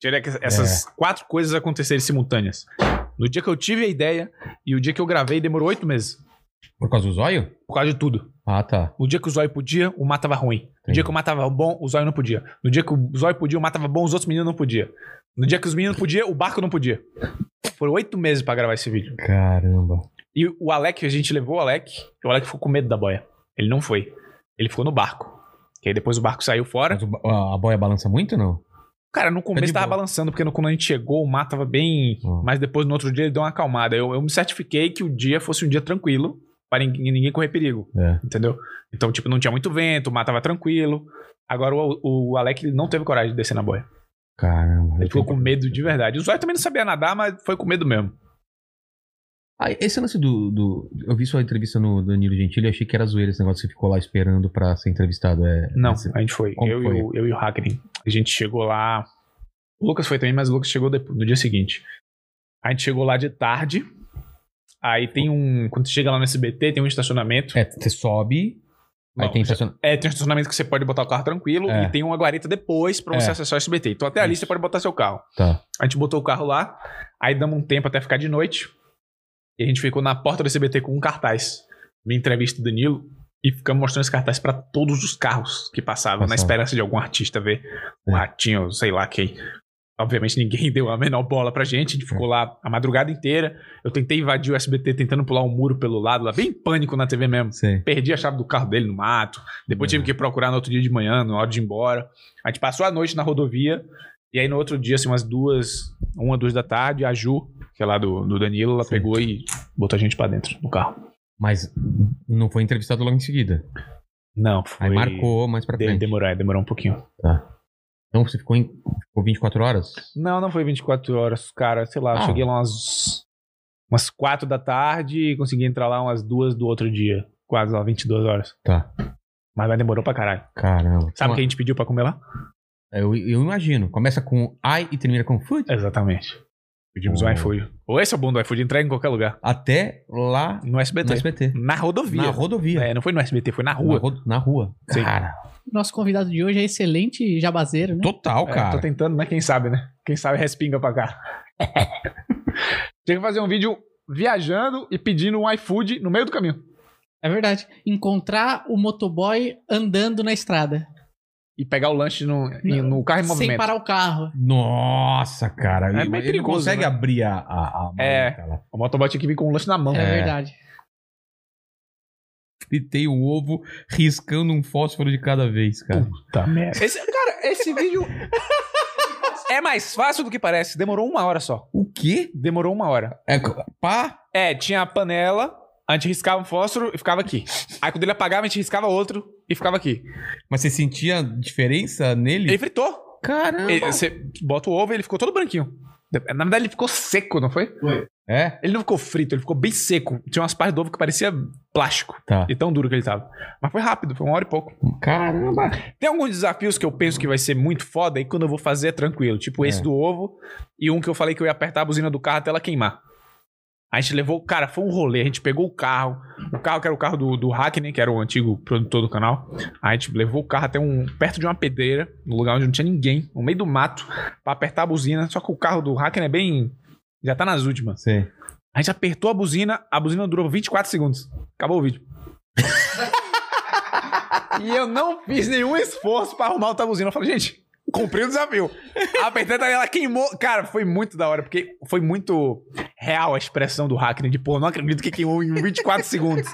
S3: Tinha que
S2: É.
S3: essas quatro coisas acontecerem simultâneas. No dia que eu tive a ideia e o dia que eu gravei demorou oito meses,
S2: Por causa do zóio?
S3: por causa de tudo.
S2: Ah, tá.
S3: No dia que o Zóio podia, o Má tava ruim. No
S2: Entendi.
S3: dia que o Má tava bom, o Zóio não podia. No dia que o Zóio podia, o Má tava bom, os outros meninos não podia. No dia que os meninos podiam, o barco não podia. Foram oito meses pra gravar esse vídeo.
S2: Caramba.
S3: E o Alec, a gente levou o Alec, e o Alec ficou com medo da boia. Ele não foi. Ele ficou no barco. Que aí depois o barco saiu fora.
S2: Mas o ba- a- a boia balança muito ou não?
S3: Cara, no
S2: Tá
S3: começo
S2: de
S3: tava
S2: boa.
S3: balançando, porque no- quando a gente chegou, o mar tava bem.
S2: Hum.
S3: Mas depois, no outro dia, ele deu uma acalmada. Eu, eu me certifiquei que o dia fosse um dia tranquilo, para ninguém, ninguém correr perigo.
S2: É.
S3: Entendeu? Então, tipo, não tinha muito vento, o mar tava tranquilo. Agora, o, o Alec ele não teve coragem de descer na boia.
S2: Caramba.
S3: Ele ficou com medo de verdade. O Zóio também não sabia nadar, mas foi com medo mesmo.
S2: Ah, esse lance do, do- Eu vi sua entrevista no Danilo Gentili e achei que era zoeira esse negócio que você ficou lá esperando pra ser entrevistado. É,
S3: Não,
S2: esse-
S3: a gente foi.
S2: Como
S3: Eu,
S2: foi?
S3: E o, eu e o Hackney. A gente chegou lá. O Lucas foi também, mas o Lucas chegou depois, no dia seguinte. A gente chegou lá de tarde. Aí tem um. Quando você chega lá no SBT, tem um estacionamento.
S2: É, você sobe.
S3: Não,
S2: aí tem
S3: você-
S2: estaciona-
S3: É, tem um estacionamento que você pode botar o carro tranquilo
S2: É.
S3: e tem uma guarita depois pra você
S2: É.
S3: acessar o SBT. Então até ali você pode botar seu carro.
S2: Tá.
S3: A gente botou o carro lá, aí damos um tempo até ficar de noite. E a gente ficou na porta do SBT com um cartaz. Me entrevista do Danilo e ficamos mostrando esse cartaz pra todos os carros que passavam, na
S2: Passava.
S3: esperança de algum artista ver um
S2: É.
S3: ratinho, sei lá quem. Obviamente ninguém deu a menor bola pra gente, a
S2: É.
S3: gente ficou lá a madrugada inteira. Eu tentei invadir o SBT tentando pular um muro pelo lado, lá bem em pânico na TV mesmo.
S2: Sei.
S3: Perdi a chave do carro dele no mato. Depois
S2: É.
S3: tive que procurar no outro dia de manhã, na hora de ir embora. A gente passou a noite na rodovia. E aí no outro dia, assim, umas duas, uma, duas da tarde, a Ju, que é lá do, do Danilo, ela
S2: Sim.
S3: pegou e botou a gente pra dentro do carro.
S2: Mas não foi entrevistado logo em seguida.
S3: Não, foi.
S2: Aí marcou mais pra
S3: de-
S2: frente.
S3: demorou, é, demorou um pouquinho.
S2: Então você ficou, em... ficou 24 horas?
S3: Não, não foi 24 horas, cara. Sei lá, eu
S2: Ah.
S3: cheguei lá umas, umas quatro da tarde e consegui entrar lá umas duas do outro dia. Quase lá, 22 horas.
S2: Tá.
S3: Mas, mas demorou pra caralho.
S2: Caramba.
S3: Sabe o
S2: Então,
S3: que a gente pediu pra comer lá?
S2: eu, eu imagino. Começa com I e termina com food.
S3: É. Exatamente. Pedimos um
S2: Oh.
S3: iFood. Ou esse é o bom do iFood, entrega em qualquer lugar.
S2: Até lá
S3: No SBT.
S2: no SBT.
S3: Na rodovia.
S2: Na rodovia.
S3: É, não foi no SBT, foi na
S2: Na,
S3: rua.
S2: ro- na rua.
S3: Sim.
S2: Cara,
S16: Nosso convidado de hoje é excelente jabazeiro, né?
S2: total,
S3: É,
S2: cara.
S3: tô tentando, mas quem sabe, né? Quem sabe respinga pra cá. Tinha que fazer um vídeo viajando e pedindo um iFood no meio do caminho.
S16: É verdade. Encontrar o motoboy andando na estrada.
S3: E pegar o lanche no, em- no carro em
S16: Sem
S3: movimento.
S16: parar o carro.
S2: Nossa, cara.
S3: É
S2: ele,
S3: meio
S2: ele
S3: perigoso,
S2: consegue
S3: né?
S2: abrir a, a, a
S3: É.
S2: maleta lá.
S3: O motoboy tinha que vir com o lanche na mão.
S16: É,
S2: É.
S16: verdade.
S2: Fritei o ovo riscando um fósforo de cada vez, cara.
S3: Puta merda. tá. Esse- cara, esse vídeo é mais fácil do que parece. Demorou uma hora só.
S2: O quê?
S3: Demorou uma hora.
S2: É, pá!
S3: É, tinha a panela, a gente riscava um fósforo e ficava aqui. Aí quando ele apagava, a gente riscava outro e ficava aqui.
S2: Mas você sentia diferença nele?
S3: Ele fritou.
S2: Caramba!
S3: Ele- Você bota o ovo e ele ficou todo branquinho. Na verdade, ele ficou seco, não foi?
S2: É?
S3: Ele não ficou frito, ele ficou bem seco. Tinha umas partes do ovo que parecia plástico.
S2: Tá.
S3: E tão duro que ele tava. Mas foi rápido, foi uma hora e pouco.
S2: Caramba!
S3: Tem alguns desafios que eu penso que vai ser muito foda e quando eu vou fazer é tranquilo. Tipo esse
S2: É.
S3: do ovo e um que eu falei que eu ia apertar a buzina do carro até ela queimar. A gente levou, cara, foi um rolê. A gente pegou o carro, o carro que era o carro do, do Hackney, que era o antigo produtor do canal. A gente levou o carro até um perto de uma pedreira, no lugar onde não tinha ninguém, no meio do mato, pra apertar a buzina. Só que o carro do Hackney é bem. Já tá nas últimas.
S2: Sei.
S3: A gente apertou a buzina, a buzina durou 24 segundos. Acabou o vídeo. e eu não fiz nenhum esforço pra arrumar outra buzina. Eu falei, gente, cumpri o desafio. Apertei tá, ela, ela queimou. Cara, foi muito da hora, porque foi muito real a expressão do Hackney de, pô, não acredito que queimou em 24 segundos.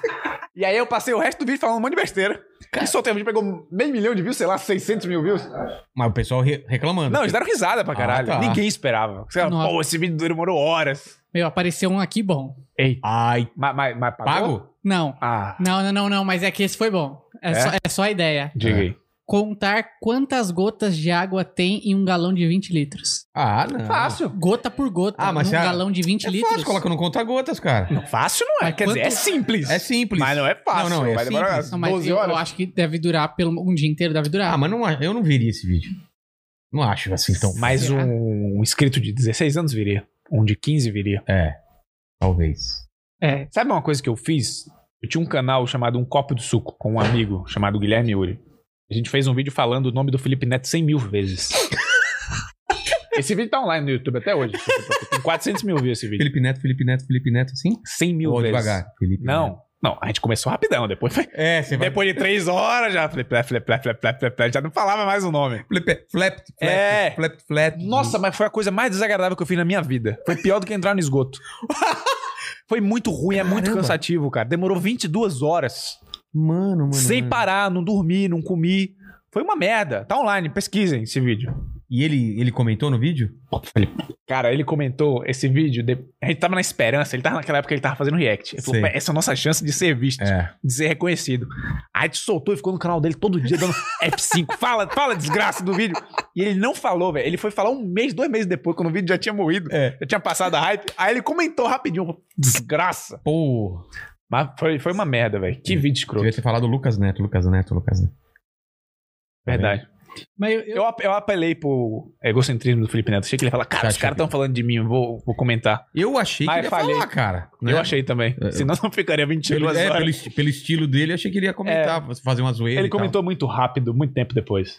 S3: E aí eu passei o resto do vídeo falando um monte de besteira. E soltei o vídeo, pegou meio milhão de views, sei lá, 600 mil views.
S2: Mas o pessoal re- reclamando.
S3: Não, eles deram risada pra caralho.
S2: Ah, tá.
S3: Ninguém esperava. Você fala,
S16: Nossa.
S3: pô, esse vídeo demorou horas.
S16: Meu, apareceu um aqui bom.
S3: Ei,
S2: Ai,
S3: mas, mas, mas pagou?
S2: pago?
S16: Não.
S3: Ah,
S16: Não, não, não, não. Mas é que esse foi bom. É,
S3: É?
S16: Só, é só a ideia.
S3: diga aí.
S4: contar quantas gotas de água tem em um galão de 20 litros.
S2: Ah, não.
S3: É Fácil.
S4: Gota por gota.
S2: Ah, mas
S4: num
S2: você-
S4: galão de 20
S2: É
S4: litros.
S2: fácil, coloca no conta-gotas, cara.
S3: Não, fácil não é.
S4: Mas
S3: Quer dizer, é
S4: quanto-
S3: simples.
S2: É simples.
S3: Mas não é fácil.
S2: Não, não, é
S3: vai demorar
S2: simples.
S4: Não, mas
S3: 12
S4: eu, eu
S3: horas.
S4: acho que deve durar pelo um dia inteiro, deve durar.
S2: Ah, mas não, eu não veria esse vídeo. Não acho assim tão.
S3: Mas
S4: Será?
S3: um inscrito de 16 anos viria. Um de 15 viria.
S2: É. Talvez.
S4: É.
S3: Sabe uma coisa que eu fiz? Eu tinha um canal chamado Um Copo de Suco com um amigo chamado Guilherme Uri. A gente fez um vídeo falando o nome do Felipe Neto 100 mil vezes. esse vídeo tá online no YouTube até hoje. Tem 400 mil views esse vídeo.
S2: Felipe Neto, Felipe Neto, Felipe Neto, assim?
S3: 100 mil
S2: Ou
S3: vezes.
S2: devagar? Felipe Neto.
S3: Não. Não, a gente começou rapidão, depois foi.
S2: É, você vai.
S3: Depois de três horas já. Falei, plé, plé, plé, plé, plé, plé, plé, já não falava mais o nome.
S2: Flip, flap, flap,
S3: É.
S2: flap, flap.
S3: Nossa, mas foi a coisa mais desagradável que eu fiz na minha vida. Foi pior do que entrar no esgoto. foi muito ruim, é muito
S2: Caramba.
S3: cansativo, cara. Demorou 22 horas.
S2: Mano, mano.
S3: sem
S2: mano.
S3: parar, não dormi, não comi. Foi uma merda. Tá online, pesquisem esse vídeo.
S2: E ele, ele comentou no vídeo?
S3: Cara, ele comentou esse vídeo. de- A gente tava na esperança, ele tava naquela época que ele tava fazendo react. Ele falou,
S2: Sei.
S3: "Pé, essa é a nossa chance de ser visto,
S2: É.
S3: de ser reconhecido. Aí a gente soltou e ficou no canal dele todo dia dando F5. Fala, fala, desgraça do vídeo. E ele não falou, velho. Ele foi falar um mês, dois meses depois, quando o vídeo já tinha morrido.
S2: É.
S3: Já tinha passado a hype. Aí ele comentou rapidinho, desgraça.
S2: Porra.
S3: Mas foi, foi uma merda, velho. Que vídeo escroto.
S2: Devia ter falado Lucas Neto, Lucas Neto, Lucas Neto.
S3: Verdade.
S4: Mas eu, eu-
S3: Eu, ap- eu apelei pro é, egocentrismo do Felipe Neto. Achei que ele ia falar, cara,
S2: Tá,
S3: os caras
S2: achei
S3: estão falando de mim, eu vou, vou comentar.
S2: Eu achei que
S3: Ah,
S2: ele ia
S3: falei.
S2: falar, cara.
S3: Eu
S2: Né?
S3: achei também.
S2: É, eu-
S3: Senão não ficaria 22
S2: Pelo,
S3: horas.
S2: é, pelo, esti- pelo estilo dele, eu achei que ele ia comentar, fazer uma zoeira.
S3: É. ele
S2: e tal.
S3: comentou muito rápido, muito tempo depois.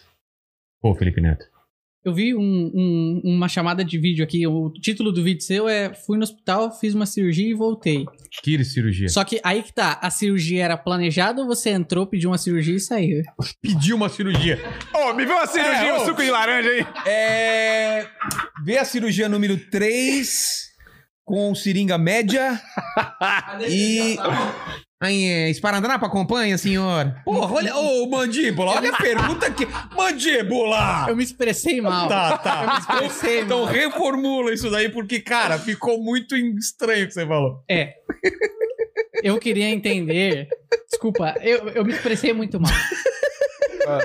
S2: Pô, Felipe Neto.
S4: eu vi um- um- uma chamada de vídeo aqui. O título do vídeo seu é Fui no hospital, fiz uma cirurgia e voltei.
S2: Tire cirurgia.
S4: Só que aí que tá, a cirurgia era planejada ou você entrou, pediu uma cirurgia e saiu?
S2: Pediu uma cirurgia.
S3: Ô, me viu a cirurgia,
S2: É,
S3: o
S2: ô.
S3: suco de laranja aí?
S2: É. Vê a cirurgia número 3 com seringa média e. Aí, é, esparadrapa acompanha, senhora? Porra, olha. Ô, mandíbula, olha a pergunta que. Mandíbula!
S4: Eu me expressei mal.
S2: Ah. Tá,
S4: Eu me
S2: tá.
S4: expressei
S2: Então
S4: mal.
S2: reformula isso daí, porque, cara, ficou muito estranho o que você falou.
S4: Eu queria entender. Desculpa, eu, eu me expressei muito mal.
S2: Ah.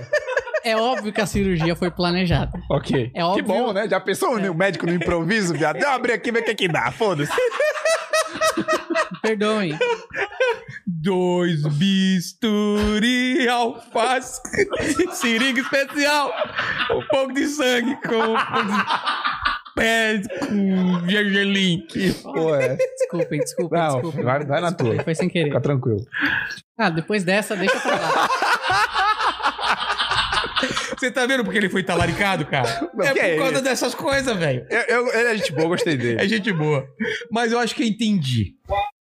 S4: É óbvio que a cirurgia foi planejada.
S3: Ok.
S4: É óbvio. É.
S3: Que bom, né? Já pensou o médico no improviso, viado? Deu abrir aqui e ver o que é que dá, foda-se.
S4: Perdoem.
S2: Dois bisturi, alface, seringa especial, um pouco de sangue com um pouco de pés, com gergelim.
S3: Pô, é.
S4: Desculpem, desculpem,
S3: Não,
S4: desculpem.
S3: vai- vai na
S4: Desculpem,
S3: tua.
S4: Foi sem querer.
S3: Fica tranquilo.
S4: Ah, depois dessa, deixa pra lá.
S2: Você tá vendo porque ele foi talaricado, cara?
S3: Não,
S2: é
S3: que
S2: por
S3: é
S2: causa
S3: isso?
S2: dessas coisas, velho.
S3: Eu, eu- ele é gente boa, eu gostei dele.
S2: É gente boa. Mas eu acho que eu entendi.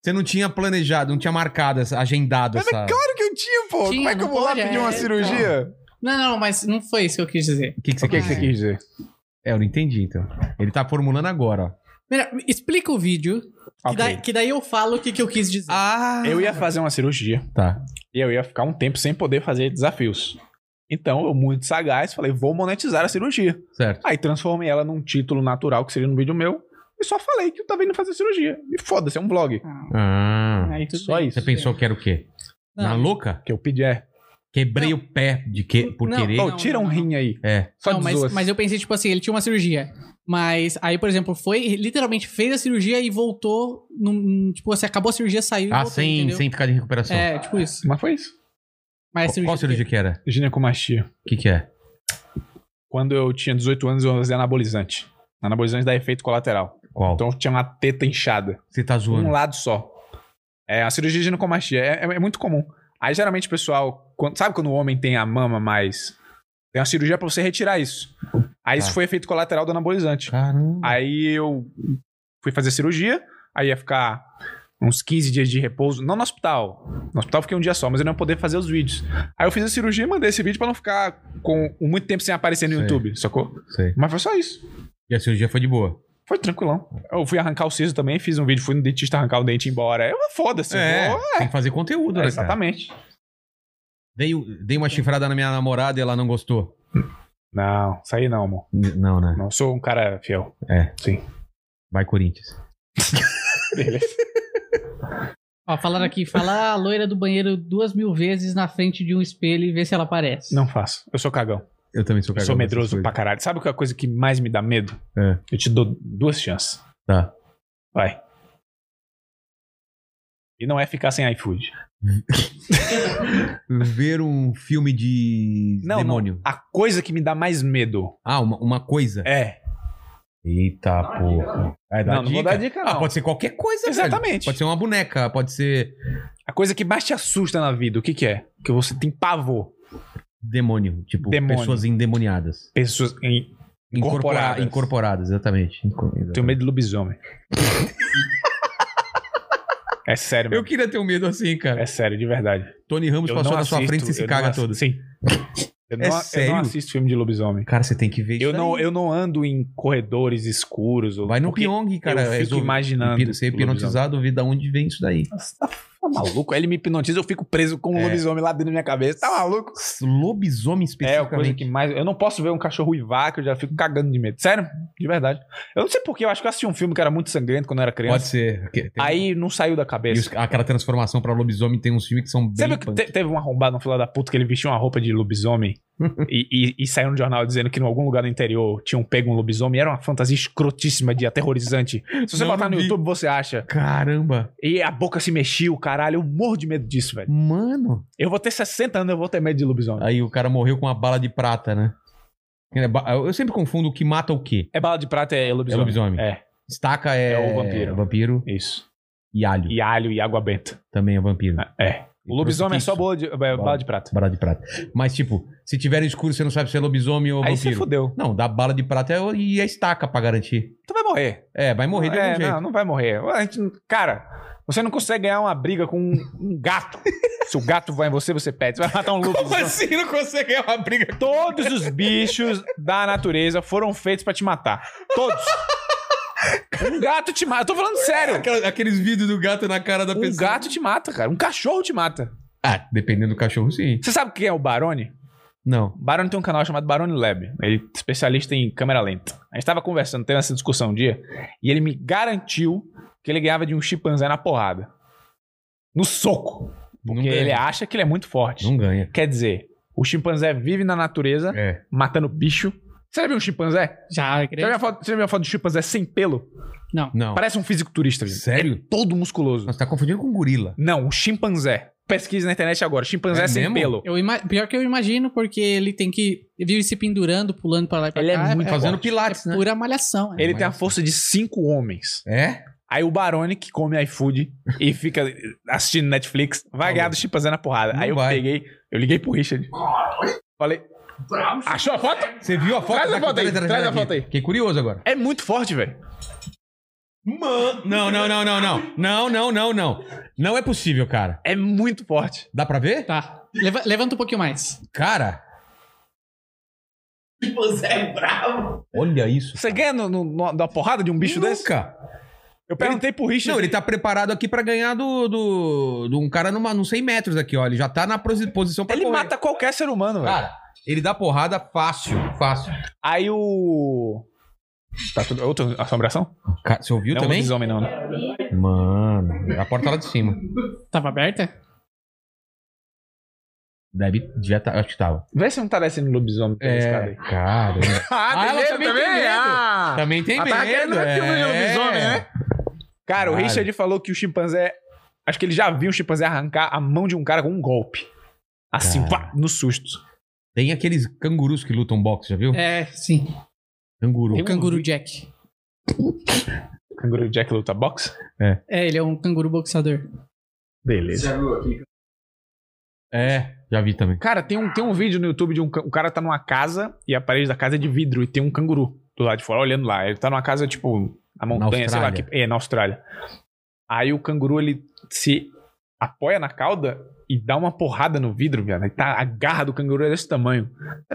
S2: Você não tinha planejado, não tinha marcado, essa- agendado
S3: Mas é
S2: essa.
S3: claro que eu tinha, pô.
S4: Tinha,
S3: Como é que eu
S4: não
S3: vou lá
S4: pode,
S3: pedir
S4: é,
S3: uma
S4: então.
S3: cirurgia?
S4: Não, não, mas não foi isso que eu quis dizer.
S2: O que, que você
S3: O que,
S2: quer
S3: que você
S2: dizer?
S3: quis dizer?
S2: É, eu não entendi, então. Ele tá formulando agora, ó.
S4: Melhor, explica o vídeo, que,
S3: Ok.
S4: daí, que daí eu falo o que, que eu quis dizer.
S2: Ah!
S3: Eu ia fazer uma cirurgia.
S2: Tá.
S3: E eu ia ficar um tempo sem poder fazer desafios. Então, eu, muito sagaz, falei, vou monetizar a cirurgia.
S2: Certo.
S3: Aí transformei ela num título natural que seria no vídeo meu. E só falei que eu tava indo fazer cirurgia. E foda-se, é um vlog.
S2: Ah.
S4: Aí tudo
S3: Só
S4: bem.
S3: isso. é.
S2: Você pensou que era o quê?
S4: Não.
S2: Na louca?
S3: Que eu pedi é.
S2: Quebrei o pé de que, por
S4: Não,
S2: querer.
S3: Ô, tira um
S4: não, não.
S3: rim aí.
S2: É.
S3: Só
S4: não, mas,
S3: desossa.
S4: mas eu pensei, tipo assim, ele tinha uma cirurgia. Mas aí, por exemplo, foi, literalmente fez a cirurgia e voltou. num- tipo, assim, acabou a cirurgia, saiu e
S2: Ah,
S4: voltou,
S2: sem,
S4: entendeu?
S2: sem ficar de recuperação.
S4: É, tipo isso.
S3: Mas foi isso.
S4: Mas
S2: Qual- Qual cirurgia que era?
S3: Ginecomastia.
S2: O que, que é?
S3: Quando eu tinha 18 anos, eu usei anabolizante. Anabolizante dá efeito colateral.
S2: Qual?
S3: Então eu tinha uma teta inchada.
S2: Você tá zoando.
S3: Um lado só. É, a cirurgia de ginecomastia é, é- é muito comum. Aí geralmente o pessoal, quando- sabe quando o homem tem a mama mais. Tem uma cirurgia pra você retirar isso. Aí isso
S2: Tá.
S3: foi efeito colateral do anabolizante.
S2: Caramba.
S3: Aí eu fui fazer a cirurgia, aí ia ficar uns 15 dias de repouso, não no hospital. No hospital eu fiquei um dia só, mas eu não ia poder fazer os vídeos. Aí eu fiz a cirurgia e mandei esse vídeo pra não ficar com muito tempo sem aparecer no
S2: Sei.
S3: YouTube, sacou?
S2: Sei.
S3: Mas foi só isso.
S2: E a cirurgia foi de boa.
S3: Foi tranquilão. Eu fui arrancar o siso também, fiz um vídeo, fui no dentista arrancar o dente e ir embora. É uma foda-se.
S2: é,
S3: eu vou-
S2: tem que fazer conteúdo,
S3: É,
S2: né, cara?
S3: exatamente.
S2: Dei, dei uma chifrada na minha namorada e ela não gostou.
S3: Não, isso aí não, amor.
S2: N- Não, né?
S3: Não, sou um cara fiel.
S2: É.
S3: Sim.
S2: Vai, Corinthians.
S3: Beleza.
S4: Ó, falaram aqui, fala a loira do banheiro duas mil vezes na frente de um espelho e vê se ela aparece.
S3: Não faço. Eu sou cagão.
S2: Eu também sou
S3: Eu
S2: cagão.
S3: sou
S2: dessas
S3: medroso pra
S2: coisas.
S3: caralho. Sabe qual é a coisa que mais me dá medo?
S2: É.
S3: Eu te dou duas chances.
S2: Tá.
S3: Vai. E não é ficar sem iFood.
S2: Ver um filme de
S3: Não,
S2: demônio.
S3: não. A coisa que me dá mais medo
S2: Ah, uma, uma coisa.
S3: é.
S2: Eita porra. Vai É dar
S3: não, não vou
S2: dica?
S3: dar dica, não.
S2: Ah, pode ser qualquer coisa, velho.
S3: Exatamente.
S2: Pode ser uma boneca, pode ser
S3: A coisa que mais te assusta na vida, o que, que é? Que você tem pavor.
S2: demônio, tipo
S3: Demônio.
S2: pessoas endemoniadas.
S3: Pessoas. Em...
S2: Incorpora-
S3: Incorporadas.
S2: incorporadas, exatamente. Inco-
S3: Tenho medo de lobisomem. é sério,
S2: Eu
S3: mano.
S2: queria ter um medo assim, cara.
S3: É sério, de verdade.
S2: Tony Ramos
S3: Eu
S2: passou
S3: não
S2: na sua
S3: assisto,
S2: frente e se
S3: eu
S2: caga
S3: não assi-
S2: todo.
S3: Sim. Eu não,
S2: É
S3: eu não
S2: sério?
S3: assisto filme de lobisomem.
S2: Cara, você tem que ver
S3: Eu
S2: isso
S3: não,
S2: aí.
S3: eu não ando em corredores escuros. Ou...
S2: Vai no
S3: porque
S2: Pyong, cara.
S3: Eu fico
S2: resolve-
S3: imaginando.
S2: hipno- Ser
S3: o lobisomem.
S2: hipnotizado, ver da onde vem isso daí.
S3: Tá maluco? Ele me hipnotiza, eu fico preso com o
S2: É.
S3: lobisomem lá dentro da minha cabeça. Tá maluco?
S2: Lobisomem
S3: É, a coisa
S2: especificamente.
S3: que mais. Eu não posso ver um cachorro uivar, que eu já fico cagando de medo. Sério, de verdade. Eu não sei porquê, eu acho que eu assisti um filme que era muito sangrento quando eu era criança.
S2: Pode ser. Que- tem- um-
S3: Aí não saiu da
S2: e
S3: cabeça.
S2: os- aquela transformação pra lobisomem tem uns filmes que são bem.
S3: Sabe que
S2: punk.
S3: te- teve um arrombado no filho da puta que ele vestiu uma roupa de lobisomem e, e, e saiu no jornal dizendo que em algum lugar do interior tinham pego um lobisomem? Era uma fantasia escrotíssima de aterrorizante. Se você
S2: Não,
S3: botar
S2: não
S3: no
S2: vi.
S3: YouTube, você acha.
S2: Caramba!
S3: E a boca se mexia, caralho. Eu morro de medo disso, velho.
S2: Mano!
S3: Eu vou ter 60 anos, eu vou ter medo de lobisomem.
S2: Aí o cara morreu com uma bala de prata, né? É ba- Eu sempre confundo o que mata o quê.
S3: É bala de prata, é lobisomem.
S2: É lobisomem.
S3: É,
S2: Estaca é.
S3: É o vampiro.
S2: vampiro.
S3: isso.
S2: E alho
S3: E alho e água benta.
S2: também é vampiro.
S3: É. O lobisomem é só
S2: bola.
S3: bola de, é, bala de prata.
S2: Bala de prata. Mas, tipo, se tiver no escuro, você não sabe se é lobisomem ou
S3: Aí você
S2: vampiro.
S3: fudeu.
S2: Não, dá bala de prata é- e a estaca pra garantir.
S3: Tu vai morrer.
S2: É, vai morrer de algum
S3: É,
S2: jeito.
S3: não, não vai morrer. A gente não- cara, você não consegue ganhar uma briga com um, um gato. Se o gato vai em você, você perde. Você vai matar um lobo.
S2: assim não consegue ganhar uma briga?
S3: Todos os bichos da natureza foram feitos pra te matar. Todos. Um gato te mata. Eu tô falando sério.
S2: Aqueles vídeos do gato na cara da
S3: Um
S2: pessoa.
S3: gato te mata, cara. Um cachorro te mata.
S2: Ah, dependendo do cachorro, sim.
S3: Você sabe quem é o Barone?
S2: Não.
S3: O Barone tem um canal chamado Barone Lab. Ele é especialista em câmera lenta. A gente tava conversando, tendo essa discussão um dia, e ele me garantiu que ele ganhava de um chimpanzé na porrada. No soco.
S2: Não
S3: Porque
S2: ganha.
S3: ele acha que ele é muito forte.
S2: Não ganha.
S3: Quer dizer, o chimpanzé vive na natureza,
S2: É.
S3: matando bicho. Você já viu um chimpanzé?
S4: Já, é
S3: Você Então já
S4: grande.
S3: viu a foto, você já viu a foto de chimpanzé sem pelo?
S2: Não.
S3: Parece um fisiculturista, gente. É
S2: Sério?
S3: Todo musculoso.
S2: Nossa, tá confundindo com gorila.
S3: Não, um chimpanzé. Pesquisa na internet agora. Chimpanzé
S2: É
S3: sem
S2: mesmo?
S3: pelo.
S4: Eu ima- Pior que eu imagino, porque ele tem que. Ele vive se pendurando, pulando pra lá e pra
S3: Ele é
S4: cá.
S3: muito
S2: Fazendo
S3: forte.
S2: pilates, né?
S4: pura malhação. é.
S3: Ele tem a força de cinco homens.
S2: É?
S3: Aí o Barone, que come iFood e fica assistindo Netflix, vai ganhar do chimpanzé na porrada.
S2: Não
S3: Aí eu
S2: vai.
S3: peguei, eu liguei pro Richard. Falei, achou a foto?
S2: Você viu a foto?
S3: Traz a
S2: Tá aqui,
S3: foto aí, traz a
S2: aqui.
S3: foto aí.
S2: Fiquei curioso agora.
S3: É muito forte, velho.
S2: Mano. Não, não, não, não, não. Não, não, não, não. Não é possível, cara.
S3: É muito forte.
S2: Dá pra ver?
S4: Tá. Leva- Levanta um pouquinho mais.
S2: Cara.
S15: Você é bravo.
S2: Olha isso.
S3: Você ganha no, no, no, da porrada de um bicho desse?
S2: Nunca.
S3: Eu perguntei pro Richard.
S2: Não, ele tá preparado aqui pra ganhar do, do, do um cara numa, não 100 metros aqui, ó. Ele já tá na prosi- posição pra
S3: ele Ah.
S2: correr.
S3: mata qualquer ser humano, velho.
S2: Cara, ele dá porrada fácil, fácil.
S3: Aí o. Tá tudo. Outra assombração?
S2: Cara, você ouviu
S3: não é um
S2: também?
S3: lobisomem, não, né?
S2: Mano, a porta lá de cima.
S4: Tava aberta?
S2: Deve, devia tá, acho que tava.
S3: Vê se não tá descendo lobisomem pela escada aí.
S2: cara. né?
S3: Ah,
S2: ela também tem medo.
S3: Ah!
S2: Também tem
S3: Mas
S2: medo.
S3: tava querendo
S2: é
S3: ver filme de lobisomem,
S2: né?
S3: Cara, o
S2: Caralho.
S3: Richard falou que o chimpanzé. Acho que ele já viu o chimpanzé arrancar a mão de um cara com um golpe. Assim,
S2: Cara.
S3: pá, no susto.
S2: Tem aqueles cangurus que lutam boxe, já viu?
S4: É, sim.
S2: Canguru.
S4: O canguru Jack.
S3: O canguru Jack luta boxe?
S4: É, ele é um canguru boxeador.
S3: Beleza.
S14: Já viu aqui?
S2: É, já vi também.
S3: Cara, tem um, tem um vídeo no YouTube de um. ca- O cara tá numa casa e a parede da casa é de vidro e tem um canguru do lado de fora olhando lá. Ele tá numa casa, tipo, na montanha, sei lá. Que,
S2: Austrália.
S3: é, na Austrália. Aí o canguru, ele se apoia na cauda e dá uma porrada no vidro, viado. Ele tá, a garra do canguru é desse tamanho.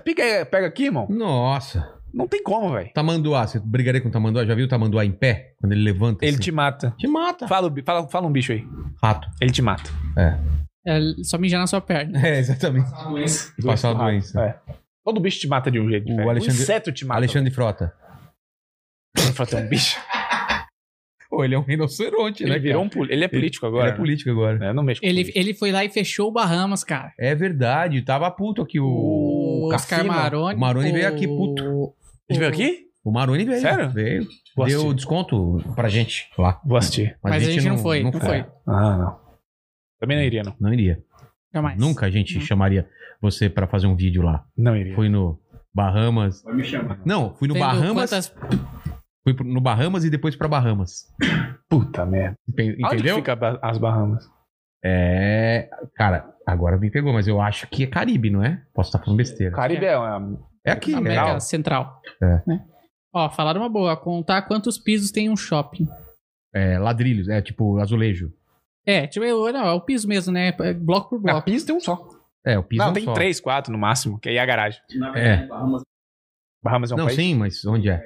S3: Pega, pega aqui, irmão.
S2: Nossa.
S3: Não tem como, velho.
S2: Tamanduá, você brigaria com o tamanduá? Já viu o tamanduá em pé? Quando ele levanta
S3: Ele
S2: assim?
S3: te mata.
S2: Te mata.
S3: Fala, o bi- fala, fala um bicho aí.
S2: Rato.
S3: Ele te mata.
S4: É, só mijar na sua perna.
S2: É, exatamente.
S14: Passar a doença.
S2: Passar a
S3: do rato.
S2: doença.
S3: É. Todo bicho te mata de um jeito.
S2: O
S3: diferente.
S2: Alexandre-
S3: inseto te mata.
S2: Alexandre Frota.
S3: Alexandre... um bicho.
S2: Ô, pô, ele é um rinoceronte, né?
S3: Ele virou um poli- Ele é político agora.
S2: Ele é político agora.
S3: né? Não mexe com
S16: Ele,
S3: política.
S16: ele foi lá e fechou o Bahamas, cara.
S2: É verdade, tava puto aqui o.
S16: O Oscar
S2: Cassino.
S16: Maroni.
S2: O Maroni veio aqui,
S16: o-
S2: puto.
S3: Ele veio aqui?
S2: O Maroni veio.
S3: Sério? assim.
S2: Veio.
S3: Vou
S2: Deu
S3: assistir.
S2: desconto pra gente lá.
S3: Vou assistir.
S16: Mas, a gente não, foi, não foi.
S3: Ah, não. Também não iria, não.
S2: Não iria.
S16: Jamais.
S2: Nunca é. a gente
S16: Não.
S2: chamaria você pra fazer um vídeo lá.
S3: Não iria.
S2: Fui no Bahamas.
S14: Vai me chamar.
S2: Não, fui no
S16: Vendo
S2: Bahamas.
S16: quantas-
S2: Fui pro- no Bahamas e depois pra Bahamas.
S3: Puta merda.
S2: Pen-
S3: Onde que
S2: Entendeu?
S3: fica ba- as Bahamas?
S2: É. Cara, agora me pegou, mas eu acho que é Caribe, não é? Posso estar falando besteira.
S3: Caribe é uma
S2: É aqui, né?
S16: América Central.
S2: É.
S16: né? Ó, falaram uma boa. Contar quantos pisos tem um shopping.
S2: É, ladrilhos, é tipo azulejo.
S16: É, tipo, eu- não, é o piso mesmo, né? É Bloco por
S3: Na
S16: bloco.
S3: pista tem um só.
S2: É, o piso é
S3: não,
S2: um
S3: tem
S2: só.
S3: três, quatro no máximo, que aí é a garagem.
S14: Na
S2: É.
S14: verdade, Bahamas
S3: Bahamas é um
S2: Não,
S3: país.
S2: sim, mas onde é?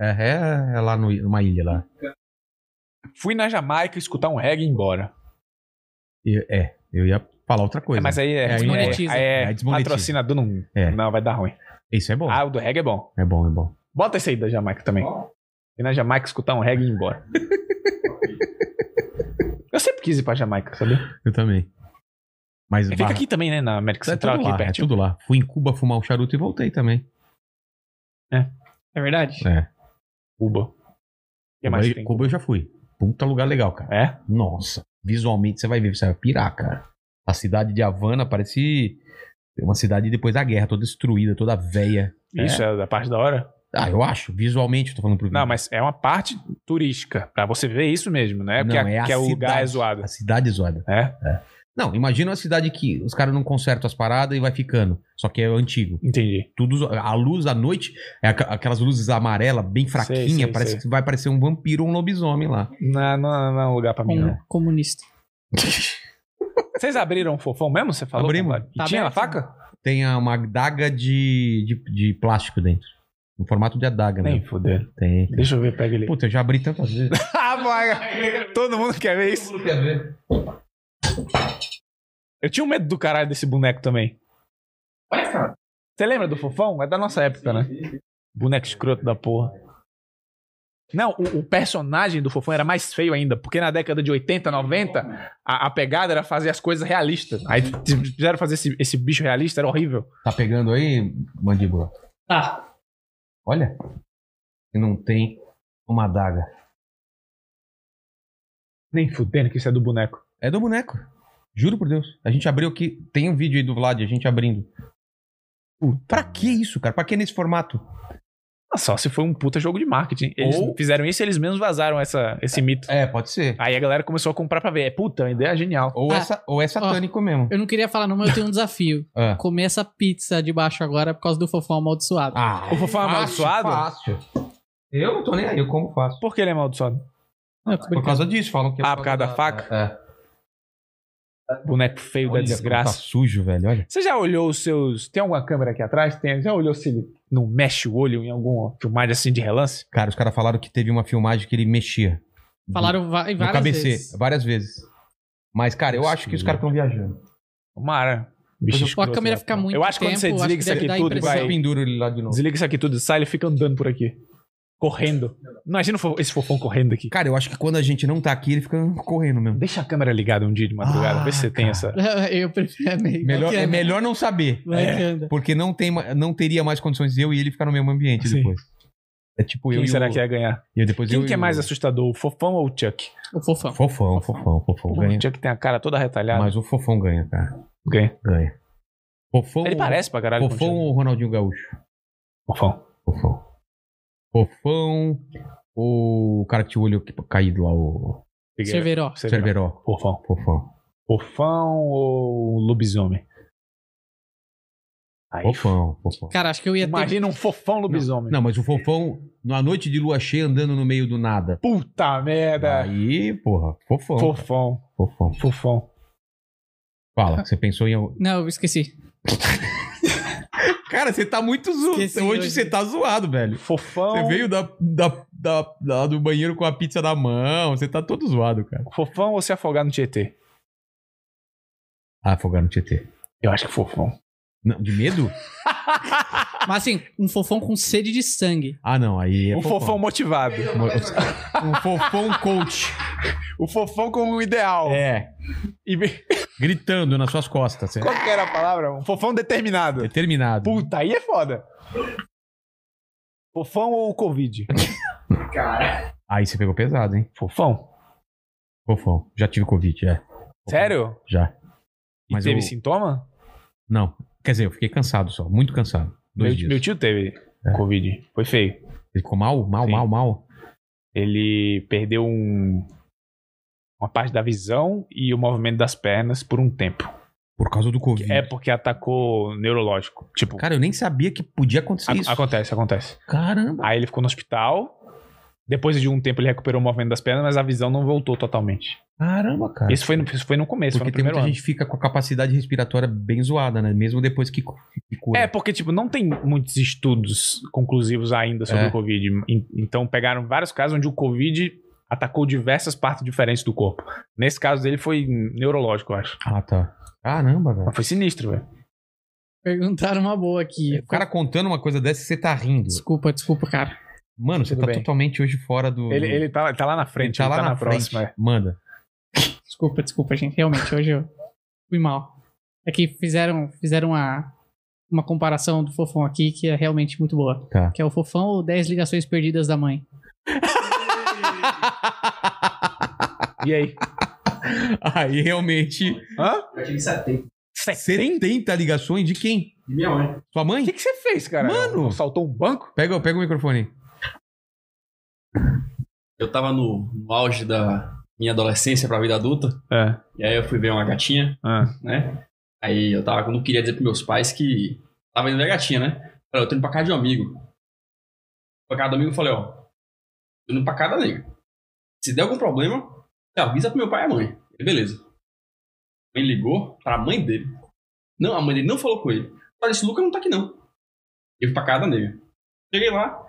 S2: É, é, é lá no, numa ilha lá.
S3: Fui na Jamaica escutar um reggae e ir embora.
S2: E- é, eu ia falar outra coisa.
S3: É, mas aí é,
S2: É, aí
S3: é,
S16: desmonetiza.
S3: aí é
S2: Aí desmonetiza.
S3: patrocinador não,
S2: É.
S3: não vai dar ruim.
S2: Isso é bom.
S3: Ah, o do reggae é bom.
S2: É bom, é bom.
S3: Bota esse aí da Jamaica também. Fui na Jamaica escutar um reggae e ir embora. Eu sempre quis ir pra Jamaica, sabia?
S2: Eu também. Mas
S3: Fica
S2: Barra-
S3: aqui também, né? Na América
S2: é
S3: Central,
S2: tudo
S3: aqui
S2: lá, é
S3: pertinho.
S2: tudo lá. Fui em Cuba fumar um charuto e voltei também.
S16: É verdade?
S2: É.
S3: Cuba. O que mais
S2: Cuba,
S3: tem?
S2: Cuba eu já fui. Puta lugar legal, cara.
S3: É?
S2: Nossa, visualmente você vai ver, você vai pirar, cara. A cidade de Havana parece uma cidade depois da guerra, toda destruída, toda velha.
S3: Isso é da parte da hora?
S2: Ah, eu acho, visualmente, eu tô falando pro
S3: Não, mas é uma parte turística. Pra você ver isso mesmo, né? Porque
S2: Não,
S3: a-
S2: é a
S3: que é o lugar
S2: cidade.
S3: é zoado.
S2: A cidade é zoada.
S3: É?
S2: Não, imagina uma cidade que os caras não consertam as paradas e vai ficando. Só que é antigo.
S3: Entendi.
S2: Tudo, zo- a luz à noite é aqu- aquelas luzes amarelas, bem fraquinha,
S3: sei,
S2: parece
S3: sei.
S2: que vai parecer um vampiro ou um lobisomem lá.
S3: Não, não, não é um lugar pra mim,
S16: Com-
S3: não.
S16: comunista.
S3: Vocês abriram o fofão mesmo? Você falou?
S2: Abrimos.
S3: compadre? E
S16: Tá
S3: tinha a
S16: aberto.
S3: faca?
S2: Tem a- uma adaga de, de, de plástico dentro. No formato de adaga, né?
S3: Nem foder.
S2: Tem.
S3: Deixa eu ver, pega ele.
S2: Puta, eu já abri tantas vezes.
S3: Ah, vaga! Todo mundo quer ver isso? Eu tinha um medo do caralho desse boneco também. Olha, cara. Você lembra do fofão? É da nossa época, né? Boneco escroto da porra. Não, o, o personagem do fofão era mais feio ainda, porque na década de 80, 90, a, a pegada era fazer as coisas realistas. Aí t- fizeram fazer esse, esse bicho realista, era horrível.
S2: Tá pegando aí, mandíbula?
S16: Tá.
S2: Olha. E não tem uma adaga.
S3: Nem fudendo que isso é do boneco.
S2: É do boneco. Juro por Deus. A gente abriu aqui. Tem um vídeo aí do Vlad, a gente abrindo. Puta, pra que isso, cara? Pra que nesse formato?
S3: Ah, Só se foi um puta jogo de marketing. Eles
S2: Ou-
S3: fizeram isso e eles mesmos vazaram essa, esse mito.
S2: É, pode ser.
S3: Aí a galera começou a comprar pra ver. É puta, a ideia é genial.
S2: Ou,
S16: Ah.
S2: é, sa- ou é satânico mesmo.
S16: Eu não queria falar não, mas eu tenho um desafio.
S2: Ah.
S16: Comer essa pizza de baixo agora por causa do fofão amaldiçoado.
S2: Ah,
S3: O fofão é amaldiçoado?
S2: Fácil. Eu não tô nem aí, eu como faço.
S3: Por que ele é amaldiçoado?
S16: Não, eu tô
S2: Ah, Por
S16: brincando.
S2: causa disso, falam que é
S3: Ah, por causa da faca?
S2: É.
S3: Boneco feio da
S2: Olha,
S3: desgraça.
S2: Tá sujo, velho, olha.
S3: Você já olhou os seus. Tem alguma câmera aqui atrás? Tem... Já olhou se ele não mexe o olho em alguma filmagem assim de relance?
S2: Cara, os caras falaram que teve uma filmagem que ele mexia.
S16: Falaram va-
S2: no
S16: várias
S2: KBC,
S16: vezes.
S2: várias vezes. Mas, cara, eu acho que os caras estão viajando.
S3: Tomara. Bicho
S16: Ou a
S3: escroto,
S16: câmera
S3: né?
S16: fica muito
S3: Eu acho que quando
S16: tempo,
S3: você
S16: acho que
S3: desliga isso
S16: deve
S3: aqui
S16: dar
S3: tudo,
S16: impressão.
S2: Depois eu
S3: vai.
S2: penduro ele lá de novo.
S3: Desliga isso aqui tudo, sai, ele fica andando por aqui. Correndo. Imagina o fo- esse fofão correndo aqui.
S2: Cara, eu acho que quando a gente não tá aqui, ele fica correndo mesmo.
S3: Deixa a câmera ligada um dia de madrugada,
S2: Ah,
S3: vê se você
S2: cara.
S3: tem essa.
S16: Eu prefiro é meio.
S2: Melhor,
S16: Vai que
S2: é
S16: anda.
S2: melhor não saber.
S16: Vai que anda.
S2: Porque não, tem, ma- não teria mais condições de eu e ele ficar no mesmo ambiente
S3: Sim.
S2: depois. É tipo eu
S3: Quem
S2: e
S3: será
S2: o...
S3: que ia ganhar?
S2: E eu depois
S3: Quem
S2: eu
S3: que é
S2: e o-
S3: mais assustador, o fofão ou o Chuck?
S16: O fofão.
S2: Fofão, fofão, fofão. Ganha.
S3: O Chuck tem a cara toda retalhada.
S2: Mas o fofão ganha, cara.
S3: Ganha.
S2: Ganha. Fofão,
S3: Ele parece pra caralho. com o
S2: fofão
S3: Chuck.
S2: ou Ronaldinho Gaúcho?
S3: Fofão.
S2: Fofão. Fofão ou o cara que tinha o olho que- caído lá, o
S3: Figueira.
S16: Cerveró.
S3: Cerveró.
S2: Cerveró.
S3: Fofão.
S2: Fofão.
S3: Fofão ou lobisomem? Aí,
S2: Fofão, fofão.
S16: Cara, acho que eu ia ter.
S3: Imagina um fofão lobisomem.
S2: Não, mas o fofão, na noite de lua cheia, andando no meio do nada.
S3: Puta merda.
S2: Aí, porra, fofão.
S3: Fofão,
S2: Fofão.
S3: fofão.
S2: Fala, você pensou em. algum-
S16: Não, eu esqueci.
S2: Cara, você tá muito zoado.
S16: Esqueci
S2: Hoje,
S16: hoje.
S2: você tá zoado, velho.
S3: Fofão.
S2: Você veio da, da, da- lá do banheiro com a pizza na mão. Você tá todo zoado, cara.
S3: Fofão ou se afogar no Tietê?
S2: Ah, afogar no Tietê.
S3: Eu acho que fofão.
S2: Não, de medo?
S16: Mas assim, um fofão com sede de sangue.
S2: Ah, não, aí é
S3: um fofão, motivado.
S2: Um fofão coach.
S3: O fofão como um ideal.
S2: É,
S3: E bem-
S2: gritando nas suas costas. É
S3: qual que era a palavra? Um fofão determinado.
S2: determinado.
S3: Puta, aí é foda. Fofão ou Covid?
S2: Aí você pegou pesado, hein?
S3: Fofão.
S2: Fofão. Já tive Covid, é.
S3: Sério?
S2: Já.
S3: E
S2: Mas
S3: teve
S2: eu-
S3: sintoma?
S2: Não. Quer dizer, eu fiquei cansado só. Muito cansado. Dois
S3: Meu,
S2: dias. É.
S3: meu tio teve Covid. Foi feio.
S2: Ele ficou mal, mal,
S3: Sim.
S2: mal, mal.
S3: Ele perdeu um- uma parte da visão e o movimento das pernas por um tempo.
S2: Por causa do Covid.
S3: É porque atacou neurológico. Tipo,
S2: Cara, eu nem sabia que podia acontecer
S3: a-
S2: isso.
S3: acontece, acontece.
S2: Caramba.
S3: Aí ele ficou no hospital. Depois de um tempo ele recuperou o movimento das pernas, mas a visão não voltou totalmente.
S2: Caramba, cara.
S3: Isso foi no, isso foi no começo, foi
S2: Porque
S3: no
S2: tem
S3: primeiro
S2: muita
S3: ano.
S2: gente que fica com a capacidade respiratória bem zoada, né? Mesmo depois que, cu- que cura.
S3: É, porque, tipo, não tem muitos estudos conclusivos ainda sobre
S2: É.
S3: o Covid. En- Então, pegaram vários casos onde o Covid atacou diversas partes diferentes do corpo. Nesse caso dele foi neurológico, eu acho.
S2: Ah, tá. Caramba, velho.
S3: Mas foi sinistro, velho.
S16: Perguntaram uma boa aqui.
S2: É, O cara contando uma coisa dessa, você tá rindo.
S16: Desculpa, desculpa, cara.
S2: Mano, você tá
S3: Tudo bem.
S2: totalmente hoje fora do.
S3: Ele,
S2: do-
S3: ele, tá, ele tá lá na frente,
S2: tá
S3: ele
S2: lá
S3: tá
S2: na,
S3: na,
S2: frente.
S3: próxima. é.
S2: Manda.
S16: Desculpa, desculpa, gente. Realmente, hoje eu fui mal. É que fizeram, fizeram uma, uma comparação do fofão aqui que é realmente muito boa.
S2: Tá.
S16: Que é o fofão ou 10 ligações perdidas da mãe.
S3: E aí?
S2: Aí realmente.
S3: Hã?
S14: Eu tive 70.
S2: 70 ligações de quem?
S14: De minha mãe.
S2: Sua mãe?
S3: O que, que você fez, cara?
S2: Mano!
S3: Saltou um banco?
S2: Pega, pega o microfone.
S15: Eu tava no, no auge da minha adolescência pra vida adulta.
S3: É.
S15: E aí eu fui ver uma gatinha,
S3: Ah.
S15: né? Aí eu tava, eu não queria dizer pros meus pais que tava indo ver a gatinha, né? Falei, eu tô indo pra casa de um amigo. Pra casa do amigo eu falei, ó, tô indo pra casa da nega. Se der algum problema, você avisa pro meu pai e a mãe. Ele, beleza. Ele ligou pra mãe dele. Não, a mãe dele não falou com ele. Olha, esse Lucas não tá aqui não. Eu fui pra casa da nega. Cheguei lá,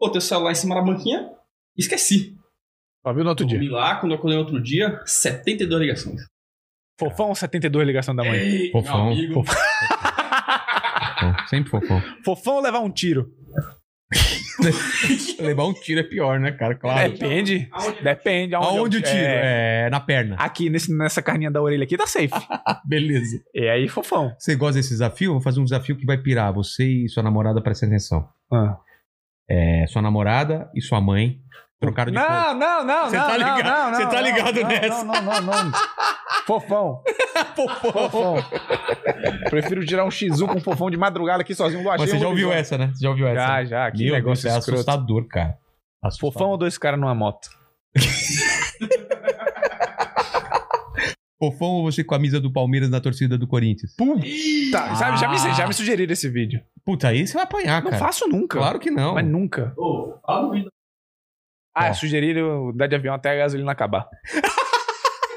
S15: botei o celular em cima da banquinha e esqueci.
S3: Só viu no outro dia.
S15: Dormi lá, quando eu acordei no outro dia, 72 ligações.
S3: Fofão 72 ligação da mãe.
S15: Ei,
S2: Fofão.
S15: meu amigo.
S2: Fofão. Sempre fofão.
S3: Fofão levar um tiro.
S2: Levar um tiro é pior, né, cara? Claro.
S3: Depende.
S15: é
S3: Depende. Aonde,
S2: Aonde o tiro?
S3: É.
S2: É, na perna.
S3: Aqui, nesse, nessa carninha da orelha aqui, tá safe.
S2: Ah, beleza.
S3: e aí, fofão.
S2: Você gosta desse desafio? Vou fazer um desafio que vai pirar. Você e sua namorada, prestem atenção.
S3: Ah.
S2: É, sua namorada e sua mãe trocaram de corpo.
S3: Não, não, não,
S2: Você
S3: não,
S2: tá
S3: não,
S2: ligado-
S3: não, não,
S2: você tá
S3: não,
S2: ligado
S3: não,
S2: nessa.
S3: Não, não, não, não. Fofão. fofão. Prefiro tirar um X1 com um fofão de madrugada aqui sozinho. Eu achei
S2: Mas você já
S3: um
S2: ouviu
S3: X1.
S2: essa, né? Você já ouviu essa?
S3: Já, já. Que
S2: Meu Deus,
S3: negócio
S2: é
S3: escroto.
S2: assustador, cara. Assustador.
S3: Fofão ou dois caras numa moto?
S2: Fofão ou você com a camisa do Palmeiras na torcida do Corinthians?
S3: Tá, sabe, já, me, já me sugeriram esse vídeo.
S2: Puta, aí você vai apanhar,
S3: Não
S2: cara.
S3: faço nunca.
S2: Claro que não.
S3: Mas nunca.
S14: Ô, fala do vídeo.
S3: Ah,
S2: Ó.
S3: sugeriram dar de avião até a gasolina acabar.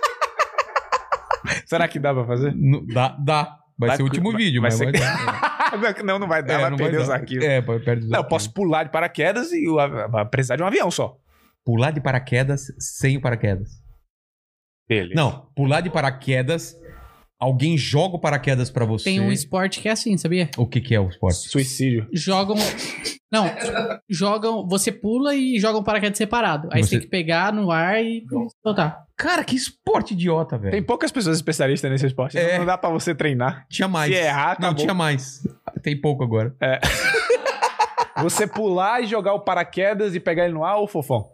S3: Será que dá pra fazer?
S2: Não- dá, dá. Vai,
S3: Vai
S2: ser o
S3: cu-
S2: último
S3: vai-
S2: vídeo,
S3: vai
S2: mas
S3: ser-
S2: vai
S3: Ah, não, não vai dar,
S2: É,
S3: vai
S2: não
S3: perder
S2: vai
S3: os
S2: dar.
S3: arquivos.
S2: É, vai perder os
S3: Não, eu
S2: arquivos.
S3: posso pular de paraquedas e o av- vai precisar de um avião só.
S2: Pular de paraquedas sem o paraquedas.
S3: Beleza.
S2: Não, pular de paraquedas, alguém joga o paraquedas pra você.
S16: Tem um esporte que é assim, sabia?
S2: O que que é o esporte?
S3: Suicídio.
S16: Jogam. Não, jogam. Você pula e jogam paraquedas separado. Aí
S2: Você-
S16: você tem que pegar no ar e soltar.
S2: Cara, que esporte idiota, velho.
S3: Tem poucas pessoas especialistas nesse esporte. então
S2: É.
S3: Não dá pra você treinar.
S2: Tinha mais.
S3: Se errar,
S2: Não,
S3: acabou.
S2: tinha mais. Tem pouco agora.
S3: Você pular e jogar o paraquedas e pegar ele no ar ou fofão?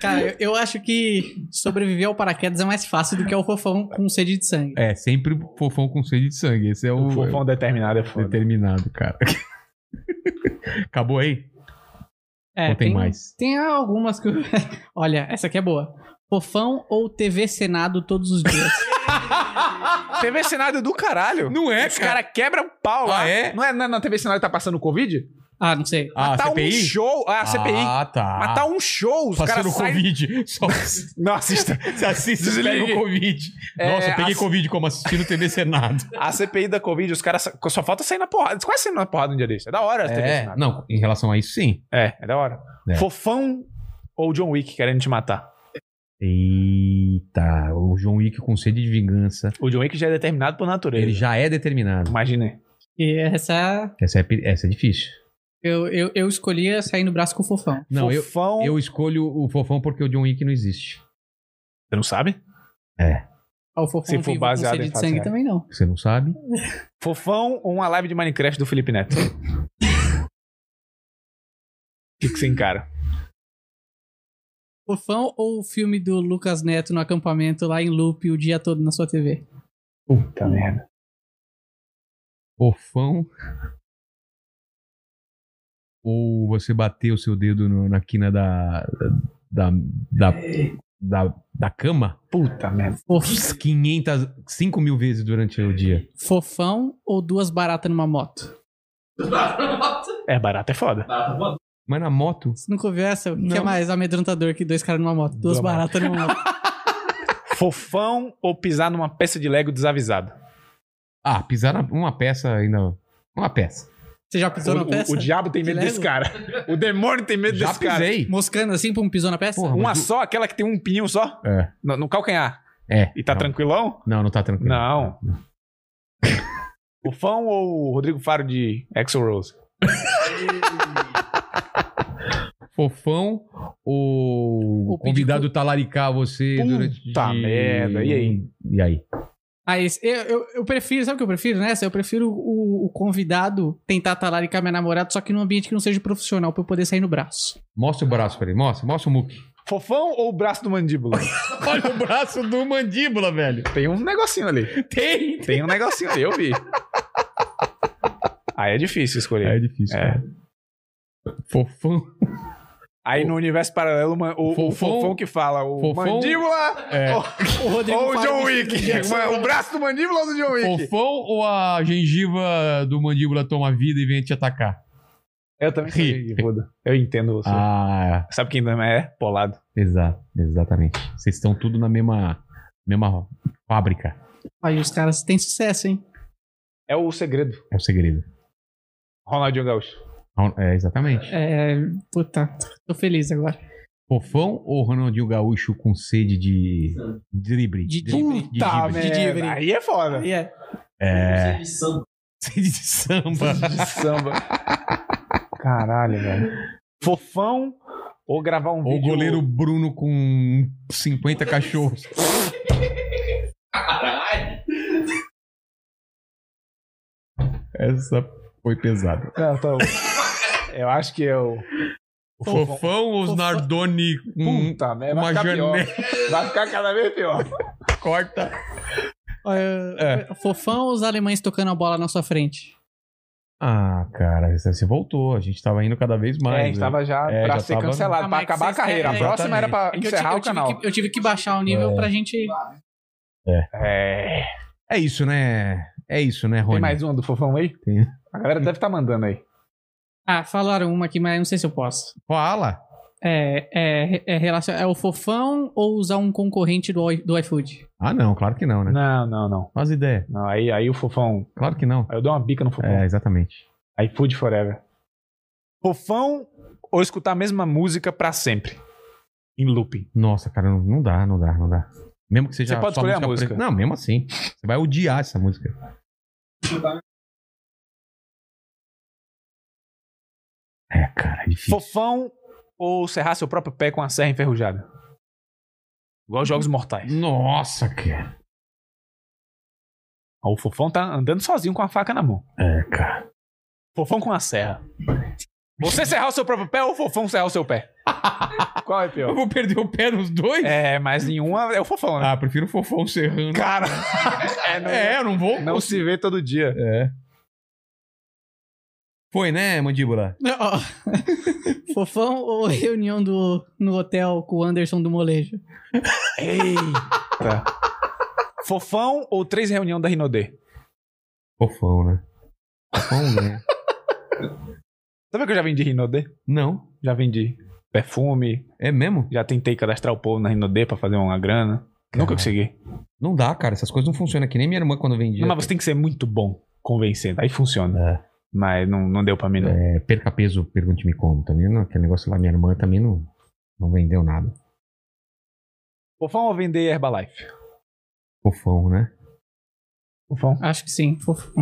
S16: Cara, eu, eu acho que sobreviver ao paraquedas é mais fácil do que ao fofão com sede de sangue.
S2: É, sempre o fofão com sede de sangue. Esse é o,
S3: O fofão determinado é foda.
S2: determinado, cara. Acabou aí?
S16: É,
S2: Ou tem mais?
S16: Tem algumas que. eu- Olha, essa aqui é boa. Fofão ou TV Senado todos os dias.
S3: TV Senado é do caralho.
S2: Não é,
S3: Os caras quebram o pau lá.
S2: Ah, é?
S3: Não é na, na TV Senado que tá passando Covid?
S16: ah, não sei.
S2: Ah,
S3: tá um
S2: CPI?
S3: show. Ah, CPI.
S2: Ah, tá.
S3: Mas tá um show. Os
S2: Passando
S3: caras
S2: o
S3: saem...
S2: Covid. Só você
S3: Não, assista.
S2: assiste e
S3: Desligue.
S2: pega o Covid.
S3: É,
S2: Nossa, eu peguei
S3: ass-
S2: Covid como assistindo TV Senado.
S3: A CPI da Covid, os caras sa- só falta sair na porrada. Eles quase saindo na porrada um dia desse. É da hora a TV Senado.
S2: É, não, em relação a isso, sim.
S3: É, é da hora.
S2: É.
S3: Fofão ou John Wick querendo te matar?
S2: Eita, o John Wick com sede de vingança.
S3: O John Wick já é determinado por natureza.
S2: Ele já é determinado.
S3: Imagina aí.
S4: E essa.
S2: Essa é, pe- essa é difícil.
S4: Eu, eu, eu escolhi sair no braço com o fofão.
S2: Não, eu,
S3: Fofão.
S2: eu escolho o fofão porque o John Wick não existe.
S3: Você não sabe?
S4: Ah, o fofão
S3: Se for
S4: vivo
S3: baseado
S4: com sede
S3: em
S4: de
S3: fatos
S4: sangue
S3: reais.
S4: também não.
S2: Você não sabe?
S3: Fofão ou uma live de Minecraft do Felipe Neto? O que, que você encara?
S4: Fofão ou o filme do Lucas Neto no acampamento lá em loop o dia todo na sua TV?
S3: Puta merda.
S2: Fofão. Ou você bateu o seu dedo no- na quina da. da. da. da, da cama
S3: Puta merda.
S4: Fof-
S2: 500, 5 mil vezes durante o dia.
S4: Fofão ou duas baratas numa moto?
S3: É, barato é foda.
S2: Mas na moto.
S4: Você nunca ouviu essa? O que, que é
S3: Não.
S4: mais amedrontador que dois caras numa moto? Duas
S3: Duas
S4: baratas numa moto.
S3: Fofão ou pisar numa peça de Lego desavisado?
S2: Ah, pisar na- uma peça ainda. Uma peça.
S4: Você já pisou
S3: O,
S4: na peça?
S3: o- o diabo tem
S4: De
S3: medo
S4: Lego?
S3: desse cara. O demônio tem medo
S2: Já
S3: desse cara.
S2: pisei.
S4: Moscando assim, pum, pisou na peça?
S2: Porra,
S3: Uma
S2: mas
S3: só, aquela que tem um pinho só?
S2: É.
S3: No, no calcanhar.
S2: É.
S3: E tá
S2: não.
S3: tranquilão?
S2: Não, não tá tranquilo.
S3: Não. Fofão ou o Rodrigo Faro de Axel Rose?
S2: Fofão ou
S4: Ou pedir
S2: convidado talaricar você
S3: Puta
S2: durante.
S3: merda, e aí?
S2: E aí?
S4: Ah, esse- eu, eu, eu prefiro, sabe o que eu prefiro nessa? Eu prefiro o, o convidado tentar tá talaricar minha namorada, só que num ambiente que não seja profissional, pra eu poder sair no braço.
S2: Mostra o braço pra ele, mostra, mostra o muque.
S3: Fofão ou o braço do mandíbula?
S2: Olha o braço do mandíbula, velho.
S3: Tem um negocinho ali.
S2: Tem!
S3: Tem um negocinho ali, eu vi. Aí é difícil escolher.
S2: É difícil.
S3: É.
S2: cara. Fofão.
S3: Aí no universo paralelo, ma- o, o
S2: Fofão-
S3: fofão que fala o
S2: Fofão-
S3: mandíbula
S2: É.
S4: O Rodrigo
S3: ou o
S4: fala
S3: John
S4: isso
S3: Wick?
S4: do Jack.
S3: Ma- O braço do mandíbula ou do John Wick?
S2: Fofão ou a gengiva do mandíbula toma vida e vem te atacar?
S3: Eu também sou
S2: Ri.
S3: Buda. Eu entendo você.
S2: Ah,
S3: Sabe quem também é? Polado.
S2: exato, exatamente. Vocês estão tudo na mesma, mesma fábrica.
S4: Aí os caras têm sucesso, hein?
S3: É o segredo.
S2: É o segredo.
S3: Ronaldinho Gaúcho.
S2: É, exatamente.
S4: É. Puta, tô feliz agora.
S2: Fofão ou Ronaldinho Gaúcho com sede de drible?
S4: De
S2: Drible, de drible.
S4: merda. Didi,
S3: Aí é foda.
S4: Aí é.
S2: É,
S15: de samba.
S2: sede de samba.
S3: de samba. Caralho, velho. Fofão ou gravar um
S2: ou o
S3: vídeo...
S2: goleiro Bruno com 50 cachorros.
S15: Caralho.
S2: Essa foi pesada.
S3: Não, tá bom. Eu acho que é eu...
S2: O
S3: Fofão.
S2: Fofão ou os
S4: Fofão.
S2: Nardoni com
S3: Puta
S2: Um-
S3: merda,
S2: uma
S3: vai ficar
S2: janela
S3: pior. Vai ficar cada vez pior.
S2: corta?
S4: É, Fofão ou os alemães tocando a bola na sua frente?
S2: Ah, cara, você voltou. A gente tava indo cada vez mais.
S3: é, a gente
S2: né?
S3: tava já
S2: É,
S3: pra
S2: já
S3: ser
S2: tava-
S3: cancelado, pra
S4: Ah, mas
S3: acabar a
S4: vocês-
S3: carreira.
S4: é,
S3: A próxima era pra
S4: É que eu ti-
S3: encerrar
S4: eu
S3: o
S4: tive
S3: canal.
S4: que- eu tive que baixar o nível pra gente.
S3: É.
S2: É isso, né? É isso, né, Rony?
S3: Tem mais uma do Fofão aí?
S2: Tem.
S3: A galera deve estar mandando aí.
S4: Ah, É, um
S2: Ah, né?
S3: Tá
S2: É. assim, É, Hum.
S3: tá
S2: É, né? Ah, É, né, né? É É É.
S3: É. Ah, É. Fofão ou vender Herbalife?
S2: Fofão, né?
S3: Fofão.
S4: Acho que sim. Fof-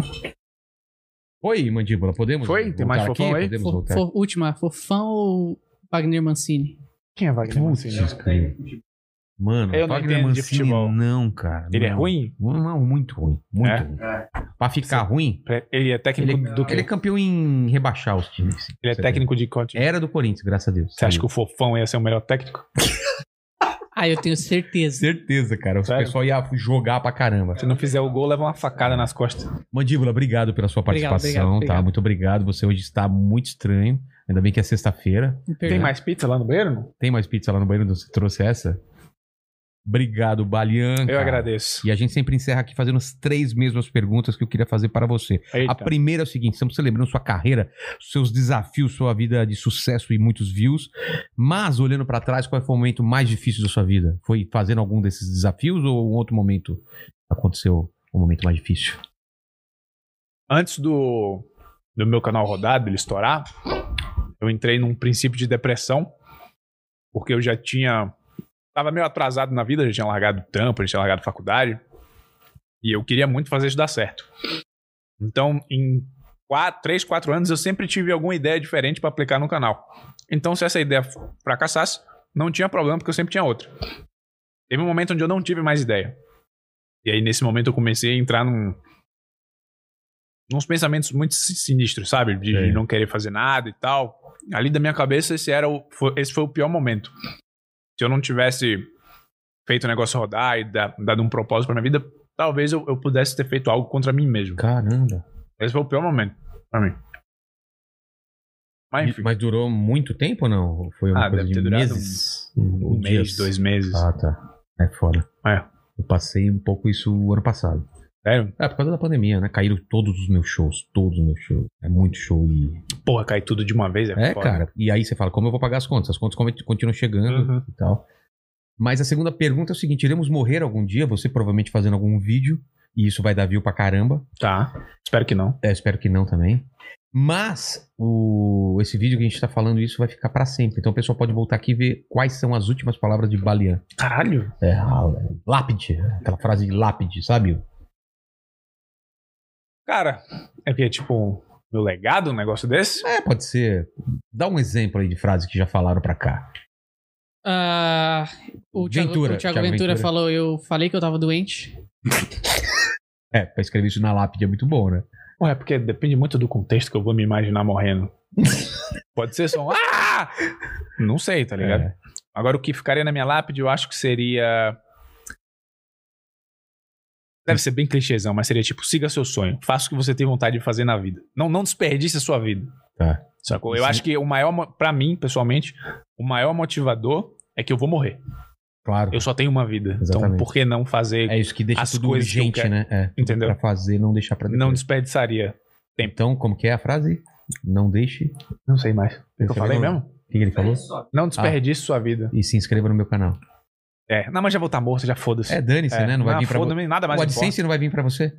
S2: Foi, mandíbula, podemos?
S3: Foi?
S2: voltar
S3: Tem mais fofão aí?
S2: Podemos
S4: fo-
S2: voltar.
S4: fo- última, Fofão ou Wagner Mancini?
S3: Quem é Wagner Mancini?
S2: Jesus, cara. Mano,
S3: Eu não
S2: Wagner
S3: entendo de
S2: Mancini,
S3: futebol.
S2: Não, cara.
S3: Ele é
S2: não.
S3: ruim?
S2: Não, muito ruim. Muito
S3: É?
S2: ruim. Pra ficar ruim,
S3: Ele é
S2: ele,
S3: técnico do quê?
S2: ele é campeão em rebaixar os times.
S3: Ele é técnico de qual time?
S2: Era do Corinthians, graças a Deus.
S3: Você acha que o Fofão ia ser o melhor técnico?
S4: Ah, eu tenho certeza.
S2: Certeza, cara. O
S3: Sério?
S2: pessoal ia jogar pra caramba.
S3: Se não fizer o gol, leva uma facada nas costas.
S2: Mandíbula, obrigado pela sua
S4: Obrigado,
S2: participação,
S4: obrigado,
S2: tá?
S4: obrigado.
S2: Muito obrigado. Você hoje está muito estranho. Ainda bem que é sexta-feira.
S4: Me
S3: Tem
S4: perdoa.
S3: mais pizza lá no banheiro? não?
S2: Tem mais pizza lá no banheiro? Você trouxe essa? Obrigado, Balian.
S3: Eu
S2: cara.
S3: agradeço.
S2: E a gente sempre encerra aqui fazendo as três mesmas perguntas que eu queria fazer para você. A
S3: Eita.
S2: primeira é o seguinte: estamos celebrando sua carreira, seus desafios, sua vida de sucesso e muitos views. Mas, olhando para trás, qual foi o momento mais difícil da sua vida? Foi fazendo algum desses desafios ou um outro momento aconteceu um momento mais difícil?
S3: antes do, do meu canal rodado, ele estourar, eu entrei num princípio de depressão, porque eu já tinha. Tava meio atrasado na vida, já tinha largado tampa, já tinha largado faculdade. E eu queria muito fazer isso dar certo. Então, em quatro, três, quatro anos, eu sempre tive alguma ideia diferente para aplicar no canal. Então, se essa ideia fracassasse, não tinha problema, porque eu sempre tinha outra. Teve um momento onde eu não tive mais ideia. E aí, nesse momento, eu comecei a entrar num, uns pensamentos muito si- sinistros, sabe? De
S2: Sei.
S3: não querer fazer nada e tal. Ali da minha cabeça, esse, era o, foi, esse foi o pior momento. Se eu não tivesse feito o negócio rodar e da- dado um propósito pra minha vida, talvez eu, eu pudesse ter feito algo contra mim mesmo.
S2: Caramba!
S3: Esse foi o pior momento pra mim. Mas enfim,
S2: Mas durou muito tempo ou não? Foi uma
S3: Ah,
S2: coisa
S3: deve ter
S2: de
S3: durado
S2: meses?
S3: um
S2: Ou
S3: mês,
S2: dias?
S3: dois meses.
S2: Ah, tá. É foda.
S3: É.
S2: Eu passei um pouco isso o ano passado.
S3: Sério?
S2: É, por causa da pandemia, né? Caíram todos os meus shows. Todos os meus shows. É muito show e
S3: Porra, cai tudo de uma vez, é,
S2: É,
S3: foda.
S2: cara. E aí você fala, como eu vou pagar as contas? As contas como- continuam chegando
S3: Uhum.
S2: e tal. Mas a segunda pergunta é o seguinte: iremos morrer algum dia, você provavelmente fazendo algum vídeo, e isso vai dar view pra caramba.
S3: Tá. Espero que não.
S2: É, espero que não também. Mas o, esse vídeo que a gente tá falando, isso vai ficar pra sempre. Então o pessoal pode voltar aqui e ver quais são as últimas palavras de Balian.
S3: Caralho.
S2: É, a- lápide. Aquela frase de lápide, sabe?
S3: Cara, é porque, tipo, meu legado, um negócio desse.
S2: É, pode ser. Dá um exemplo aí de frase que já falaram pra cá.
S4: Ah, o Thiago
S2: Ventura,
S4: o Thiago
S2: Thiago
S4: Ventura,
S2: Ventura.
S4: falou, eu falei que eu tava doente.
S2: É, pra escrever isso na lápide é muito bom, né?
S3: Porra, é porque depende muito do contexto que eu vou me imaginar morrendo. Pode ser só um. Ah! Não sei, tá ligado?
S2: É.
S3: Agora, o que ficaria na minha lápide, eu acho que seria. Deve ser bem clichêzão, mas seria tipo: siga seu sonho, faça o que você tem vontade de fazer na vida. Não, não desperdice a sua vida.
S2: Tá.
S3: Sacou? Eu
S2: Sim.
S3: acho que o maior, mo- Pra mim, pessoalmente, o maior motivador é que eu vou morrer.
S2: Claro.
S3: Eu só tenho uma vida. Então,
S2: Exatamente.
S3: por que não fazer?
S2: É isso que deixa
S3: as
S2: tudo
S3: coisas que eu
S2: urgente,
S3: quero.
S2: né? É, tudo
S3: Entendeu?
S2: Pra fazer, não deixar pra depois.
S3: Não desperdiçaria.
S2: Então, como que é a frase? Não Ah. deixe.
S3: Não sei mais. É O que eu falei mesmo?
S2: O que que ele falou?
S3: Não desperdice sua vida.
S2: E se inscreva no meu canal.
S3: É. Não, mas já vou estar morto, já foda-se.
S2: É, dane-se,
S3: É,
S2: né? Não vai vir pra você.
S3: foda-me, nada mais
S2: O
S3: importa.
S2: AdSense não vai vir pra você?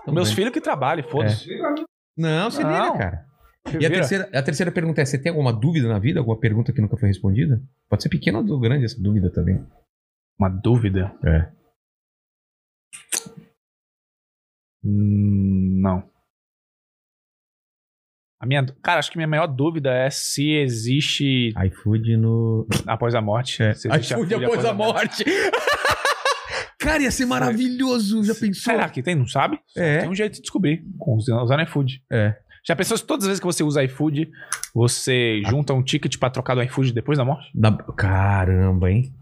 S2: Então,
S3: Meus
S2: bem.
S3: filhos que trabalham, foda-se.
S2: Não, se
S3: Não.
S2: liga, cara. E a
S3: Vira.
S2: terceira, a terceira pergunta é: você tem alguma dúvida na vida? Alguma pergunta que nunca foi respondida? Pode ser pequena ou grande essa dúvida também.
S3: Uma dúvida?
S2: É.
S3: Hum, não. A minha, cara, acho que minha maior dúvida é se existe
S2: iFood no.
S3: após a morte. Se existe
S2: É. iFood
S3: vida
S2: após a morte. cara, ia ser maravilhoso. Já pensou?
S3: Será que tem? Não sabe? Só
S2: É.
S3: Tem um jeito de descobrir. Com usando usando iFood.
S2: É.
S3: Já pensou se todas as vezes que você usa iFood, você junta um ticket pra trocar do iFood depois da morte?
S2: Da- Caramba, hein?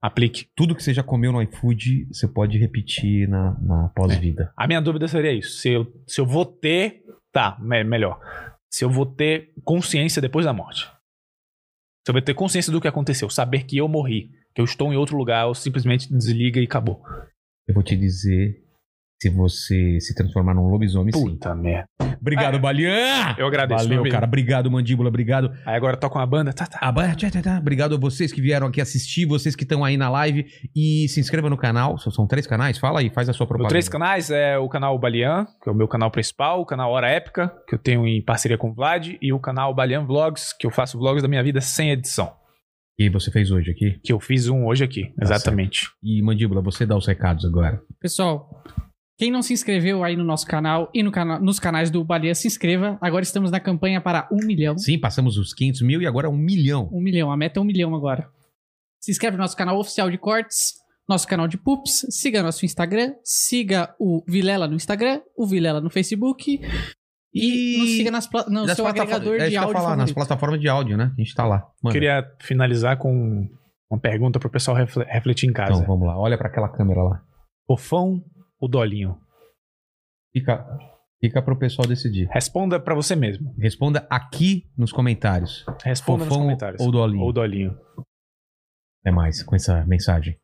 S3: Aplique.
S2: tudo que você já comeu no iFood, você pode repetir na, na pós-vida.
S3: A minha dúvida seria isso. Se eu, se eu vou ter. Tá, me- melhor. Se eu vou ter consciência depois da morte. Se eu vou ter consciência do que aconteceu, saber que eu morri, que eu estou em outro lugar, eu simplesmente desliga e acabou. É.
S2: Eu vou te dizer se você se transformar num lobisomem, sim.
S3: Puta merda.
S2: Obrigado, Balian!
S3: Eu agradeço. meu
S2: Valeu,
S3: amigo.
S2: cara. Obrigado, Mandíbula. Obrigado.
S3: Aí agora toca uma banda. Tá, tá.
S2: Ah, bah, tchá, tchá, tchá. Obrigado a vocês que vieram aqui assistir, vocês que estão aí na live. E se inscreva no canal. São- São três canais? Fala aí, faz a sua
S3: Meus
S2: propaganda.
S3: três canais é o canal Balian, que é o meu canal principal, o canal Hora Épica, que eu tenho em parceria com o Vlad, e o canal Balian Vlogs, que eu faço vlogs da minha vida sem edição.
S2: que você fez hoje aqui.
S3: Que eu fiz um hoje aqui,
S2: Tá
S3: exatamente.
S2: E, Mandíbula, você dá os recados agora.
S3: Uhum.
S4: Pessoal, quem não se inscreveu aí no nosso canal e no cana nos canais do Baleia, se inscreva. Agora estamos na campanha para um milhão.
S2: Sim, passamos os 500 mil e agora é um milhão.
S4: Um milhão, a meta é um milhão agora. Se inscreve no nosso canal oficial de cortes, nosso canal de pups, siga nosso Instagram, siga o Vilela no Instagram, o Vilela no Facebook e, nos siga nas pla- no
S2: das
S4: seu
S2: plataformas-
S4: agregador
S2: é isso
S4: de
S2: que eu ia
S4: áudio
S2: falar, nas
S4: favorito.
S2: plataformas de áudio, né? A gente tá lá. Manda.
S3: Queria finalizar com uma pergunta pro pessoal refle- refletir em
S2: Então,
S3: casa.
S2: vamos lá. Olha pra aquela câmera lá.
S3: Fofão ou Dolinho?
S2: Fica, fica pro pessoal decidir.
S3: Responda pra você mesmo.
S2: Responda aqui nos comentários.
S3: Responda nos
S2: Fofão
S3: comentários.
S2: ou Dolinho?
S3: Ou Dolinho.
S2: Até mais com essa mensagem.